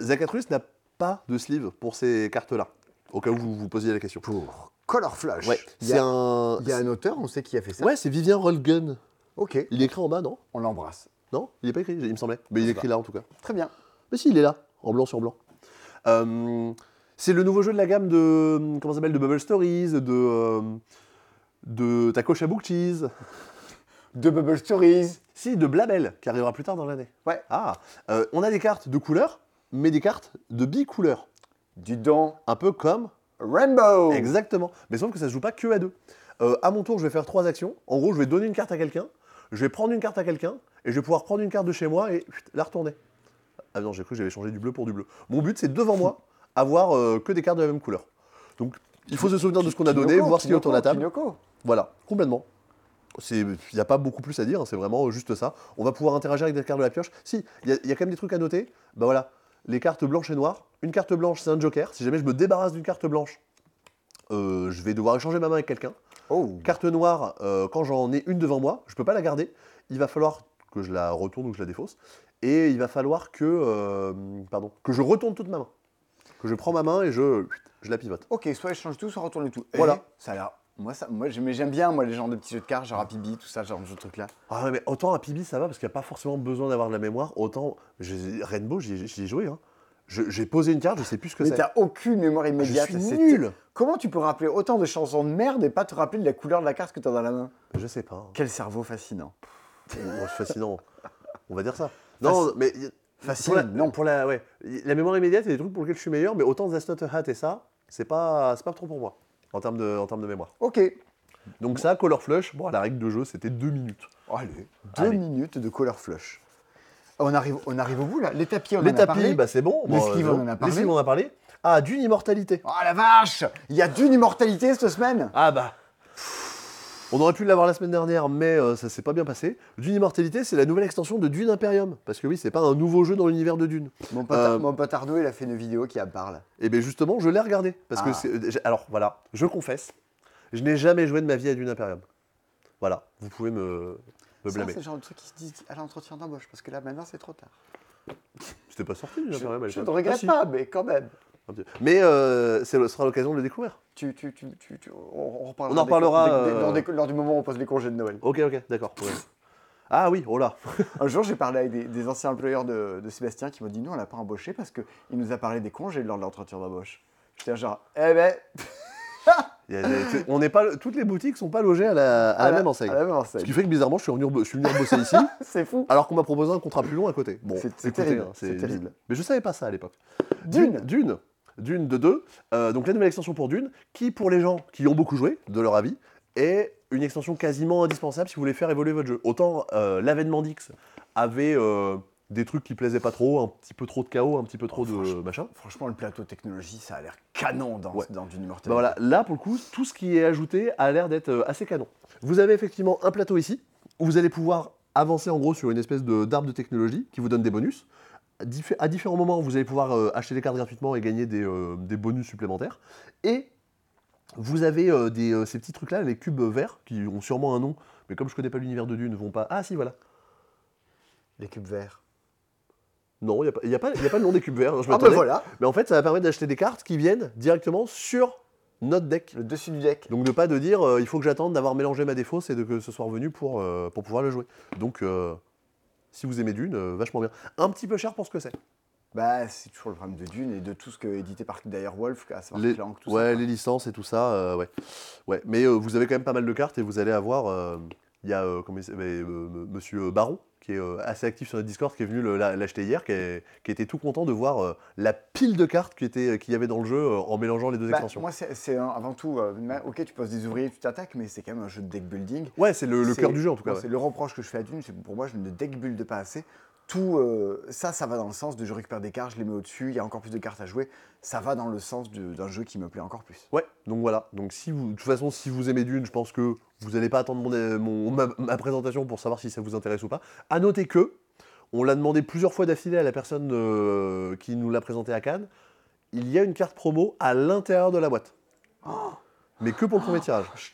[SPEAKER 3] Zacatrus n'a pas de sleeve pour ces cartes-là. Au cas où vous vous posiez la question.
[SPEAKER 1] Pour Color Flash.
[SPEAKER 3] Ouais,
[SPEAKER 1] Il y
[SPEAKER 3] c'est
[SPEAKER 1] a-
[SPEAKER 3] un.
[SPEAKER 1] il y a un auteur, on sait qui a fait ça.
[SPEAKER 3] Ouais, c'est Vivien Rolgun.
[SPEAKER 1] Ok,
[SPEAKER 3] Il est écrit en bas, non
[SPEAKER 1] on l'embrasse.
[SPEAKER 3] Non Il est pas écrit, il me semblait. Mais il est écrit là, en tout cas.
[SPEAKER 1] Très bien.
[SPEAKER 3] Mais si, il est là, en blanc sur blanc. Euh, c'est le nouveau jeu de la gamme de. hum, Comment ça s'appelle De Bubble Stories, de. euh, de Taco Book Cheese.
[SPEAKER 1] De Bubble Stories.
[SPEAKER 3] Si, de Blabel, qui arrivera plus tard dans l'année.
[SPEAKER 1] Ouais.
[SPEAKER 3] Ah euh, On a des cartes de couleurs, mais des cartes de bicouleurs.
[SPEAKER 1] Du don.
[SPEAKER 3] Un peu comme.
[SPEAKER 1] Rainbow.
[SPEAKER 3] Exactement. Mais sauf que ça se joue pas que à deux. Euh, à mon tour, je vais faire trois actions. En gros, je vais donner une carte à quelqu'un, je vais prendre une carte à quelqu'un, et je vais pouvoir prendre une carte de chez moi et chut, la retourner. Ah non, j'ai cru que j'avais changé du bleu pour du bleu. Mon but, c'est devant moi, avoir euh, que des cartes de la même couleur. Donc, il faut se souvenir de ce qu'on a donné,
[SPEAKER 1] Pinocchio,
[SPEAKER 3] voir ce qu'il y a autour de la
[SPEAKER 1] Pinocchio,
[SPEAKER 3] table.
[SPEAKER 1] Pinocchio.
[SPEAKER 3] Voilà, complètement. C'est- Il n'y a pas beaucoup plus à dire, hein, c'est vraiment juste ça. On va pouvoir interagir avec des cartes de la pioche. Si, il y, a- il y a quand même des trucs à noter. Bah voilà, les cartes blanches et noires. Une carte blanche, c'est un joker. Si jamais je me débarrasse d'une carte blanche, euh, je vais devoir échanger ma main avec quelqu'un.
[SPEAKER 1] Oh.
[SPEAKER 3] Carte noire, euh, quand j'en ai une devant moi, je ne peux pas la garder. Il va falloir que je la retourne ou que je la défausse. Et il va falloir que, euh, pardon, que je retourne toute ma main. Que je prends ma main et je, je la pivote.
[SPEAKER 1] Ok, soit échange tout, soit retourne tout.
[SPEAKER 3] Voilà.
[SPEAKER 1] Eh, ça a l'air. Moi, ça, moi j'aime mais j'aime bien moi, les genres de petits jeux de cartes, genre à Pibi, tout ça, genre de trucs là.
[SPEAKER 3] Ah ouais, mais autant à Pibi ça va parce qu'il n'y a pas forcément besoin d'avoir de la mémoire, autant je- Rainbow j'y ai- j'y ai joué. Hein. Je- J'ai posé une carte, je sais plus ce que
[SPEAKER 1] Mais
[SPEAKER 3] c'est.
[SPEAKER 1] t'as aucune mémoire
[SPEAKER 3] Je
[SPEAKER 1] immédiate.
[SPEAKER 3] suis
[SPEAKER 1] c'est-
[SPEAKER 3] nul.
[SPEAKER 1] Comment tu peux rappeler autant de chansons de merde et pas te rappeler de la couleur de la carte que t'as dans la main
[SPEAKER 3] Je sais pas. hein.
[SPEAKER 1] Quel cerveau fascinant.
[SPEAKER 3] Bon, c'est fascinant. On va dire
[SPEAKER 1] Ah,
[SPEAKER 3] ça. Non, mais y-
[SPEAKER 1] Facile,
[SPEAKER 3] pour la,
[SPEAKER 1] non.
[SPEAKER 3] pour la, ouais, Y- la mémoire immédiate, il y a des trucs pour lesquels je suis meilleur, mais autant That's Not a Hat et ça, c'est pas, c'est pas trop pour moi en termes de, en termes de mémoire.
[SPEAKER 1] Ok.
[SPEAKER 3] Donc ça, Color Flush, bon, la règle de jeu, c'était deux minutes.
[SPEAKER 1] Allez, deux
[SPEAKER 3] Allez.
[SPEAKER 1] minutes de color flush. On arrive, on arrive au bout là. Les tapis, on
[SPEAKER 3] Les
[SPEAKER 1] en a
[SPEAKER 3] tapis,
[SPEAKER 1] parlé.
[SPEAKER 3] bah, c'est bon.
[SPEAKER 1] Les skis, on en a parlé.
[SPEAKER 3] Les skis, on en a parlé. Ah, d'une immortalité.
[SPEAKER 1] Oh la vache Il y a d'une immortalité cette semaine
[SPEAKER 3] Ah bah. On aurait pu l'avoir la semaine dernière, mais euh, ça s'est pas bien passé. Dune Immortalité, c'est la nouvelle extension de Dune Imperium. Parce que oui, c'est pas un nouveau jeu dans l'univers de Dune.
[SPEAKER 1] mon pote,
[SPEAKER 3] Euh,
[SPEAKER 1] mon pote Arnaud, il a fait une vidéo qui en parle.
[SPEAKER 3] Et bien justement, je l'ai regardé. Parce que
[SPEAKER 1] Ah.
[SPEAKER 3] c'est- euh, j'ai- Alors voilà, je confesse, je n'ai jamais joué de ma vie à Dune Imperium. Voilà, vous pouvez me, me
[SPEAKER 1] Ça,
[SPEAKER 3] blâmer.
[SPEAKER 1] c'est le genre de truc qui se dit à l'entretien d'embauche, parce que là, maintenant, c'est trop tard.
[SPEAKER 3] C'était pas sorti Dune
[SPEAKER 1] Je,
[SPEAKER 3] Imperium à
[SPEAKER 1] je ne
[SPEAKER 3] l'époque.
[SPEAKER 1] regrette
[SPEAKER 3] Ah, si.
[SPEAKER 1] pas, mais quand même.
[SPEAKER 3] Un petit- Mais euh, c'est- ce sera l'occasion de le découvrir.
[SPEAKER 1] Tu, tu, tu, tu- tu- on, on reparlera
[SPEAKER 3] On en
[SPEAKER 1] des-
[SPEAKER 3] parlera,
[SPEAKER 1] des- des-
[SPEAKER 3] euh,
[SPEAKER 1] lors, des- lors du moment où on pose les congés de Noël.
[SPEAKER 3] Ok, ok, d'accord. ouais. Ah oui, oh là.
[SPEAKER 1] Un jour, j'ai parlé avec des, des anciens employeurs de, de Sébastien qui m'ont dit Nous, on l'a pas embauché parce qu'il nous a parlé des congés lors de l'entretien d'embauche. J'étais genre Eh ben,
[SPEAKER 3] Il y a des- On n'est pas... Toutes les boutiques sont pas logées à la, à la même enseigne.
[SPEAKER 1] à la même
[SPEAKER 3] Ce
[SPEAKER 1] enseigne.
[SPEAKER 3] qui fait que bizarrement, je suis venu, je suis venu bosser ici,
[SPEAKER 1] C'est fou.
[SPEAKER 3] alors qu'on m'a proposé un contrat plus long à côté. Bon,
[SPEAKER 1] C'est- c'est
[SPEAKER 3] écoutez,
[SPEAKER 1] terrible,
[SPEAKER 3] hein,
[SPEAKER 1] c'est terrible.
[SPEAKER 3] Mais je savais pas ça à l'époque.
[SPEAKER 1] Dune.
[SPEAKER 3] Dune Dune de 2. donc la nouvelle extension pour Dune, qui pour les gens qui y ont beaucoup joué, de leur avis, est une extension quasiment indispensable si vous voulez faire évoluer votre jeu. Autant euh, l'avènement d'X avait euh, des trucs qui plaisaient pas trop, un petit peu trop de chaos, un petit peu trop de machin.
[SPEAKER 1] Oh, Franchement, le plateau technologie, ça a l'air canon dans,
[SPEAKER 3] Ouais.
[SPEAKER 1] dans Dune Immortalité.
[SPEAKER 3] Bah voilà, là pour le coup, tout ce qui est ajouté a l'air d'être euh, assez canon. Vous avez effectivement un plateau ici, où vous allez pouvoir avancer en gros sur une espèce de- d'arbre de, technologie qui vous donne des bonus. À, diffé- à différents moments, vous allez pouvoir euh, acheter des cartes gratuitement et gagner des, euh, des bonus supplémentaires. Et vous avez euh, des, euh, ces petits trucs-là, les cubes verts, qui ont sûrement un nom, mais comme je connais pas l'univers de Dune, vont pas. Ah si, voilà.
[SPEAKER 1] Les cubes verts.
[SPEAKER 3] Non, il n'y a, pas- y a pas le nom des cubes verts. hein,
[SPEAKER 1] Ah
[SPEAKER 3] je
[SPEAKER 1] ben
[SPEAKER 3] m'attendais.
[SPEAKER 1] voilà,
[SPEAKER 3] Mais en fait, ça va permettre d'acheter des cartes qui viennent directement sur notre deck.
[SPEAKER 1] le dessus du deck.
[SPEAKER 3] Donc ne pas de dire euh, il faut que j'attende d'avoir mélangé ma défausse et de que ce soit revenu pour, euh, pour pouvoir le jouer. Donc euh, si vous aimez Dune, euh, vachement bien. Un petit peu cher pour ce que c'est.
[SPEAKER 1] Bah, c'est toujours le problème de Dune et de tout ce que édité par Dyer Wolf, à savoir
[SPEAKER 3] Les-
[SPEAKER 1] Clank, tout
[SPEAKER 3] ouais,
[SPEAKER 1] ça.
[SPEAKER 3] les licences et tout ça, euh, ouais. ouais. Mais euh, vous avez quand même pas mal de cartes et vous allez avoir euh, Il y a euh, comment il s'appelle, euh, m- Monsieur Baron, qui est euh, assez actif sur notre Discord, qui est venu le- la- l'acheter hier, qui, est- qui était tout content de voir euh, la pile de cartes qui était- qu'il y avait dans le jeu euh, en mélangeant les deux
[SPEAKER 1] Bah,
[SPEAKER 3] extensions.
[SPEAKER 1] moi, c'est c'est un- avant tout, euh, ma- ok, tu poses des ouvriers, tu t'attaques, mais c'est quand même un jeu de deck building.
[SPEAKER 3] ouais, c'est le, le
[SPEAKER 1] C'est-
[SPEAKER 3] cœur du jeu en tout cas.
[SPEAKER 1] moi,
[SPEAKER 3] ouais.
[SPEAKER 1] C'est le reproche que je fais à Dune, c'est que pour moi, je ne deck build pas assez. Tout euh, ça, ça va dans le sens de je récupère des cartes, je les mets au-dessus, il y a encore plus de cartes à jouer. Ça va dans le sens de- d'un jeu qui me plaît encore plus.
[SPEAKER 3] Ouais, donc voilà. Donc si vous, de toute façon, si vous aimez Dune, je pense que vous n'allez pas attendre mon, euh, mon- ma, ma présentation pour savoir si ça vous intéresse ou pas. À noter que on l'a demandé plusieurs fois d'affilée à la personne euh, qui nous l'a présenté à Cannes. Il y a une carte promo à l'intérieur de la boîte,
[SPEAKER 1] Oh.
[SPEAKER 3] mais que pour le premier tirage.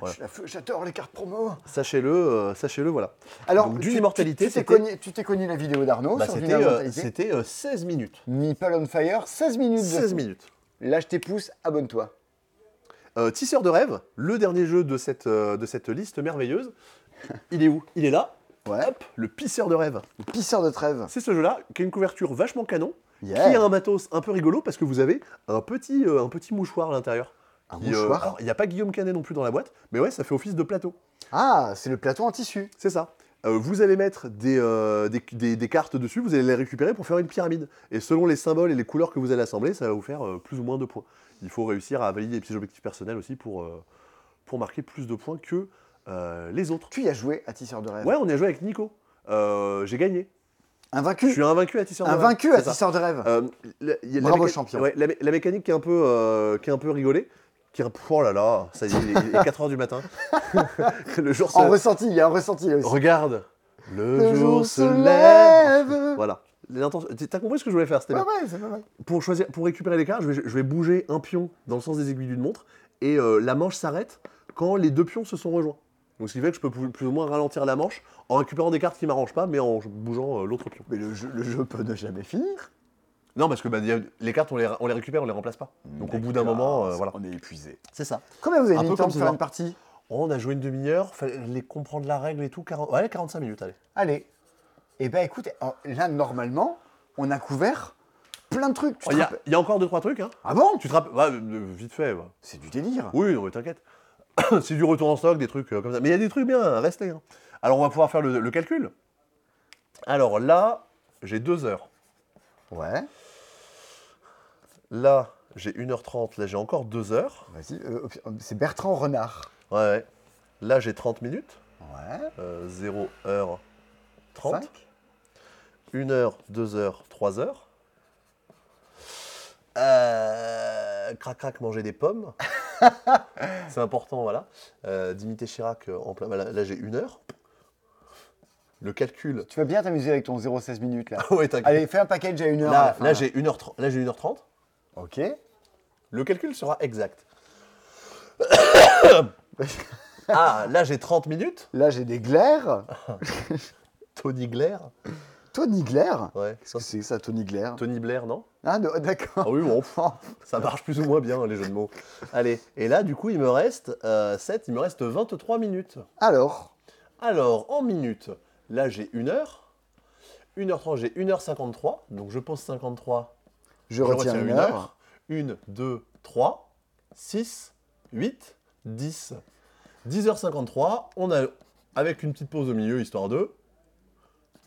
[SPEAKER 3] Voilà.
[SPEAKER 1] Je la fais- J'adore les cartes promo.
[SPEAKER 3] Sachez-le, euh, sachez-le, voilà.
[SPEAKER 1] Alors,
[SPEAKER 3] Donc,
[SPEAKER 1] tu-
[SPEAKER 3] Dune
[SPEAKER 1] tu-
[SPEAKER 3] Immortalité,
[SPEAKER 1] tu t'es
[SPEAKER 3] c'était-
[SPEAKER 1] cogné- tu t'es cogné la vidéo d'Arnaud
[SPEAKER 3] Bah,
[SPEAKER 1] Oh, sur Dune
[SPEAKER 3] c'était euh,
[SPEAKER 1] Immortalité.
[SPEAKER 3] c'était, euh, 16 minutes.
[SPEAKER 1] Nipple on Fire, 16 minutes. de-
[SPEAKER 3] 16 minutes.
[SPEAKER 1] Lâche tes pouces, abonne-toi.
[SPEAKER 3] Euh, Tisseur de rêve, le dernier jeu de cette, euh, de cette liste merveilleuse. Il est où Il est là.
[SPEAKER 1] Ouais.
[SPEAKER 3] Hop, le pisseur de rêve.
[SPEAKER 1] Le Pisseur de trêve.
[SPEAKER 3] C'est ce jeu-là qui a une couverture vachement canon,
[SPEAKER 1] Yeah.
[SPEAKER 3] qui a un matos un peu rigolo parce que vous avez un petit, euh, un petit mouchoir à l'intérieur.
[SPEAKER 1] Un
[SPEAKER 3] Qui, euh,
[SPEAKER 1] mouchoir.
[SPEAKER 3] alors, Il n'y a pas Guillaume Canet non plus dans la boîte, mais ouais, ça fait office de plateau.
[SPEAKER 1] Ah, c'est le plateau en tissu.
[SPEAKER 3] C'est ça. Euh, vous allez mettre des, euh, des, des- des cartes dessus, vous allez les récupérer pour faire une pyramide. Et selon les symboles et les couleurs que vous allez assembler, ça va vous faire euh, plus ou moins de points. Il faut réussir à valider des petits objectifs personnels aussi pour, euh, pour marquer plus de points que euh, les autres.
[SPEAKER 1] Tu y as joué à Tisseur de rêve.
[SPEAKER 3] Ouais, on y a joué avec Nico. Euh, J'ai gagné. Je
[SPEAKER 1] Invaincu.
[SPEAKER 3] suis invaincu à Tisseur de Rêve.
[SPEAKER 1] Invaincu à
[SPEAKER 3] C'est ça.
[SPEAKER 1] Tisseur de rêve.
[SPEAKER 3] Euh, la- y a la
[SPEAKER 1] Bravo,
[SPEAKER 3] méca-
[SPEAKER 1] champion.
[SPEAKER 3] ouais, la, mé- la mécanique qui est un peu, euh, qui est un peu rigolée, qui est un peu- oh là là, ça y est, il est, 4h du matin. le jour se
[SPEAKER 1] En ressenti, il y a un ressenti là aussi.
[SPEAKER 3] regarde. Le,
[SPEAKER 1] Le
[SPEAKER 3] jour,
[SPEAKER 1] jour se
[SPEAKER 3] se lève.
[SPEAKER 1] lève.
[SPEAKER 3] Voilà. L'intention- t- T'as compris ce que je voulais faire, c'était
[SPEAKER 1] Pas
[SPEAKER 3] bien.
[SPEAKER 1] mal, c'est pas mal.
[SPEAKER 3] Pour choisir, pour récupérer les cartes, je vais, je vais bouger un pion dans le sens des aiguilles d'une montre et euh, la manche s'arrête quand les deux pions se sont rejoints. Donc ce qui fait que je peux plus, plus ou moins ralentir la manche en récupérant des cartes qui m'arrangent pas, mais en bougeant euh, l'autre pion.
[SPEAKER 1] Mais le jeu, le jeu peut ne jamais finir.
[SPEAKER 3] Non, parce que bah, y a- les cartes, on les, on les récupère, on les remplace pas. Donc au bout d'un moment, euh, voilà.
[SPEAKER 1] On est épuisé.
[SPEAKER 3] C'est ça.
[SPEAKER 1] Combien vous
[SPEAKER 3] Un
[SPEAKER 1] avez mis
[SPEAKER 3] peu
[SPEAKER 1] de temps pour
[SPEAKER 3] comme
[SPEAKER 1] faire
[SPEAKER 3] Zora.
[SPEAKER 1] une partie
[SPEAKER 3] On a joué une demi-heure, fallait comprendre la règle et tout. 40, ouais, 45 minutes, allez.
[SPEAKER 1] Allez. Eh ben écoute, en- là normalement, on a couvert plein de trucs. Tu
[SPEAKER 3] Il
[SPEAKER 1] te
[SPEAKER 3] Oh, y, a-
[SPEAKER 1] rappelles-
[SPEAKER 3] y a encore deux, trois trucs. Hein.
[SPEAKER 1] Ah bon
[SPEAKER 3] Tu te rappelles ouais, euh, Vite fait. ouais. Ah.
[SPEAKER 1] C'est du délire.
[SPEAKER 3] Oui, non, mais t'inquiète. C'est du retour en stock, des trucs euh, comme ça. Mais il y a des trucs bien, hein, restez. hein. Alors on va pouvoir faire le, le calcul. Alors là, j'ai 2 heures.
[SPEAKER 1] Ouais.
[SPEAKER 3] Là, j'ai 1h30. Là, j'ai encore 2 heures.
[SPEAKER 1] Vas-y. euh, c'est Bertrand Renard.
[SPEAKER 3] Ouais, ouais. Là, j'ai 30 minutes.
[SPEAKER 1] Ouais.
[SPEAKER 3] 0 h 30.
[SPEAKER 1] Cinq.
[SPEAKER 3] 1 heure, 2 heures, 3 heures. Euh, crac crac, manger des pommes. C'est important, voilà. Euh, d'imiter Chirac euh, en plein. bah, là, là, j'ai une heure. Le calcul. Ah
[SPEAKER 1] Tu vas bien t'amuser avec ton 0,16 minutes là.
[SPEAKER 3] Ouais, t'inquiète.
[SPEAKER 1] Allez, fais un package à une heure. à la
[SPEAKER 3] là,
[SPEAKER 1] fin,
[SPEAKER 3] là, j'ai 1h30. Là, j'ai 1h30.
[SPEAKER 1] Ok.
[SPEAKER 3] Le calcul sera exact. ah, là, j'ai 30 minutes.
[SPEAKER 1] Là, j'ai des glaires.
[SPEAKER 3] Tony Glaire.
[SPEAKER 1] Tony Glaire
[SPEAKER 3] Ouais.
[SPEAKER 1] Qu'est-ce que c'est ça, Tony Glaire
[SPEAKER 3] Tony Blair, non
[SPEAKER 1] Ah, non, d'accord.
[SPEAKER 3] Ah oui, bon, pff, ça marche plus ou moins bien, les jeux de mots. Allez, et là, du coup, il me reste 7, il me reste 23 minutes.
[SPEAKER 1] Alors,
[SPEAKER 3] Alors, en minutes, là, j'ai 1 heure. 1h30, j'ai 1h53. Donc, je pose 53.
[SPEAKER 1] je, retiens, une heure.
[SPEAKER 3] 1, 2, 3, 6, 8, 10. 10h53, on a, avec une petite pause au milieu, histoire de...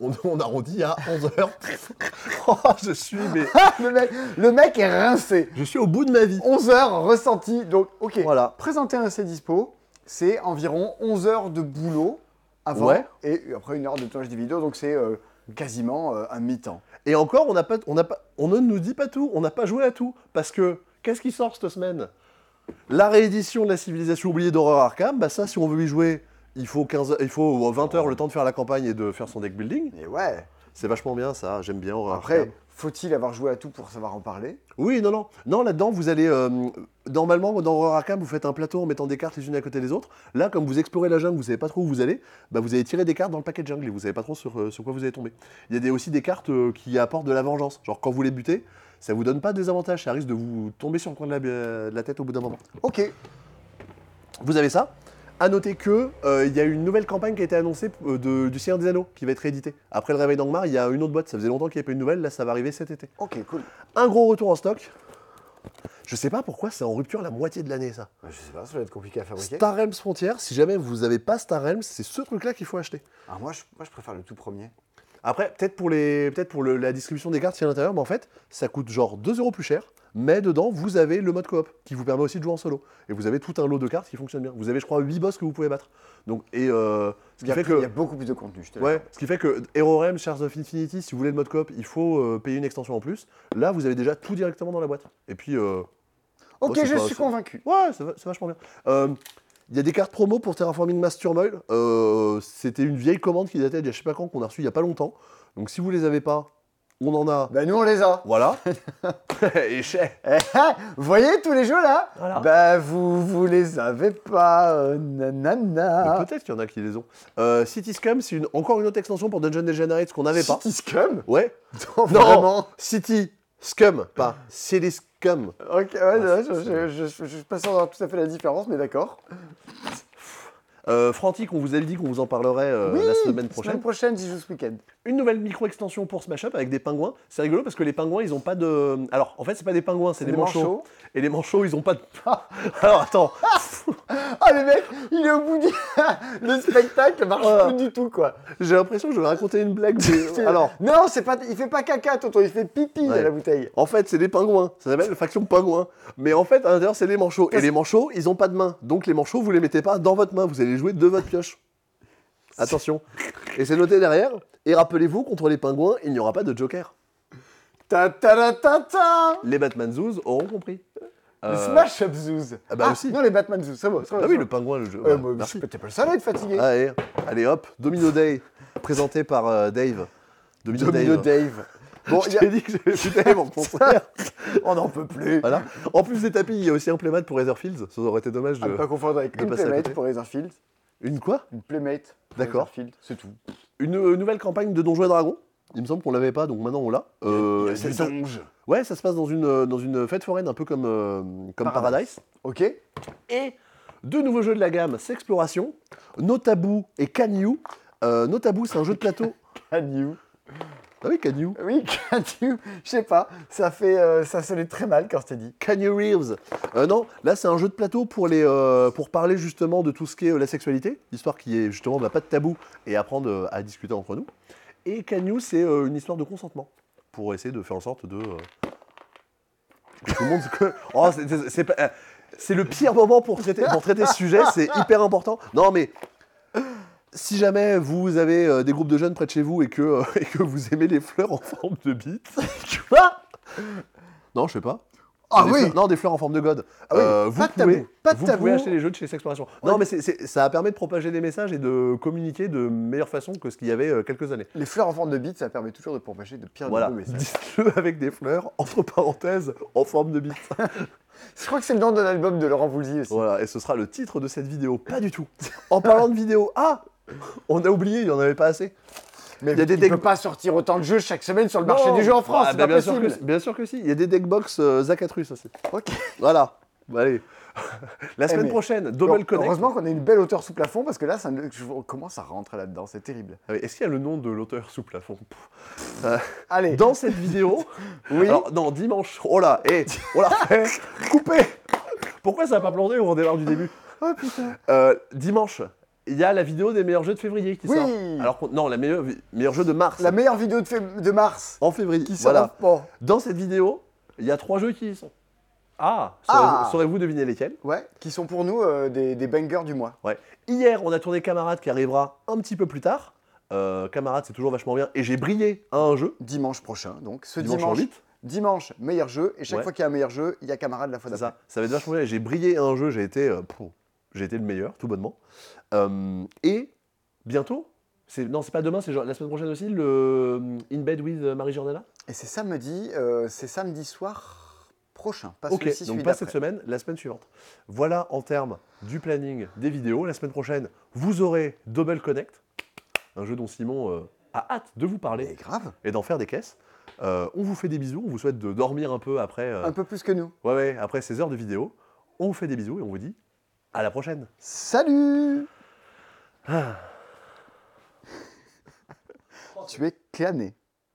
[SPEAKER 3] On, on arrondit à 11h. oh, je suis, mais...
[SPEAKER 1] Ah, le, mec, le mec est rincé.
[SPEAKER 3] Je suis au bout de ma vie.
[SPEAKER 1] 11 heures ressenti. Donc, ok.
[SPEAKER 3] Voilà.
[SPEAKER 1] Présenter un C dispo, c'est environ 11 heures de boulot avant
[SPEAKER 3] Ouais.
[SPEAKER 1] et après une heure de tournage des vidéos. Donc, c'est euh, quasiment euh, un mi-temps.
[SPEAKER 3] Et encore, on, n'a pas, on, n'a pas, on ne nous dit pas tout, on n'a pas joué à tout. Parce que, qu'est-ce qui sort cette semaine La réédition de la civilisation oubliée d'Horreur Arkham, bah ça, si on veut y jouer, il faut, 15, il faut 20 heures le temps de faire la campagne et de faire son deck building.
[SPEAKER 1] Mais ouais.
[SPEAKER 3] C'est vachement bien ça, j'aime bien Horreur
[SPEAKER 1] Après,
[SPEAKER 3] Arkham.
[SPEAKER 1] faut-il avoir joué à tout pour savoir en parler
[SPEAKER 3] Oui, non, non. Non, là-dedans, vous allez. euh, normalement, dans Horror Arkham, vous faites un plateau en mettant des cartes les unes à côté des autres. Là, comme vous explorez la jungle, vous savez pas trop où vous allez, bah, vous allez tirer des cartes dans le paquet de jungle et vous savez pas trop sur, euh, sur quoi vous allez tomber. Il y a des- aussi des cartes euh, qui apportent de la vengeance. Genre, quand vous les butez, ça vous donne pas des avantages, ça risque de vous tomber sur le coin de la, euh, de la tête au bout d'un moment.
[SPEAKER 1] Ok.
[SPEAKER 3] Vous avez ça. À noter que euh, il y a une nouvelle campagne qui a été annoncée euh, de- du Seigneur des Anneaux qui va être rééditée. Après le réveil d'Angmar, il y a une autre boîte. Ça faisait longtemps qu'il n'y avait pas une nouvelle. Là, ça va arriver cet été
[SPEAKER 1] Ok, cool.
[SPEAKER 3] un gros retour en stock. Je sais pas pourquoi c'est en rupture la moitié de l'année, ça.
[SPEAKER 1] Je sais pas, ça va être compliqué à fabriquer.
[SPEAKER 3] Star Realms Frontières, si jamais vous avez pas Star Realms, c'est ce truc-là qu'il faut acheter.
[SPEAKER 1] Ah, moi, je, moi, je préfère le tout premier.
[SPEAKER 3] Après, peut-être pour, les, peut pour le- la distribution des cartes qui est à l'intérieur, mais en fait, ça coûte genre 2 euros plus cher. Mais dedans, vous avez le mode coop qui vous permet aussi de jouer en solo. Et vous avez tout un lot de cartes qui fonctionnent bien. Vous avez, je crois, 8 boss que vous pouvez battre. Donc, et euh,
[SPEAKER 1] Il
[SPEAKER 3] ce qui
[SPEAKER 1] y, a
[SPEAKER 3] fait
[SPEAKER 1] plus- il y
[SPEAKER 3] que.
[SPEAKER 1] a beaucoup plus de contenu, je te
[SPEAKER 3] Ouais,
[SPEAKER 1] l'accorde.
[SPEAKER 3] ce qui fait que Hero Realm, Shards of Infinity, si vous voulez le mode coop, il faut euh, payer une extension en plus. Là, vous avez déjà tout directement dans la boîte. Et puis, euh,
[SPEAKER 1] Ok,
[SPEAKER 3] c'est
[SPEAKER 1] je
[SPEAKER 3] pas-
[SPEAKER 1] suis
[SPEAKER 3] c'est-
[SPEAKER 1] convaincu.
[SPEAKER 3] ouais, c'est va- c'est vachement bien. Euh, Il y a des cartes promo pour Terraforming Mars Turmoil. Euh, C'était une vieille commande qui datait d'il y a je sais pas quand, qu'on a reçue il y a pas longtemps. Donc si vous les avez pas, on en a.
[SPEAKER 1] Ben, nous, on les a.
[SPEAKER 3] Voilà. Échec.
[SPEAKER 1] Eh, eh, vous voyez tous les jeux là
[SPEAKER 3] Voilà.
[SPEAKER 1] Bah vous vous les avez pas, euh, nanana.
[SPEAKER 3] Peut-être qu'il y en a qui les ont. Euh, City Scum, c'est une, encore une autre extension pour Dungeon Degenerates qu'on n'avait pas.
[SPEAKER 1] City Scum
[SPEAKER 3] Ouais.
[SPEAKER 1] Non,
[SPEAKER 3] Non,
[SPEAKER 1] vraiment
[SPEAKER 3] City Scum, pas City Scum.
[SPEAKER 1] Ok, ouais,
[SPEAKER 3] Ah,
[SPEAKER 1] ouais, je, je, je, je- je suis pas sûr d'avoir tout à fait la différence, mais d'accord.
[SPEAKER 3] Euh, Frantic, on vous avait dit qu'on vous en parlerait euh,
[SPEAKER 1] Oui,
[SPEAKER 3] la semaine prochaine.
[SPEAKER 1] Semaine prochaine, j'y joue ce week-end.
[SPEAKER 3] Une nouvelle micro-extension pour Smash Up avec des pingouins. C'est rigolo parce que les pingouins, ils ont pas de. Alors, en fait, c'est pas des pingouins, c'est des, manchots. Et les manchots, ils ont pas de. Alors, attends.
[SPEAKER 1] Ah le mec, il est au bout du... le spectacle marche
[SPEAKER 3] Voilà.
[SPEAKER 1] plus du tout quoi.
[SPEAKER 3] J'ai l'impression que je vais raconter une blague. de- Euh, Alors,
[SPEAKER 1] Non, c'est pas, il fait pas caca, tonton, il fait pipi
[SPEAKER 3] Ouais.
[SPEAKER 1] à la bouteille.
[SPEAKER 3] en fait, c'est des pingouins. Ça s'appelle faction pingouin. Mais en fait, à l'intérieur, c'est les manchots. Et les manchots, ils ont pas de main. Donc, les manchots, vous les mettez pas dans votre main. Vous allez les jouer de votre pioche. Attention. Et c'est noté derrière. Et rappelez-vous, contre les pingouins, il n'y aura pas de joker.
[SPEAKER 1] Ta ta ta ta ta
[SPEAKER 3] Les Batman Zoos auront compris.
[SPEAKER 1] Le
[SPEAKER 3] Euh,
[SPEAKER 1] Smash Up Zouz.
[SPEAKER 3] Ah bah aussi.
[SPEAKER 1] Non, les Batman Zouz, c'est bon, c'est bon.
[SPEAKER 3] Ah oui,
[SPEAKER 1] c'est
[SPEAKER 3] le
[SPEAKER 1] bon.
[SPEAKER 3] pingouin, le jeu.
[SPEAKER 1] Euh,
[SPEAKER 3] bah,
[SPEAKER 1] bah,
[SPEAKER 3] merci.
[SPEAKER 1] T'es pas le seul à être fatigué.
[SPEAKER 3] Allez, Ah, allez hop, Domino Day, présenté par euh, Dave. Domino,
[SPEAKER 1] Domino
[SPEAKER 3] Dave.
[SPEAKER 1] Dave. Bon,
[SPEAKER 3] je
[SPEAKER 1] il y a-
[SPEAKER 3] t'ai dit que j'avais vu Dave en concert.
[SPEAKER 1] on n'en peut plus.
[SPEAKER 3] voilà. En plus des tapis, il y a aussi un playmat pour Etherfields. Ça aurait été dommage
[SPEAKER 1] À ne
[SPEAKER 3] de.
[SPEAKER 1] pas confondre avec
[SPEAKER 3] de
[SPEAKER 1] une
[SPEAKER 3] passer à
[SPEAKER 1] playmate
[SPEAKER 3] côté.
[SPEAKER 1] pour Razorfield.
[SPEAKER 3] Une quoi
[SPEAKER 1] Une playmate pour
[SPEAKER 3] D'accord.
[SPEAKER 1] Razorfield, c'est tout.
[SPEAKER 3] Une euh, nouvelle campagne de Donjons et Dragons. Il me semble qu'on l'avait pas, donc maintenant on l'a. Euh,
[SPEAKER 1] Il y a
[SPEAKER 3] c'est-
[SPEAKER 1] du
[SPEAKER 3] ça-
[SPEAKER 1] donge.
[SPEAKER 3] ouais, ça se passe dans une, euh, dans une fête foraine, un peu comme, euh, comme Paradise.
[SPEAKER 1] Ok
[SPEAKER 3] Et deux nouveaux jeux de la gamme, c'est Exploration, Notabou et Can You. Euh, Notabou, c'est un jeu de plateau.
[SPEAKER 1] Can you
[SPEAKER 3] Ah oui, Can You.
[SPEAKER 1] Oui, can you Je sais pas, ça fait, euh, ça sonnait très mal quand je t'ai dit.
[SPEAKER 3] Kanye Reeves. Euh, non, là c'est un jeu de plateau pour, les, euh, pour parler justement de tout ce qui est euh, la sexualité, histoire qui est justement bah, pas de tabou et apprendre euh, à discuter entre nous. Et Canyon, c'est euh, une histoire de consentement pour essayer de faire en sorte de euh, que tout le monde. que- Oh, c'est- c'est- c'est pas- euh, c'est le pire moment pour traiter, pour traiter ce sujet, c'est hyper important. Non mais. Si jamais vous avez euh, des groupes de jeunes près de chez vous et que, euh, et que vous aimez les fleurs en forme de bite, Ah!
[SPEAKER 1] Quoi
[SPEAKER 3] non, je sais pas.
[SPEAKER 1] Ah
[SPEAKER 3] Des
[SPEAKER 1] oui
[SPEAKER 3] fleurs- Non, des fleurs en forme de god.
[SPEAKER 1] Ah oui,
[SPEAKER 3] Euh,
[SPEAKER 1] pas de tabou, pas de
[SPEAKER 3] vous
[SPEAKER 1] tabou.
[SPEAKER 3] pouvez acheter les jeux de chez Sexploration. Non, mais c'est- c'est- ça permet de propager des messages et de communiquer de meilleure façon que ce qu'il y avait euh, quelques années.
[SPEAKER 1] Les fleurs en forme de bite, ça permet toujours de propager de pires
[SPEAKER 3] Voilà,
[SPEAKER 1] nouveaux messages.
[SPEAKER 3] dites-le avec des fleurs, entre parenthèses, en forme de bite.
[SPEAKER 1] Je crois que c'est le nom de l'album de Laurent Voulzy aussi.
[SPEAKER 3] voilà, et ce sera le titre de cette vidéo. Pas du tout. En parlant de vidéo, ah On a oublié, il n'y en avait pas assez.
[SPEAKER 1] Mais
[SPEAKER 3] Il y a des
[SPEAKER 1] il ne
[SPEAKER 3] decks-
[SPEAKER 1] peut pas sortir autant de jeux chaque semaine sur le marché
[SPEAKER 3] Non.
[SPEAKER 1] du jeu en France,
[SPEAKER 3] Ah,
[SPEAKER 1] c'est
[SPEAKER 3] bah,
[SPEAKER 1] pas
[SPEAKER 3] bien, sûr
[SPEAKER 1] possible.
[SPEAKER 3] que, si- bien sûr que si. Il y a des deckbox euh, Zacatrus aussi.
[SPEAKER 1] Ok.
[SPEAKER 3] Voilà, Bah, allez. La semaine
[SPEAKER 1] mais-
[SPEAKER 3] prochaine, Double
[SPEAKER 1] Heure-
[SPEAKER 3] Connect.
[SPEAKER 1] Heureusement qu'on a une belle hauteur sous plafond parce que là, ça, ne- je commence à rentrer là-dedans, c'est terrible.
[SPEAKER 3] Ah oui, Est-ce qu'il y a le nom de l'auteur sous plafond Pouf.
[SPEAKER 1] Allez,
[SPEAKER 3] dans cette vidéo.
[SPEAKER 1] Oui.
[SPEAKER 3] Alors, non, dimanche. Oh là, hé, on l'a fait. Coupé. Pourquoi ça n'a pas planté On redémarre du début.
[SPEAKER 1] Oh, putain.
[SPEAKER 3] Euh, dimanche, il y a la vidéo des meilleurs jeux de février qui
[SPEAKER 1] Oui.
[SPEAKER 3] sort. Alors, qu'on- non, la meilleure, meilleur jeu de mars.
[SPEAKER 1] la meilleure vidéo de, fé- de mars
[SPEAKER 3] En février.
[SPEAKER 1] qui sort
[SPEAKER 3] voilà.
[SPEAKER 1] en- bon,
[SPEAKER 3] Dans cette vidéo, il y a trois jeux qui y sont. Ah,
[SPEAKER 1] Ah.
[SPEAKER 3] saurez-vous saurez-vous deviner lesquels
[SPEAKER 1] Ouais, qui sont pour nous euh, des, des bangers du mois.
[SPEAKER 3] Ouais. Hier, on a tourné Camarade qui arrivera un petit peu plus tard. Euh, Camarade, c'est toujours vachement bien. Et j'ai brillé à un jeu.
[SPEAKER 1] Dimanche prochain, donc ce
[SPEAKER 3] Dimanche, en
[SPEAKER 1] dimanche.
[SPEAKER 3] huit.
[SPEAKER 1] Dimanche, meilleur jeu. Et chaque
[SPEAKER 3] Ouais.
[SPEAKER 1] fois qu'il y a un meilleur jeu, il y a camarade la fois
[SPEAKER 3] C'est
[SPEAKER 1] d'après.
[SPEAKER 3] ça. Ça va être vachement bien. J'ai brillé à un jeu, j'ai été, euh, pff, j'ai été le meilleur, tout bonnement. Euh, et bientôt, c'est, non, c'est pas demain, c'est genre la semaine prochaine aussi, le euh, In Bed with Marie Jordana.
[SPEAKER 1] Et c'est samedi, euh, c'est samedi soir prochain. Pas
[SPEAKER 3] Ok,
[SPEAKER 1] Ah, celui-ci,
[SPEAKER 3] donc
[SPEAKER 1] celui
[SPEAKER 3] pas cette
[SPEAKER 1] d'après.
[SPEAKER 3] semaine, la semaine suivante. Voilà en termes du planning des vidéos. La semaine prochaine, vous aurez Double Connect, un jeu dont Simon euh, a hâte de vous
[SPEAKER 1] Mais
[SPEAKER 3] parler
[SPEAKER 1] grave,
[SPEAKER 3] et d'en faire des caisses. Euh, on vous fait des bisous, on vous souhaite de dormir un peu après, euh,
[SPEAKER 1] un peu plus que nous.
[SPEAKER 3] ouais, ouais, après ces heures de vidéo. On vous fait des bisous et on vous dit à la prochaine.
[SPEAKER 1] Salut Ah. Tu es clané.